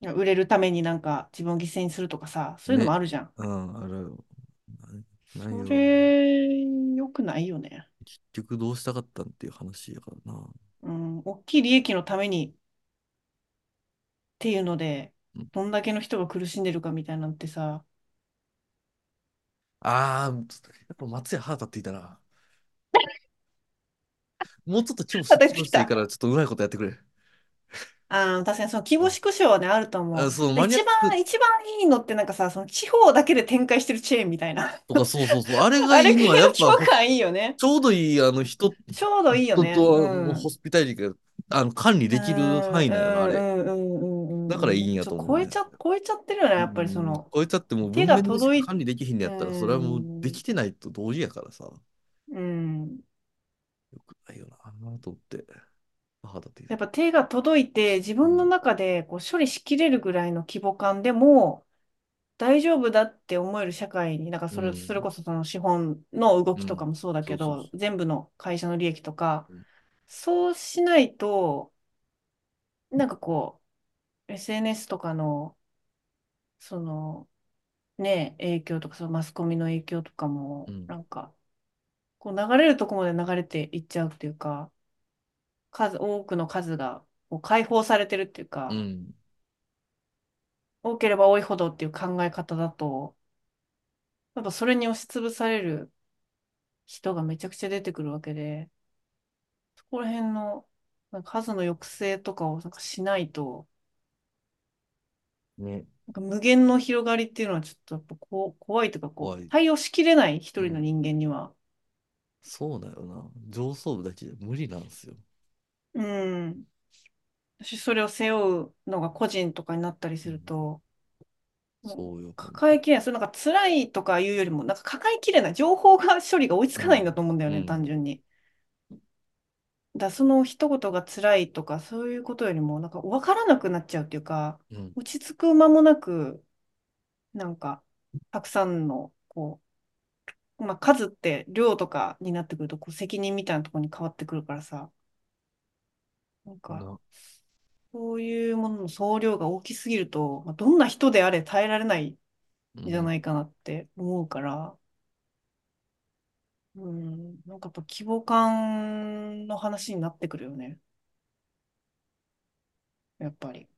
S2: いや
S1: いや売れるためになんか自分を犠牲にするとかさ、そういうのも
S2: ね。
S1: あるじゃん。
S2: うん、あるよ。ないな
S1: そ
S2: いよ。
S1: れ、良くないよね。
S2: 結局どうしたかったんっていう話やからな。
S1: うん、大きい利益のためにっていうので、
S2: うん
S1: どんだけの人が苦しんでるかみたいなんてさ、
S2: あー、ちょっとやっぱ松屋腹立ってい たな。もうちょっと規模し、
S1: 叩
S2: 規
S1: い
S2: 模
S1: て
S2: し
S1: き
S2: ていいか
S1: た。
S2: ら、ちょっとうまいことやってくれ。
S1: ああ、確かにその規
S2: う
S1: 模
S2: ん
S1: 縮小はね、あると
S2: あ、
S1: 思
S2: そう、
S1: う。で
S2: マニア
S1: 一
S2: ック
S1: 番、一番いいのってなんかさ、その地方だけで展開してるチェーンみたいな。
S2: とか、そ うそうそう。あれが
S1: あ
S2: い
S1: れ
S2: い
S1: が
S2: のは、やっぱ
S1: 評
S2: ほ、
S1: 価いいよね。
S2: ちょうどいい、あの、人、
S1: ちょうどいいよ
S2: 人
S1: ね。う
S2: と、あの
S1: ん。
S2: ホスピタリティが、あの、管理
S1: う
S2: できる範
S1: ん、
S2: 囲
S1: う
S2: なんよな、あれ。
S1: ん、うん、うん、うん、
S2: だ
S1: う
S2: か
S1: ん
S2: ら
S1: う
S2: い
S1: ん。
S2: いんや
S1: ちょ、
S2: と思う
S1: 超え
S2: ね。
S1: ちゃ、超えちゃってるよね。
S2: う
S1: やっぱりそ
S2: ん、
S1: の、
S2: こいつだってもう
S1: 手
S2: 文
S1: が
S2: 面でしか
S1: 届い、
S2: 管理できひんのや
S1: う
S2: ったら、それはもうで
S1: ん、
S2: きてないと同時やからさ、よ
S1: うん。
S2: くないよな、と思って、母だって言
S1: やって
S2: っ
S1: ぱ手が届いて自
S2: た。う
S1: 分の
S2: ん、
S1: 中でこう処理しきれるぐらいの規模感でも大丈夫だって思える社会に、なんか
S2: う
S1: それ、それ
S2: ん、
S1: こそその資本の動
S2: う
S1: きとか
S2: ん、
S1: もそうだ
S2: そ
S1: け
S2: うそう
S1: ど、
S2: そ
S1: 全部の会社の利益とか、
S2: う。うん
S1: そうしないと、なんかこう、SNS とかの、その、ね、影響とか、そのマスコミの影響とか
S2: う
S1: も、
S2: ん
S1: なんか、こう流れるとこまで流れていっちゃうっていうか、数、多くの数がこう解放されてるっていう
S2: う
S1: か、
S2: ん、
S1: 多ければ多いほどっていう考え方だと、やっぱそれに押しつぶされる人がめちゃくちゃ出てくるわけで、そこら辺のなんか数の抑制とかをなんかしないと、
S2: ね、
S1: なんか無限の広がりっていうのはちょっとやっぱこう怖いというか、こ
S2: 怖
S1: う
S2: い。
S1: 対応しきれない一
S2: う
S1: 人の
S2: ん、
S1: 人間には。
S2: そうだよな。上層部だけじゃ無理なんすよ。
S1: うん。私それを背負うのが個人とかになったり
S2: う
S1: する
S2: ん、
S1: と、もう
S2: そうよ、本
S1: 抱えきれない。それなんか辛いとかいうよりも、なんか抱えきれない。情報が処理が追いつ
S2: 当
S1: かないん
S2: に。
S1: だと思うんだよ
S2: う
S1: ね、単
S2: ん、
S1: 純に。だその一言が辛いとかそういうことよりもなんか分からなくなっちゃうっていうか
S2: うん、
S1: 落ち着く間もなくなんかたくさんのこう、まあ、数って量とかになってくるとこう責任みたいなところに変わってくるからさなん
S2: うん。
S1: か
S2: な、
S1: そういうものの総量が大きすぎると、まあ、どんな人であれ耐えられないん
S2: う
S1: じゃ
S2: ん、
S1: ないかなって思うから、うん、なんかやっぱ規模感の話になってくるよねやっぱり。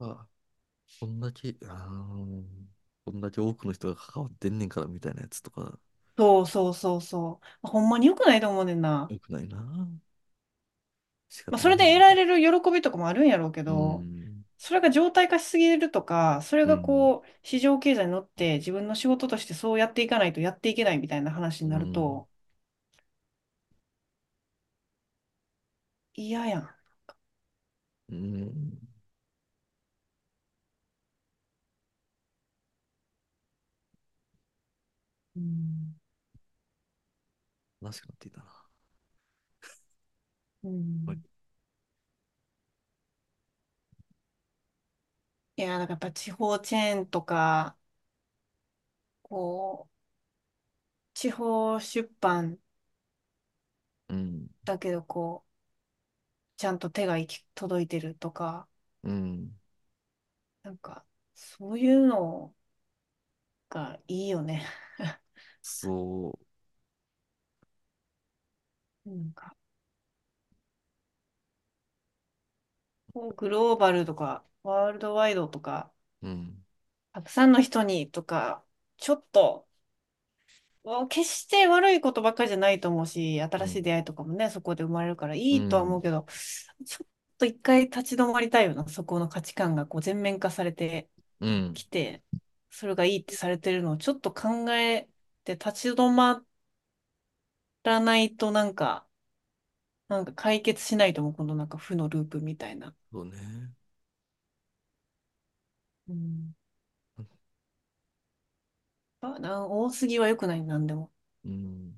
S2: あ、こんだけ、あーこんだけ多くの人が関わってんねんからみたいなやつとか、
S1: そうそうそうそう。ほんまに良くないと思うねんな。
S2: よくないな。仕
S1: まあ、
S2: 方
S1: そ
S2: な
S1: れ
S2: い
S1: で得
S2: な。
S1: られる喜びとかもあるんやろうけ
S2: う
S1: ど、
S2: ん。
S1: それが常態化しすぎるとか、それ
S2: う
S1: が
S2: ん。
S1: こう、市場経済に乗って自分の仕事としてそうやっていかないとやっていけないみたいな話に
S2: う
S1: なる
S2: ん。
S1: と、嫌やん。
S2: うん。
S1: うん。
S2: 悲しくなっていたな。
S1: う
S2: はい
S1: んいや、なんかやっぱ地方チェーンとか、こう、地方出版
S2: うん
S1: だけどこう、ちゃんと手が行き届いてるとか、
S2: うん
S1: なんか、そういうのがいいよね。
S2: そう。
S1: なんかこうグローバルとか、ワールドワイドとか、
S2: うん。
S1: たくさんの人にとか、ちょっとお決して悪いことばっかりじゃないと思うし、
S2: う
S1: 新しい
S2: ん。。
S1: 出会いとかもね、そこで生まれるからいういとは思うんけど、ちょっと一回立ち止まりたいよな、そこの価値観がこう全面化されて
S2: うん。
S1: きて、それがいいってされてるのをちょっと考えて立ち止まらないとなんか、なんか解決しないと思う、このなんか負のループみたいな。
S2: そうね。
S1: うん。あ、な、多すぎは良くない、なんでも。
S2: うん。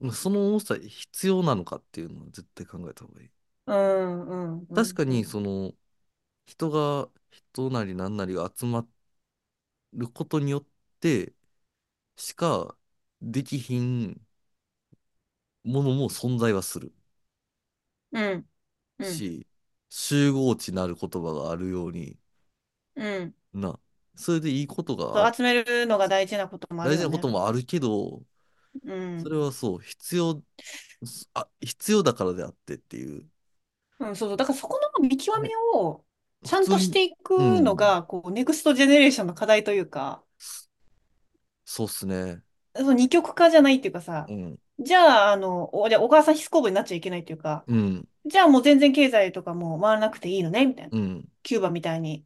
S2: まあその多さ必要なのかっていうのは絶対考えた方がいい。
S1: うん、うん、う
S2: 確
S1: ん、
S2: か
S1: う
S2: に、
S1: ん。
S2: その、人が、人なり何なりが集まることによってしかできひんものも存在はする
S1: うん、うん、
S2: し、集合値なる言葉があるように、
S1: うん。
S2: な、それでいいことがあ
S1: そ
S2: る。
S1: う、集めるのが大事なこともあ
S2: 大
S1: る
S2: 事
S1: よ
S2: なこと
S1: ね。
S2: もあるけど、
S1: う
S2: そ
S1: ん。
S2: れはそう、必要、すあ、必要だからであってっていう。
S1: うん、そうそう。だからそこの見極め
S2: ね、
S1: をち
S2: 普
S1: ゃん
S2: 通
S1: とし
S2: に、
S1: ていうくの
S2: ん、
S1: が、こう、ネクストジェネレーションの課題というか、
S2: そうっすね。
S1: その二極化じゃないっていうかさ、
S2: うん、
S1: じゃあ、あの、お、じゃあお母さん必須公務になっちゃいけないっていうか、
S2: うん、
S1: じゃあもう全然経済とかもう回らなくていいのね、みたいな。
S2: うん。
S1: キューバみたいに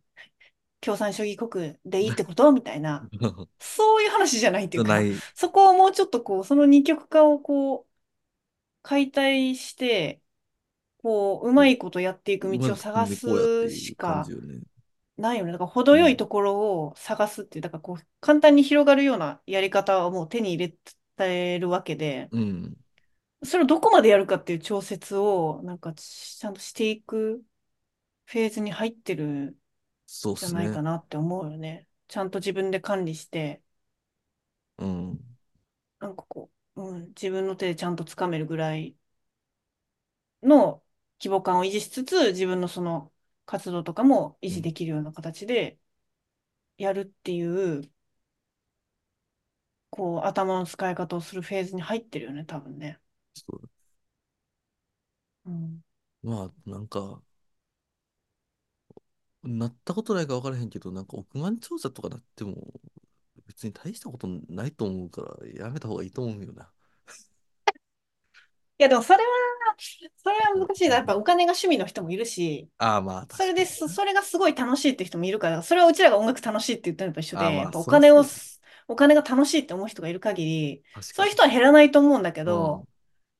S1: 共産主義国でいいってことみたいな。そういう話じゃないってい
S2: じ
S1: う
S2: ゃな
S1: か、
S2: い。
S1: そこをもうちょっとこう、その二極化をこう、解体して、こう、うまいことやっていく
S2: うま
S1: 道
S2: い
S1: を
S2: こと
S1: 探
S2: ね、こうやって
S1: す
S2: い
S1: し
S2: う感じ
S1: か
S2: よね。
S1: ないよね。だから
S2: う
S1: 程よい
S2: ん、
S1: ところを探すっていう、だからこう、簡単に広がるようなやり方をもう手に入れてるわけで、
S2: うん、
S1: それをどこまでやるかっていう調節を、なんかしちゃんとしていくフェーズに入ってる
S2: そうっ
S1: じゃ
S2: す
S1: ないか
S2: ね。
S1: なって思うよね。ちゃんと自分で管理して、
S2: うん、
S1: なんかこう、うん、自分の手でちゃんとつかめるぐらいの規模感を維持しつつ、自分のその活動とかも維
S2: う
S1: 持
S2: ん、
S1: できるような形でやるっていう、こう、頭の使い方をするフェーズに入ってるよね、多分ね。
S2: そう。
S1: うん。
S2: まあ、なんか、なったことないか分からへんけど、なんか億万長者とかなっても、別に大したことないと思うから、やめた方がいいと思うよな。
S1: いや、でもそれは、それは難しいうな。やっぱ
S2: ん
S1: お金が趣味の人もいるし、
S2: ああ、まあ、
S1: それ
S2: 確か
S1: で
S2: に
S1: す、
S2: な。
S1: それがすごい楽しいって人もいるから、それはうちらが音楽楽しいって言ったのと一緒
S2: ああ、
S1: で、やっ
S2: まあ、
S1: ぱお
S2: そら
S1: 金
S2: そ
S1: を
S2: うや。
S1: す、お金が楽しいって思う人がいる限り、
S2: 確か
S1: そういう
S2: に。
S1: 人は減らないと思うんだけ
S2: うん。
S1: ど、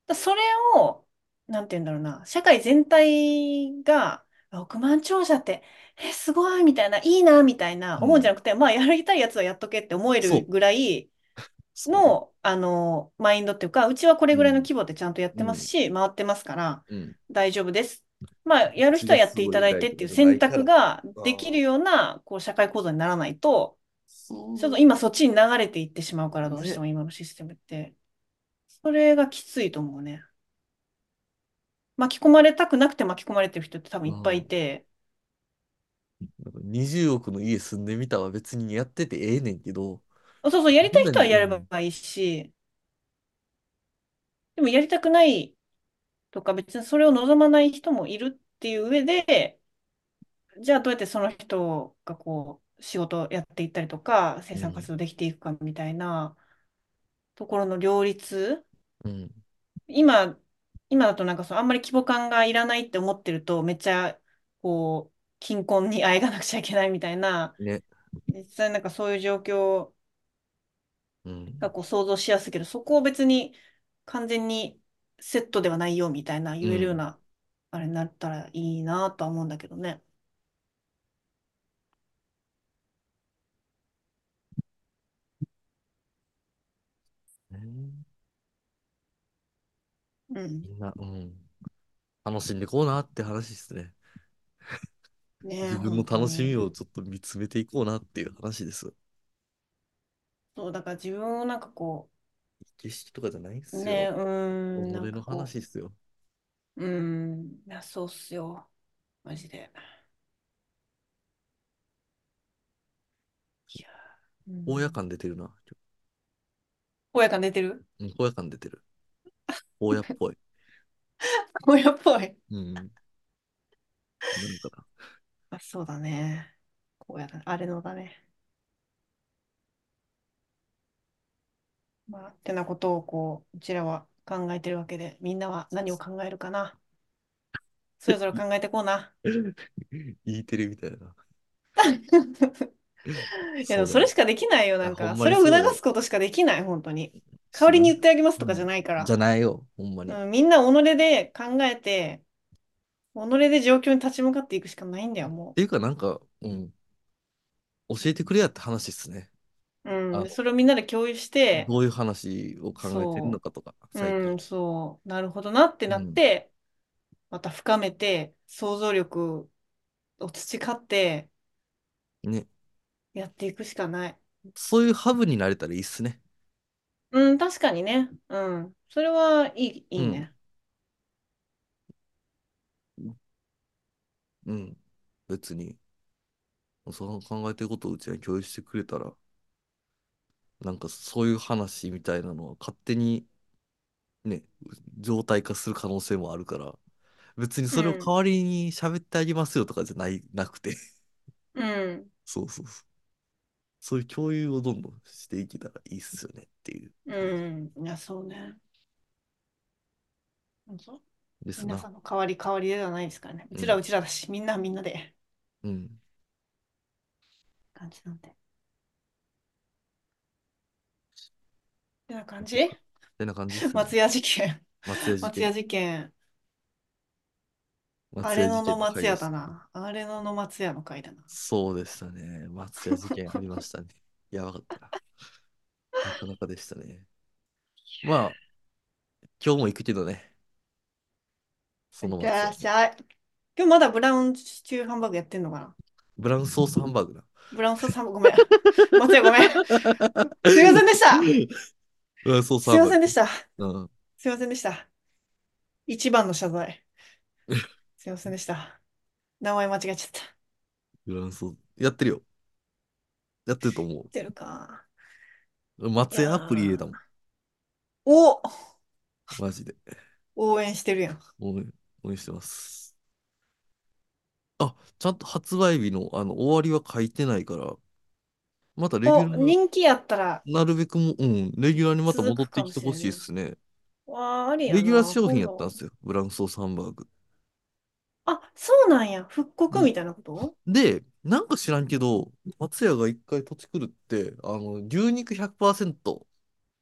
S1: だそれを、なんて言うんだろうな、社会全体が、億万長者って、え、すごいみたいな、いいなみたいな
S2: う
S1: 思うんじゃ
S2: ん。
S1: なくて、まあ、やりたいやつはやっとけって思え
S2: そ
S1: る
S2: う。
S1: ぐらい
S2: そうね。
S1: の、あの、マインドっていうか、うちはこれ
S2: う
S1: ぐらいの
S2: ん。
S1: 規模でちゃんとやっ
S2: う
S1: てます
S2: ん。
S1: し、回ってますから、
S2: うん。
S1: 大丈夫です。まあ、
S2: う
S1: やる
S2: ち
S1: 人は
S2: が
S1: やっ
S2: す
S1: てい
S2: ご
S1: た
S2: い
S1: だい
S2: 偉い
S1: て
S2: っ
S1: っててい
S2: こ
S1: う
S2: とな
S1: 選
S2: いか
S1: 択
S2: ら。
S1: が
S2: あ
S1: できる
S2: あ、
S1: ような、こう、社会構造にならないと、ちょっと
S2: そ
S1: 今そっちに流れていってしまうから、
S2: う
S1: どうして
S2: ね。
S1: も今のシステムって。それがきついと思うね。巻き込まれたくなくて巻き込まれてる人って多分
S2: う
S1: いっぱいい
S2: ん。
S1: て、
S2: なんか20億の家住んでみたは別にやっててええねんけど、
S1: そうそう、やり
S2: そ
S1: た
S2: ん
S1: い
S2: な
S1: 人は
S2: に、う
S1: やれば
S2: ん。
S1: いいし、でもやりたくないとか別にそれを望まない人もいるっていう上で、じゃあどうやってその人がこう仕事をやっていったりとか生
S2: う
S1: 産
S2: ん。
S1: 活動できていくかみたいなところの両立
S2: うん。
S1: 今今だとなんかそうあんまり規模感がいらないって思ってるとめっちゃこう貧困にあえがなくちゃいけないみたいな
S2: ね。
S1: 実際なんかそういう状況
S2: うん。
S1: がこう想像しやすいけどそこを別に完全にセットではないよみたいな
S2: う。
S1: 言えるようんなあれになったらいいなとは思うんだけどね。
S2: ね
S1: うん。
S2: みんな、うん。楽しんでこうなって話ですね。
S1: ねえ、
S2: 自分の
S1: 本当
S2: 楽しみ
S1: に。
S2: をちょっと見つめていこうなっていう話です。
S1: そう、だから自分をなんかこ
S2: 景色とかじゃないんで
S1: う、
S2: す
S1: ね、
S2: よ。
S1: うーん、
S2: 己
S1: なん
S2: の
S1: かこ
S2: 話ですよ。
S1: う、うーん、いや、そうっすよ。マジで。いや、う
S2: 荒野
S1: ん。
S2: 感出てるな。
S1: 荒野感出てる
S2: うん荒野感出てる。荒野っぽい。
S1: 荒野っぽい。
S2: うん。なんかな。
S1: あ、そうだね。荒野だ、あれのだね。まあ、ってなことをこう、うちらは考えてるわけで、みんなは何を考えるかな。それぞれ考えてこうな。
S2: E テレみたいな。
S1: いや、で
S2: そ
S1: も
S2: うだ
S1: それ
S2: よ。
S1: しかできないよ、
S2: い
S1: な
S2: や、
S1: ん
S2: ほ
S1: か。
S2: ん
S1: そ
S2: まに
S1: れを
S2: そうだ
S1: 促
S2: よ。
S1: すことしかできない、本当に。代わ
S2: そ
S1: り
S2: う、
S1: に言ってあげます
S2: う
S1: とかじゃ
S2: ん。
S1: ないか
S2: じゃ
S1: ら。
S2: ないよ、ほんまに。
S1: うん、みんな己で考えて、己で状況に立ち向かっていくしかないんだよ、
S2: っ
S1: も
S2: ていうか、なんか、うん、教えてくれやって話ですね。
S1: う。うん、
S2: あ
S1: で
S2: の、
S1: それをみんなで共有して、
S2: どういう話を考えてるの
S1: そ
S2: かとか、
S1: う、
S2: 最近。
S1: うん、そう、なるほどなって
S2: う
S1: なっ
S2: ん。
S1: て、また深めて、想像力を培って
S2: ね。
S1: やっていくしかない。
S2: そういうハブになれたらいいっすね。
S1: うん、確かにね。うん、それはいい、いうい
S2: ん。
S1: ね。
S2: うん。別に、その考えてることをうちに共有してくれたら、なんかそういう話みたいなのは勝手にね、状態化する可能性もあるから、別に
S1: う
S2: それを代
S1: ん、
S2: わりに喋ってあげますよとかじゃない、なくて。
S1: うん、
S2: そうそうそう。そういう共有をどんどんしていけたらいいっすよねっていう話
S1: うん、いや、そうね。うんそう
S2: で
S1: み
S2: す
S1: んな
S2: な。
S1: さんの代わり代わりではないですからね。う
S2: う
S1: ちら
S2: ん。
S1: はうちらだし、みんなはみんなで
S2: うん。
S1: 感じなんで。ってな 感じ
S2: てな感じっすね。
S1: 松屋事件。
S2: 松屋事
S1: 松
S2: 件。
S1: 屋事件。あ
S2: 松
S1: れ
S2: 屋事
S1: のの
S2: 件の回
S1: 松
S2: で
S1: 屋
S2: し
S1: だ
S2: た。
S1: な。あれのの松屋の回だな。
S2: そうでしたね。松屋事件ありま したね。やばかったな。なかなかでしたね。まあ、今日も行くけどね。そ
S1: いっ
S2: の
S1: て
S2: 松
S1: ら
S2: 屋
S1: っ
S2: に。
S1: しゃい。今日まだブラウンシチューハンバーグやってんのかな
S2: ブラウンソースハンバーグな。
S1: ブラウンソースハンバーグ、ご めん。松屋ごめん。すいませんでした。
S2: ブラウンソース
S1: す
S2: ハ
S1: い
S2: ン
S1: ま
S2: バー
S1: せんで
S2: グ。
S1: した。
S2: うん。
S1: すいませんでした。一番の謝 罪。すいませんでした。名前間違えちゃった。
S2: ブラウンソース。やってるよ。やってると思
S1: 出るか。
S2: う。
S1: い
S2: 松
S1: や
S2: 屋アプリ入れた
S1: ー。
S2: もん。
S1: お、
S2: マジで。
S1: 応援してるやん。
S2: 応援、応援してます。あ、ちゃんと発売日の、あの、終わりは書いてないから、またレギュ
S1: お、
S2: ラー、
S1: 人気やったら
S2: なるべくも、うん、レギュラーにまた
S1: 続
S2: 戻っ
S1: く
S2: て
S1: か
S2: き
S1: も
S2: て
S1: し
S2: ほ
S1: れ
S2: しいっ
S1: んね。
S2: すね。
S1: わあ、ありや
S2: レギュラー
S1: な。
S2: 商品
S1: 今
S2: やった
S1: 度。
S2: んですよ。ブラウンソースハンバーグ。
S1: あ、そうなんや。復刻
S2: ね。
S1: みたいなこと
S2: で、なんか知らんけど、松屋が一回土地狂って、あの、牛肉100%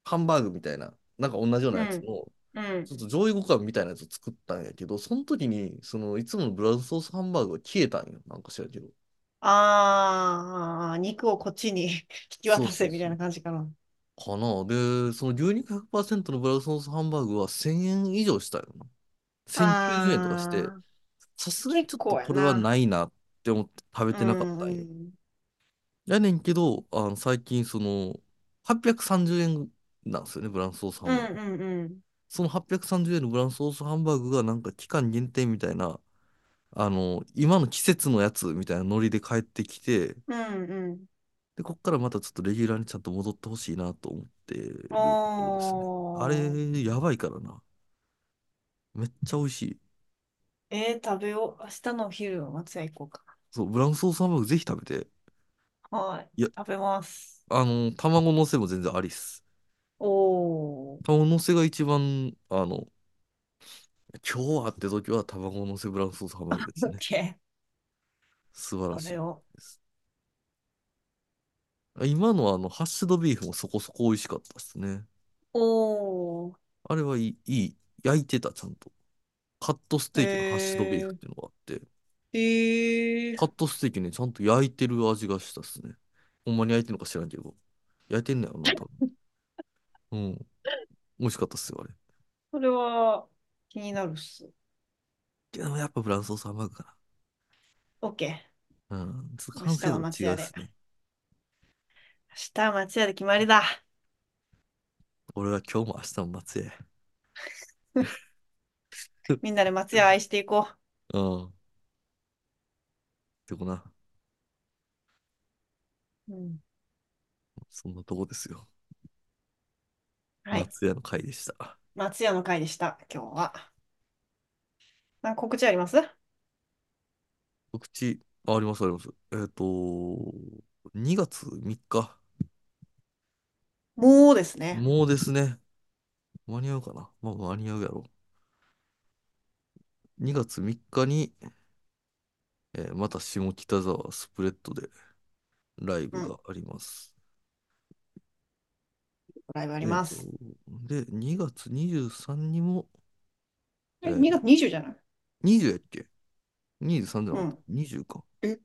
S2: ハンバーグみたいな、なんか同じよう
S1: う
S2: なやつ
S1: ん、
S2: の、
S1: う
S2: ち
S1: ん。
S2: ょっと上位互換みたいなやつを作ったんやけど、その時に、その、いつものブラウンソースハンバーグが消えたんよ。なんか知らんけど。
S1: あー、肉をこっちに 引き
S2: そ
S1: 渡
S2: うそ
S1: せ
S2: う
S1: みたい
S2: そ。
S1: うな感じかな。
S2: かな。で、その牛肉100%のブラウンソースハンバーグは1000円以上したよな。1090円とかして、
S1: あー、
S2: さすがに
S1: 結
S2: ちょっと
S1: 構や
S2: これは
S1: な。
S2: ないなって思って食べ
S1: う
S2: てなかった
S1: ん、
S2: ん
S1: う
S2: よ。
S1: ん。
S2: やねんけど、あの最近その830円なんですよね、ブラウンソースハ
S1: う
S2: ンバー
S1: ん、
S2: グ。
S1: うん、うん。
S2: その830円のブラウンソースハンバーグがなんか期間限定みたいな、あの、今の季節のやつみたいなノリで帰ってきて、
S1: うん、うん。
S2: で、こっからまたちょっとレギュラーにちゃんと戻ってほしいなと思ってるところですね。あ
S1: おー。
S2: れ、やばいからな。めっちゃ美味しい。
S1: えー、食べよう。明日のお昼は松屋行こうか
S2: そう、ブラウンソースハンバーグぜひ食べて。
S1: な。はい。
S2: いや、
S1: 食べます。
S2: あの、卵のせも全然ありっす。
S1: おー。
S2: 卵のせが一番、あの、今日はって時は卵のせブラウンソースハンバーグです
S1: オッ
S2: ね。
S1: ケー。
S2: 素晴ら
S1: 食
S2: し
S1: べ
S2: い
S1: よ
S2: です。今のあの、ハッシュドビーフもそこそこ美味しかったですね。
S1: う。おー。
S2: あれはいい、いい。焼いてた、ちゃんと。カットステーキのハッシュドビーフっ
S1: え
S2: ていうのがあって、
S1: ー。え
S2: カ
S1: ー。
S2: ットステーキね、ちゃんと焼いてる味がしたっすね。ほんまに焼いてるのか知らんけど。焼いてんねやろな、多分。うん。美味しかったっすよ、あれ。
S1: それは気になるっす。
S2: けどやっぱブラウンソースハンバーグか
S1: OK。
S2: な。うん。ちょっと
S1: 明
S2: 完
S1: 日
S2: 成
S1: は
S2: 度が
S1: 松
S2: 違う
S1: 屋
S2: っ
S1: で。
S2: すね。
S1: 明日は松屋で決まりだ。
S2: 俺は今日も明日も松屋や。
S1: みんなで松屋愛していこう。
S2: うん。てこな。
S1: うん。
S2: そんなとこですよ。
S1: はい。
S2: 松屋の会でした。
S1: 松屋の会でした、今日は。なんか告知あります
S2: 告知、あ、あります、あります。えっと、2月3日
S1: もうですね。
S2: もうですね。間に合うかな。まあ、間に合うやろ。2月3日に、えーまた下北沢スプレッドでライ
S1: う
S2: ブ
S1: ん。
S2: があります。
S1: ライブあり
S2: えっ
S1: ま
S2: と、
S1: す。
S2: で、2月23にも、え
S1: え、
S2: ー、
S1: 2月20じゃない
S2: 20やっけ ?23 じゃな
S1: う
S2: かった。
S1: ん。
S2: 20か。
S1: え、
S2: ちょっと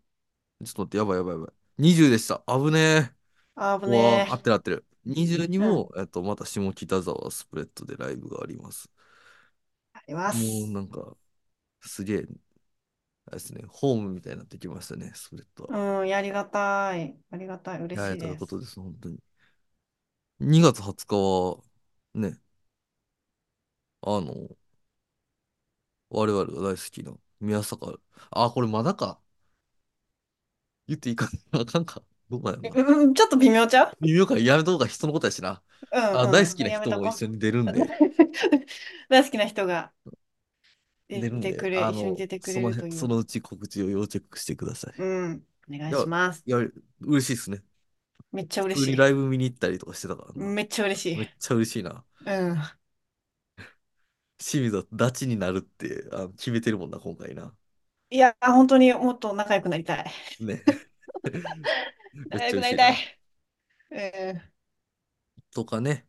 S2: 待って、やばいやばいやばい。20でした。危ねえ。
S1: あぶ
S2: う
S1: ね
S2: わあ、合ってる合ってる。20に
S1: え。うん。
S2: も、えっと、また下北沢スプレッドでライブがあります。
S1: ありま
S2: もう
S1: す。
S2: なんか、すげえ、あれですね、ホームみたいになってきましたね、スプレッドは。
S1: うん、いやありがたい。ありがたい。
S2: い
S1: 嬉
S2: や、あ
S1: し
S2: り
S1: い
S2: がた
S1: で
S2: いこと
S1: す。
S2: です、本当に。2月20日は、ね、あの、我々が大好きな宮坂、あ、これまだか。言っていいかな。あかんか。どうなんやろ
S1: え
S2: な。
S1: うんうんちょっと微妙ちゃう
S2: 微妙か、やめとこうか、人のことやしな。あ、
S1: う
S2: 大
S1: ん
S2: 好
S1: う
S2: き
S1: ん。
S2: な
S1: やめ
S2: 人
S1: と
S2: も一
S1: こ
S2: 緒に出るん
S1: う。
S2: で、
S1: 大好きな人が出
S2: 出るん
S1: て
S2: で、
S1: くれ、
S2: あ
S1: 一緒に
S2: の、
S1: 出てく
S2: そ
S1: れ
S2: の
S1: る
S2: 辺、
S1: とい。
S2: そうのうち告知を要チェックしてください。
S1: うん。お願
S2: い
S1: い
S2: や、
S1: します。
S2: いや、嬉しいですね。
S1: めっちゃ
S2: 普
S1: 嬉
S2: 通
S1: し
S2: にライブ見に行ったりとかしてたから
S1: い。
S2: な。
S1: めっちゃ嬉しい。
S2: めっちゃ嬉しいな。
S1: うん。
S2: 清水はダチになるって、あ、決めてるもんな、今回な。
S1: いや、本当にもっと仲良くなりたい。
S2: ね。めっ
S1: 仲良くな
S2: ちゃ嬉
S1: り
S2: しい
S1: たい。
S2: な。
S1: うん。
S2: とかね。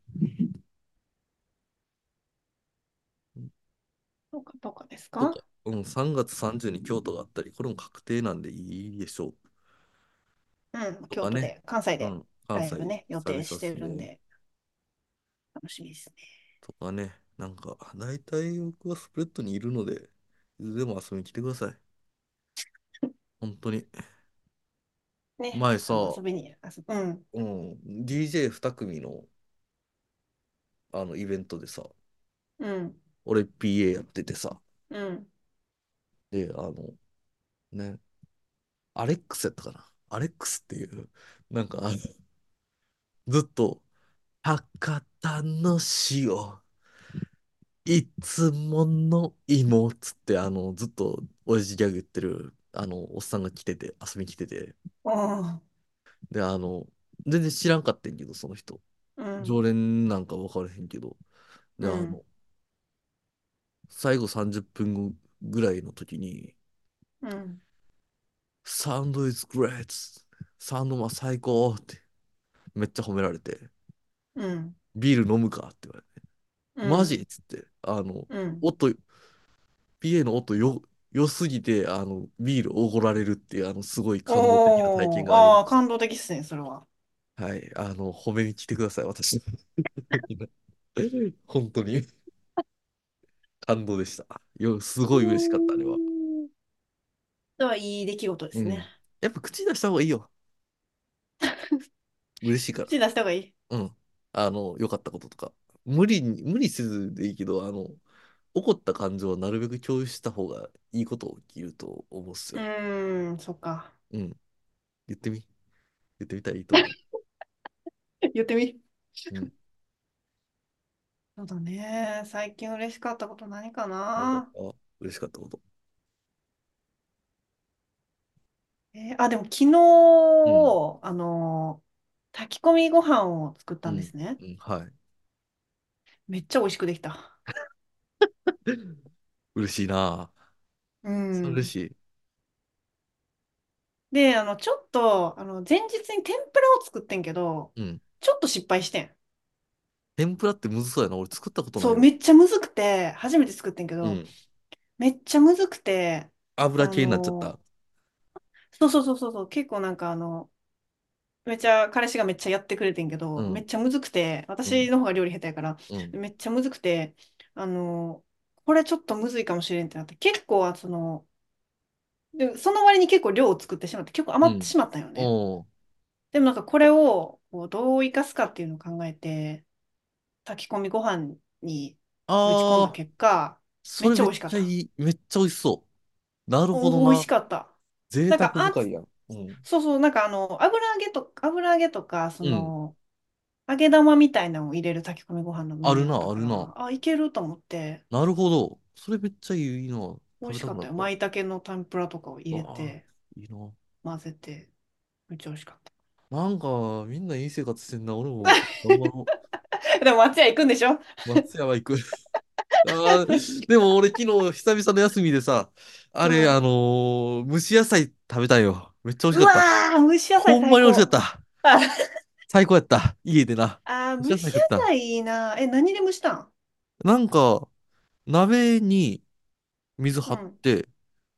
S1: どうか、どうかです
S2: と
S1: か
S2: か、うん、3月30に京都があったり、これも確定なんでいいでしょう。
S1: うん。
S2: と
S1: 京
S2: か
S1: 都
S2: ね。
S1: で、関西
S2: う
S1: で
S2: ん、関
S1: ライブ
S2: 西、
S1: ね、予
S2: 久
S1: 定
S2: 々
S1: し
S2: ってす
S1: るん
S2: ね。
S1: で、楽しみですね。
S2: とかね。なんか、大体僕はスプレッドにいるので、いつでも遊びに来てください。本当に。
S1: ね。
S2: 前
S1: あの、
S2: さ、
S1: 遊びに、遊ぶうん。
S2: うん、DJ2 組の、あのイベントでさ、
S1: うん。
S2: 俺 PA やっててさ、
S1: うん。
S2: で、あの、ね、アレックスやったかな。アレックスっていう、なんか、あの ずっと、博多の塩、いつもの芋っつって、あの、ずっと親父ギャグ言ってる、あの、おっさんが来てて、遊びに来てて、
S1: お
S2: で、あの、全然知らんかってんけど、その人。
S1: うん。
S2: 常連なんか分からへんけど、で、
S1: う
S2: あ
S1: ん。
S2: の、最後30分後ぐらいの時に、
S1: うん。
S2: サウンドイズグレーツ。サウンドマン最高って、めっちゃ褒められて、
S1: うん。
S2: ビール飲むかって言われて、
S1: う
S2: マジ
S1: ん。
S2: っつって、あの、
S1: うん。
S2: 音、PA の音よ、良すぎて、あの、ビールおごられるっていう、あの、すごい感動的な体験
S1: おー、
S2: があり
S1: ああ、
S2: まし
S1: 感動的っすね、それは。
S2: た。はい、あの、褒めに来てください、私。 本当に感動でした。よ、す
S1: う
S2: ごい嬉しかった、あれは。
S1: ん。それはいい出来事です
S2: う
S1: ね。
S2: ん。やっぱ口出した方がいい よ。嬉しいから。
S1: 口出した方がいい。
S2: うん。あの、良かったこととか。無理に、無理せずでいいけど、あの、怒った感情はなるべく共有した方がいいことを言うと思うっす
S1: う
S2: よ。
S1: ーん、そっか。
S2: うん。言ってみ。言ってみたらい いと思う。
S1: 言ってみ。
S2: うん。
S1: そうだね。最近嬉しかったこと何か
S2: なんか、
S1: な。
S2: あ、嬉しかったこと。
S1: えーあ、でも昨日、
S2: うん。
S1: あのー炊き込みご飯を作っ
S2: う
S1: たんで
S2: ん。
S1: すね。
S2: うん。はい。
S1: めっちゃ美味しくできた。
S2: 嬉しいなぁ。
S1: う
S2: それ嬉
S1: ん。
S2: しい。
S1: で、あの、ちょっと、あの、前日に天ぷらを作ってんけど、
S2: うん。
S1: ちょっと失敗してん。
S2: 天ぷらってむずそうやな。俺作ったことな
S1: そ、
S2: いうわ。
S1: めっちゃむずくて、初めて作ってんけ
S2: う
S1: ど、
S2: ん。
S1: めっちゃむずくて、
S2: 油
S1: あ
S2: 系になっちゃっ
S1: の
S2: た。
S1: ー、そうそうそうそうそう、結構なんかあの、めっちゃ、彼氏がめっちゃやってくれてんけ
S2: う
S1: ど、めっ
S2: ん。
S1: ちゃむずくて、
S2: う
S1: 私
S2: ん。
S1: の方が料理下手やから、
S2: うん。
S1: めっちゃむずくて、あのー、これちょっとむずいかもしれんってなって、結構、あその、で、その割に結構量を作ってしまって、結構
S2: う
S1: 余って
S2: ん。
S1: しまったよね。
S2: おー。
S1: でもなんかこれを、こう、どう生かすかっていうのを考えて、炊き込みご飯にぶち込んだ
S2: あー。
S1: 結果、め
S2: そ
S1: っ
S2: れ
S1: ちゃ美
S2: めっ
S1: 味しかっ
S2: ちゃ
S1: た。
S2: いい。めっちゃ美味しそう。なるほど
S1: お、美味
S2: な。
S1: しかった。
S2: 贅
S1: なん
S2: 沢
S1: か、あ、
S2: 深いやん。うん。
S1: そうそう、なんかあの、油揚げと、油揚げとか、そ
S2: うん。
S1: の、揚げ玉みたいなのを入れる炊き込みご飯のメ
S2: あ
S1: ニュ
S2: る
S1: ーだった
S2: な、あ
S1: か
S2: るな。
S1: ら、あ、いけると思って、
S2: なるほど。それめっちゃいいな。
S1: 美
S2: 食
S1: 味
S2: べ
S1: したか
S2: く
S1: っ
S2: な
S1: た
S2: っ
S1: よ。
S2: た。
S1: 舞茸の天ぷらとかを入れ
S2: ああ、
S1: て、
S2: いいな。
S1: 混ぜて、めっちゃ美味しかった。
S2: なんか、みんないい生活してんな。俺 も頑張ろ
S1: でも松屋行くんでしょ
S2: う。松屋は行く。 あー、でも俺昨日久々の休みでさ、あ
S1: う
S2: れ、
S1: ん。
S2: あのー蒸し野菜食べたんよ。めっちゃ美味
S1: う
S2: しかった。
S1: わー、蒸し野菜
S2: ほんま
S1: 最
S2: に美味し
S1: 高。
S2: かった。
S1: あ、
S2: 最高やった。家でな。
S1: あー
S2: 蒸し
S1: 蒸
S2: 野菜
S1: し
S2: 食った。
S1: 野菜いいな。え、何で蒸したん
S2: なんか、鍋に水
S1: う
S2: 張っ
S1: ん。
S2: て、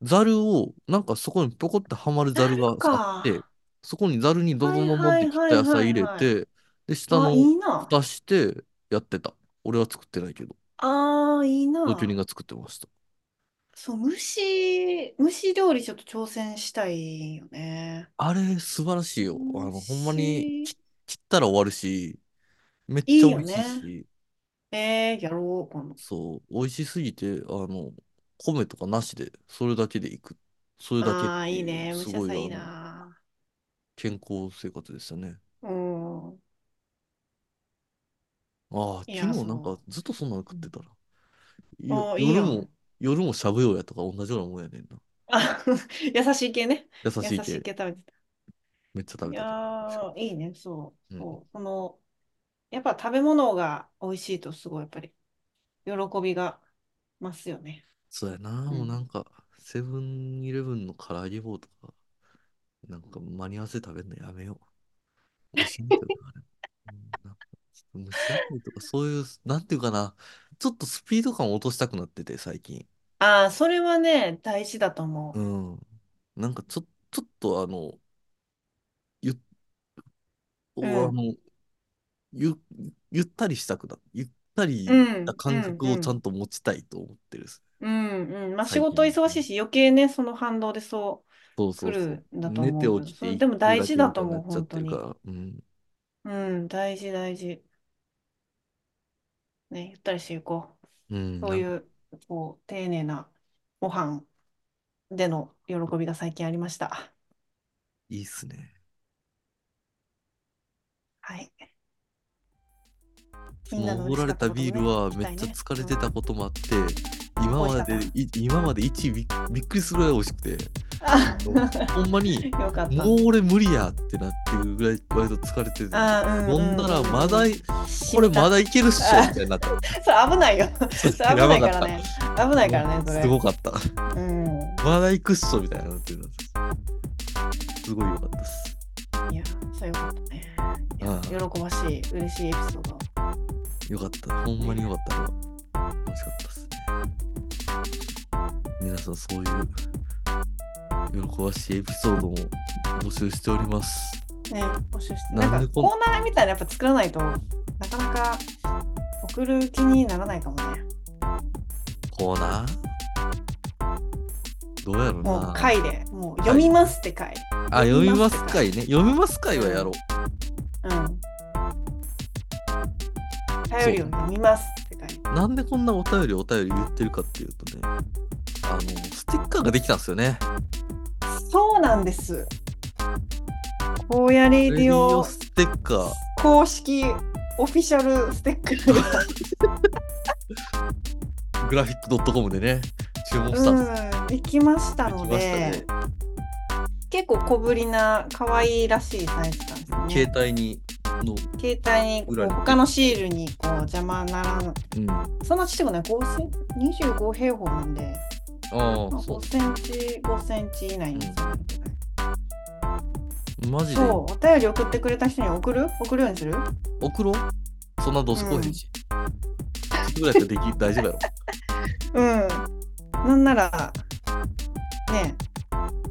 S2: ザルを、なんかそこにポコってはまる
S1: ざ
S2: ザル
S1: る
S2: があって、
S1: か。
S2: そこにザルにド
S1: は
S2: ド
S1: い
S2: ドドンっ
S1: は
S2: て
S1: い
S2: 切っ
S1: は
S2: た
S1: い
S2: 野
S1: はい
S2: 菜入れ
S1: はい。
S2: て、で、下
S1: あ、い
S2: の
S1: いな。
S2: 蓋してやってた。俺は作ってないけど、
S1: ああ、いい
S2: 同居人
S1: な。
S2: が作ってました。
S1: そう、蒸し、蒸し料理ちょっと挑戦したいよね。
S2: あれ、素晴らしいよ。あ
S1: 蒸
S2: の、ほんまに
S1: し、
S2: 切切ったら終わるし、めっちゃ
S1: いい
S2: 美
S1: よ
S2: 味しい
S1: ね。
S2: し、
S1: えー、やろう、今度。
S2: そう、美味しすぎて、あの、米とかなしで、それだけでいく。それだけっ
S1: ああ、
S2: て
S1: いい
S2: いう、
S1: ね。蒸
S2: す
S1: し野
S2: ごい、
S1: 菜いい
S2: あの、
S1: な。
S2: 健康生活でしたね。
S1: うん。
S2: ああ、
S1: い
S2: 昨
S1: や、
S2: 日なんか
S1: そ
S2: ずっとそんなの食
S1: う。
S2: っ
S1: う
S2: て
S1: ん
S2: たら、よ、
S1: ああ、いい
S2: 夜
S1: やん。
S2: も、夜もしゃぶようやとか同じようなもんやねんな。
S1: あ、 優しい系ね。
S2: 優
S1: 優
S2: しい
S1: しい
S2: 系、
S1: 系食べてた。
S2: めっちゃ食
S1: い
S2: べ
S1: や
S2: てた。確か
S1: ー、いいね。そう、
S2: に。うん。
S1: そう。その、やっぱ食べ物が美味しいと、すごい、やっぱり、喜びが増すよね。
S2: そうやな、
S1: う
S2: もうなん
S1: ん。
S2: か、セブンイレブンの唐揚げ棒とか、なんか間に合わせ食べるのやめよ う。美味しいんだよな、あれ。うんなんかちょっと蒸し野菜とかそういう、なんていうかな、ちょっとスピード感を落としたくなってて、最近。
S1: ああ、それはね、大事だと思
S2: うん。なんかちょ、ちょっとあの、ゆ、あ
S1: う。うん。
S2: の、ゆ、ゆったりしたくな、ゆった
S1: う、
S2: りなん
S1: う
S2: 感
S1: ん、
S2: 覚
S1: う
S2: をちゃ
S1: ん。
S2: んと持ちたいと思ってるっす、
S1: うん、うん。まあ、仕
S2: 最
S1: 事
S2: 近。
S1: 忙しいし、余計ね、その反動でそう、
S2: そうそ
S1: 来
S2: うそう。
S1: るんだと
S2: 寝て
S1: 思うけ
S2: 起
S1: ど、
S2: き
S1: そ
S2: て
S1: れ
S2: 一
S1: でも
S2: 球
S1: 大
S2: だ
S1: 事
S2: け
S1: だ
S2: み
S1: と
S2: たいにな
S1: 思う、
S2: っちゃっ
S1: 本
S2: て
S1: 当
S2: るか
S1: に。
S2: ら、うん。
S1: うん、大事、大事。ね、ゆったりしていこう。
S2: うん、
S1: そう
S2: ないんか、
S1: う、こう、丁寧なご飯での喜びが最近ありました。
S2: いいっすね。
S1: はい。
S2: そ
S1: みんな
S2: の
S1: の
S2: おご
S1: 嬉
S2: ら
S1: しかった
S2: れた
S1: こと
S2: ビール
S1: ね、
S2: は
S1: 聞き
S2: めった
S1: い
S2: ちゃ
S1: ね。
S2: 疲れ
S1: う
S2: てた
S1: ん。
S2: こともあって、
S1: 美
S2: 今
S1: 味し
S2: ま
S1: かっ
S2: で、
S1: た。
S2: い今まで一び、びっくりするぐらい美味しくて、
S1: あ、
S2: あのほんまに、
S1: よかっ
S2: も
S1: た。
S2: う俺無理やってなってるぐらい割と疲れてて、
S1: あー、う
S2: 飲ん
S1: ん
S2: だ
S1: う
S2: らま
S1: んうん
S2: だ
S1: うん。
S2: い、
S1: 染
S2: これ
S1: み
S2: ま
S1: た。
S2: だいけるっしょみ
S1: あ
S2: た いになった。
S1: ー、 それ危ないよ。それ
S2: や
S1: 危な
S2: ば
S1: い
S2: か
S1: から
S2: った。
S1: ね。危ない
S2: も
S1: からね、
S2: う
S1: そ
S2: す
S1: れ。
S2: ごかった。
S1: うん。
S2: まだいくっしょみたいになってるなって。すごいよかったです。
S1: いや、それよかったね。いや、
S2: ああ、
S1: 喜ばしい、嬉しいエピソード。
S2: よかった。ほんまによ
S1: ね。
S2: かった。あれは楽しかったですね。皆さん、そういう喜ばしいエピソードも募集しております。
S1: ね、募集して。な
S2: なんん
S1: か
S2: でこん、
S1: コーナーみたいなやっぱ作らないとなかなか送る気にならないかもね。
S2: コーナーどうやろう
S1: もう
S2: な。
S1: 回で、もう読み
S2: 回。
S1: ますって回。
S2: あ、
S1: 読み
S2: 読み
S1: ます
S2: ま
S1: って
S2: す
S1: 回。
S2: 会ね。読みます会
S1: う
S2: はやろ
S1: ん、
S2: う。
S1: うん。頼
S2: そ
S1: り
S2: う
S1: を
S2: ね。
S1: 読みますって回。
S2: なんでこんなお便りお便り言ってるかっていうとね、あの、ステッカーができたんですよね。
S1: そうなんです。高野レ
S2: レ
S1: デ
S2: デ
S1: ィ
S2: ィオ
S1: オ
S2: ステッカー。
S1: 公式オフィシャルステッカーが。
S2: グラフィック .com でね、注文したんです
S1: うん、できました
S2: でき
S1: の
S2: ました
S1: で、
S2: ね。
S1: 結構小ぶりな可愛いらしいサイズなんですね。
S2: 携帯に、の
S1: 携帯に
S2: 裏
S1: こう
S2: にペ
S1: 他
S2: ッ
S1: の
S2: て
S1: シー
S2: て。
S1: ルにこう邪魔ならん。
S2: うん。あ
S1: そんなちっちゃくない、5000 25平方なんで、
S2: あ、
S1: まあ、
S2: そ
S1: 5センチ、5センチ以内
S2: う。う
S1: に収める
S2: ん。
S1: ぐらい。
S2: マジで
S1: そう、お便り送ってくれた人に送る送るようにする
S2: 送ろうそんなどう
S1: う
S2: せ来へん
S1: ん。
S2: し。それぐらいやったらでき、大丈夫やろ。
S1: うん。なんなら、ね、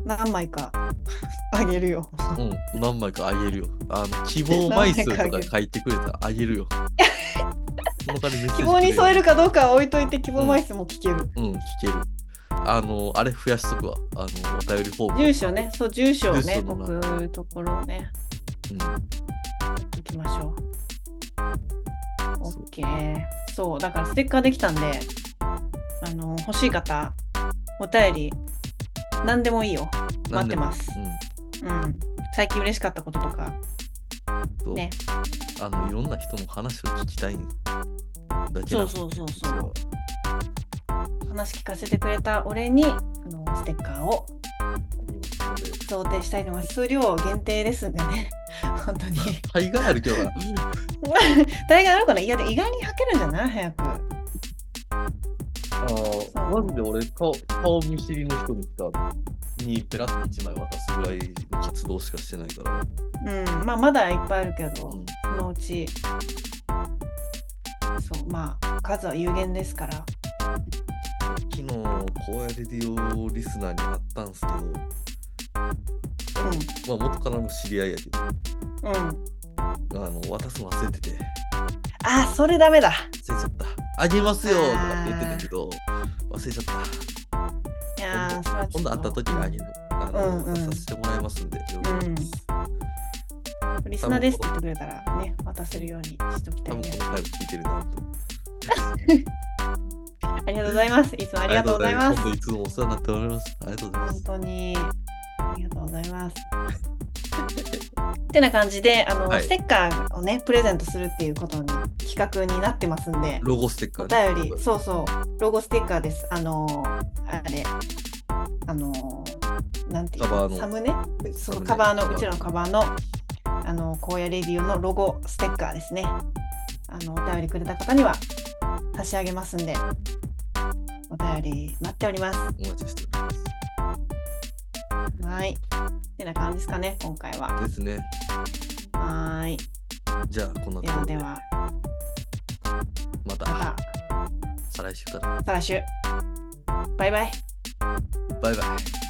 S1: 何枚か あげるよ。
S2: うん。何枚かあげるよ。あの、希
S1: 何
S2: 望枚
S1: 枚
S2: 数
S1: かあ
S2: と
S1: げ
S2: か
S1: る。
S2: 書いてくれたらあげ るよ。その代わり
S1: 希
S2: メッセージ
S1: 望
S2: く
S1: に
S2: れよ
S1: 添え
S2: な。
S1: るかどうかは置いといて、希
S2: う
S1: 望枚
S2: ん。
S1: 数も聞ける。
S2: うん、聞ける。あの、あれ増やしとくわ。あの、お便りフォーム
S1: 住
S2: を。
S1: 所ね、そう、住所を
S2: 住
S1: ね、
S2: 所の
S1: 送
S2: な。
S1: るところをね、
S2: うん。
S1: 行きましょう。
S2: そう。
S1: OK。そう、だからステッカーできたんで、あの、欲しい方、お便り、何でもいいよ。
S2: な
S1: 待
S2: ん
S1: っ
S2: で
S1: て
S2: もい
S1: ま
S2: い。
S1: す。
S2: うん。
S1: うん。最近嬉しかったこととか、
S2: そ
S1: ね。
S2: う。あの、いろんな人の話を聞きたいだけ
S1: そ
S2: な
S1: うん
S2: で
S1: そう
S2: ね、
S1: そう
S2: こ
S1: そ
S2: ちらは。
S1: う。話聞かせてくれたお礼に、あの、ステッカーを。
S2: ということで
S1: 想定したいのは数量限定ですんでね。 本 当に。
S2: 大概あるけどな。
S1: 大概あるかないや、で意外に履けるんじゃない早く。
S2: あの、
S1: そ
S2: マジで
S1: う。
S2: 俺、顔、顔見知りの人にか、にペラッと一枚渡すぐらいの活動しかしてないから。
S1: うん。まあ、まだいっぱいあるけ
S2: う
S1: ど、
S2: ん。
S1: そのうち、そう、まあ、数は有限ですから。
S2: 昨日、高野レディオリスナーに会ったんすけど、あの、まあ、元からの知り合いやけど、
S1: うん。うん。
S2: あの、渡すの忘れてて、忘れ
S1: あ、それダメだ。
S2: ちゃった。あげますよとかって言ってた
S1: あ
S2: けど、忘れちゃった。
S1: ーい
S2: 今
S1: や
S2: 度、
S1: ー、それはち
S2: 今度会った
S1: ょっ
S2: 時
S1: と、う
S2: にあげ
S1: ん。
S2: る。あ
S1: う
S2: の、
S1: ん
S2: 渡
S1: う
S2: させ
S1: ん。
S2: てもらいますんで、よろし
S1: う
S2: くお願いしま
S1: ん。
S2: す。
S1: リス
S2: 多
S1: ナー
S2: 分
S1: ですっ
S2: こ
S1: て言って
S2: の、
S1: くれたらね、渡せるようにしときた
S2: 多
S1: いね。
S2: 分この回も聞いてるなと。
S1: ありがとうございます。いつもあ
S2: あ
S1: り
S2: りが
S1: がと
S2: とう
S1: うご
S2: ござ
S1: ざ
S2: い
S1: い
S2: ます。
S1: ます。
S2: 本当にいつもお世話になっております。ありがとうございま
S1: 本
S2: す。
S1: 当にありがとうございます。ってな感じで、あの、
S2: は
S1: ス
S2: い。
S1: テッカーをね、プレゼントするっていうことに企画になってますんで、
S2: ロゴステッカ
S1: お
S2: ーね。
S1: 便り、そうそう、ロゴステッカーです。あの、あれ、あの、なんてい
S2: カ
S1: うの、
S2: バー
S1: サ
S2: の、
S1: ムネ
S2: サ
S1: そう、
S2: ム
S1: カ
S2: ネ、
S1: バーの、
S2: カ
S1: う
S2: バ
S1: ち
S2: ー
S1: らの
S2: の。
S1: カバーの、あの、荒野レディオのロゴステッカーですね。あの、お便りくれた方には差し上げますんで、お便り待っております。
S2: お待ちしております。
S1: はい。ってな感じですかね、今回は。
S2: ですね。
S1: はーい。
S2: じゃあ、こんな
S1: で
S2: とこ
S1: は
S2: ろ
S1: で
S2: で、
S1: は、
S2: また、
S1: また、
S2: 再来週から。
S1: 再来週。バイバイ。
S2: バイバイ。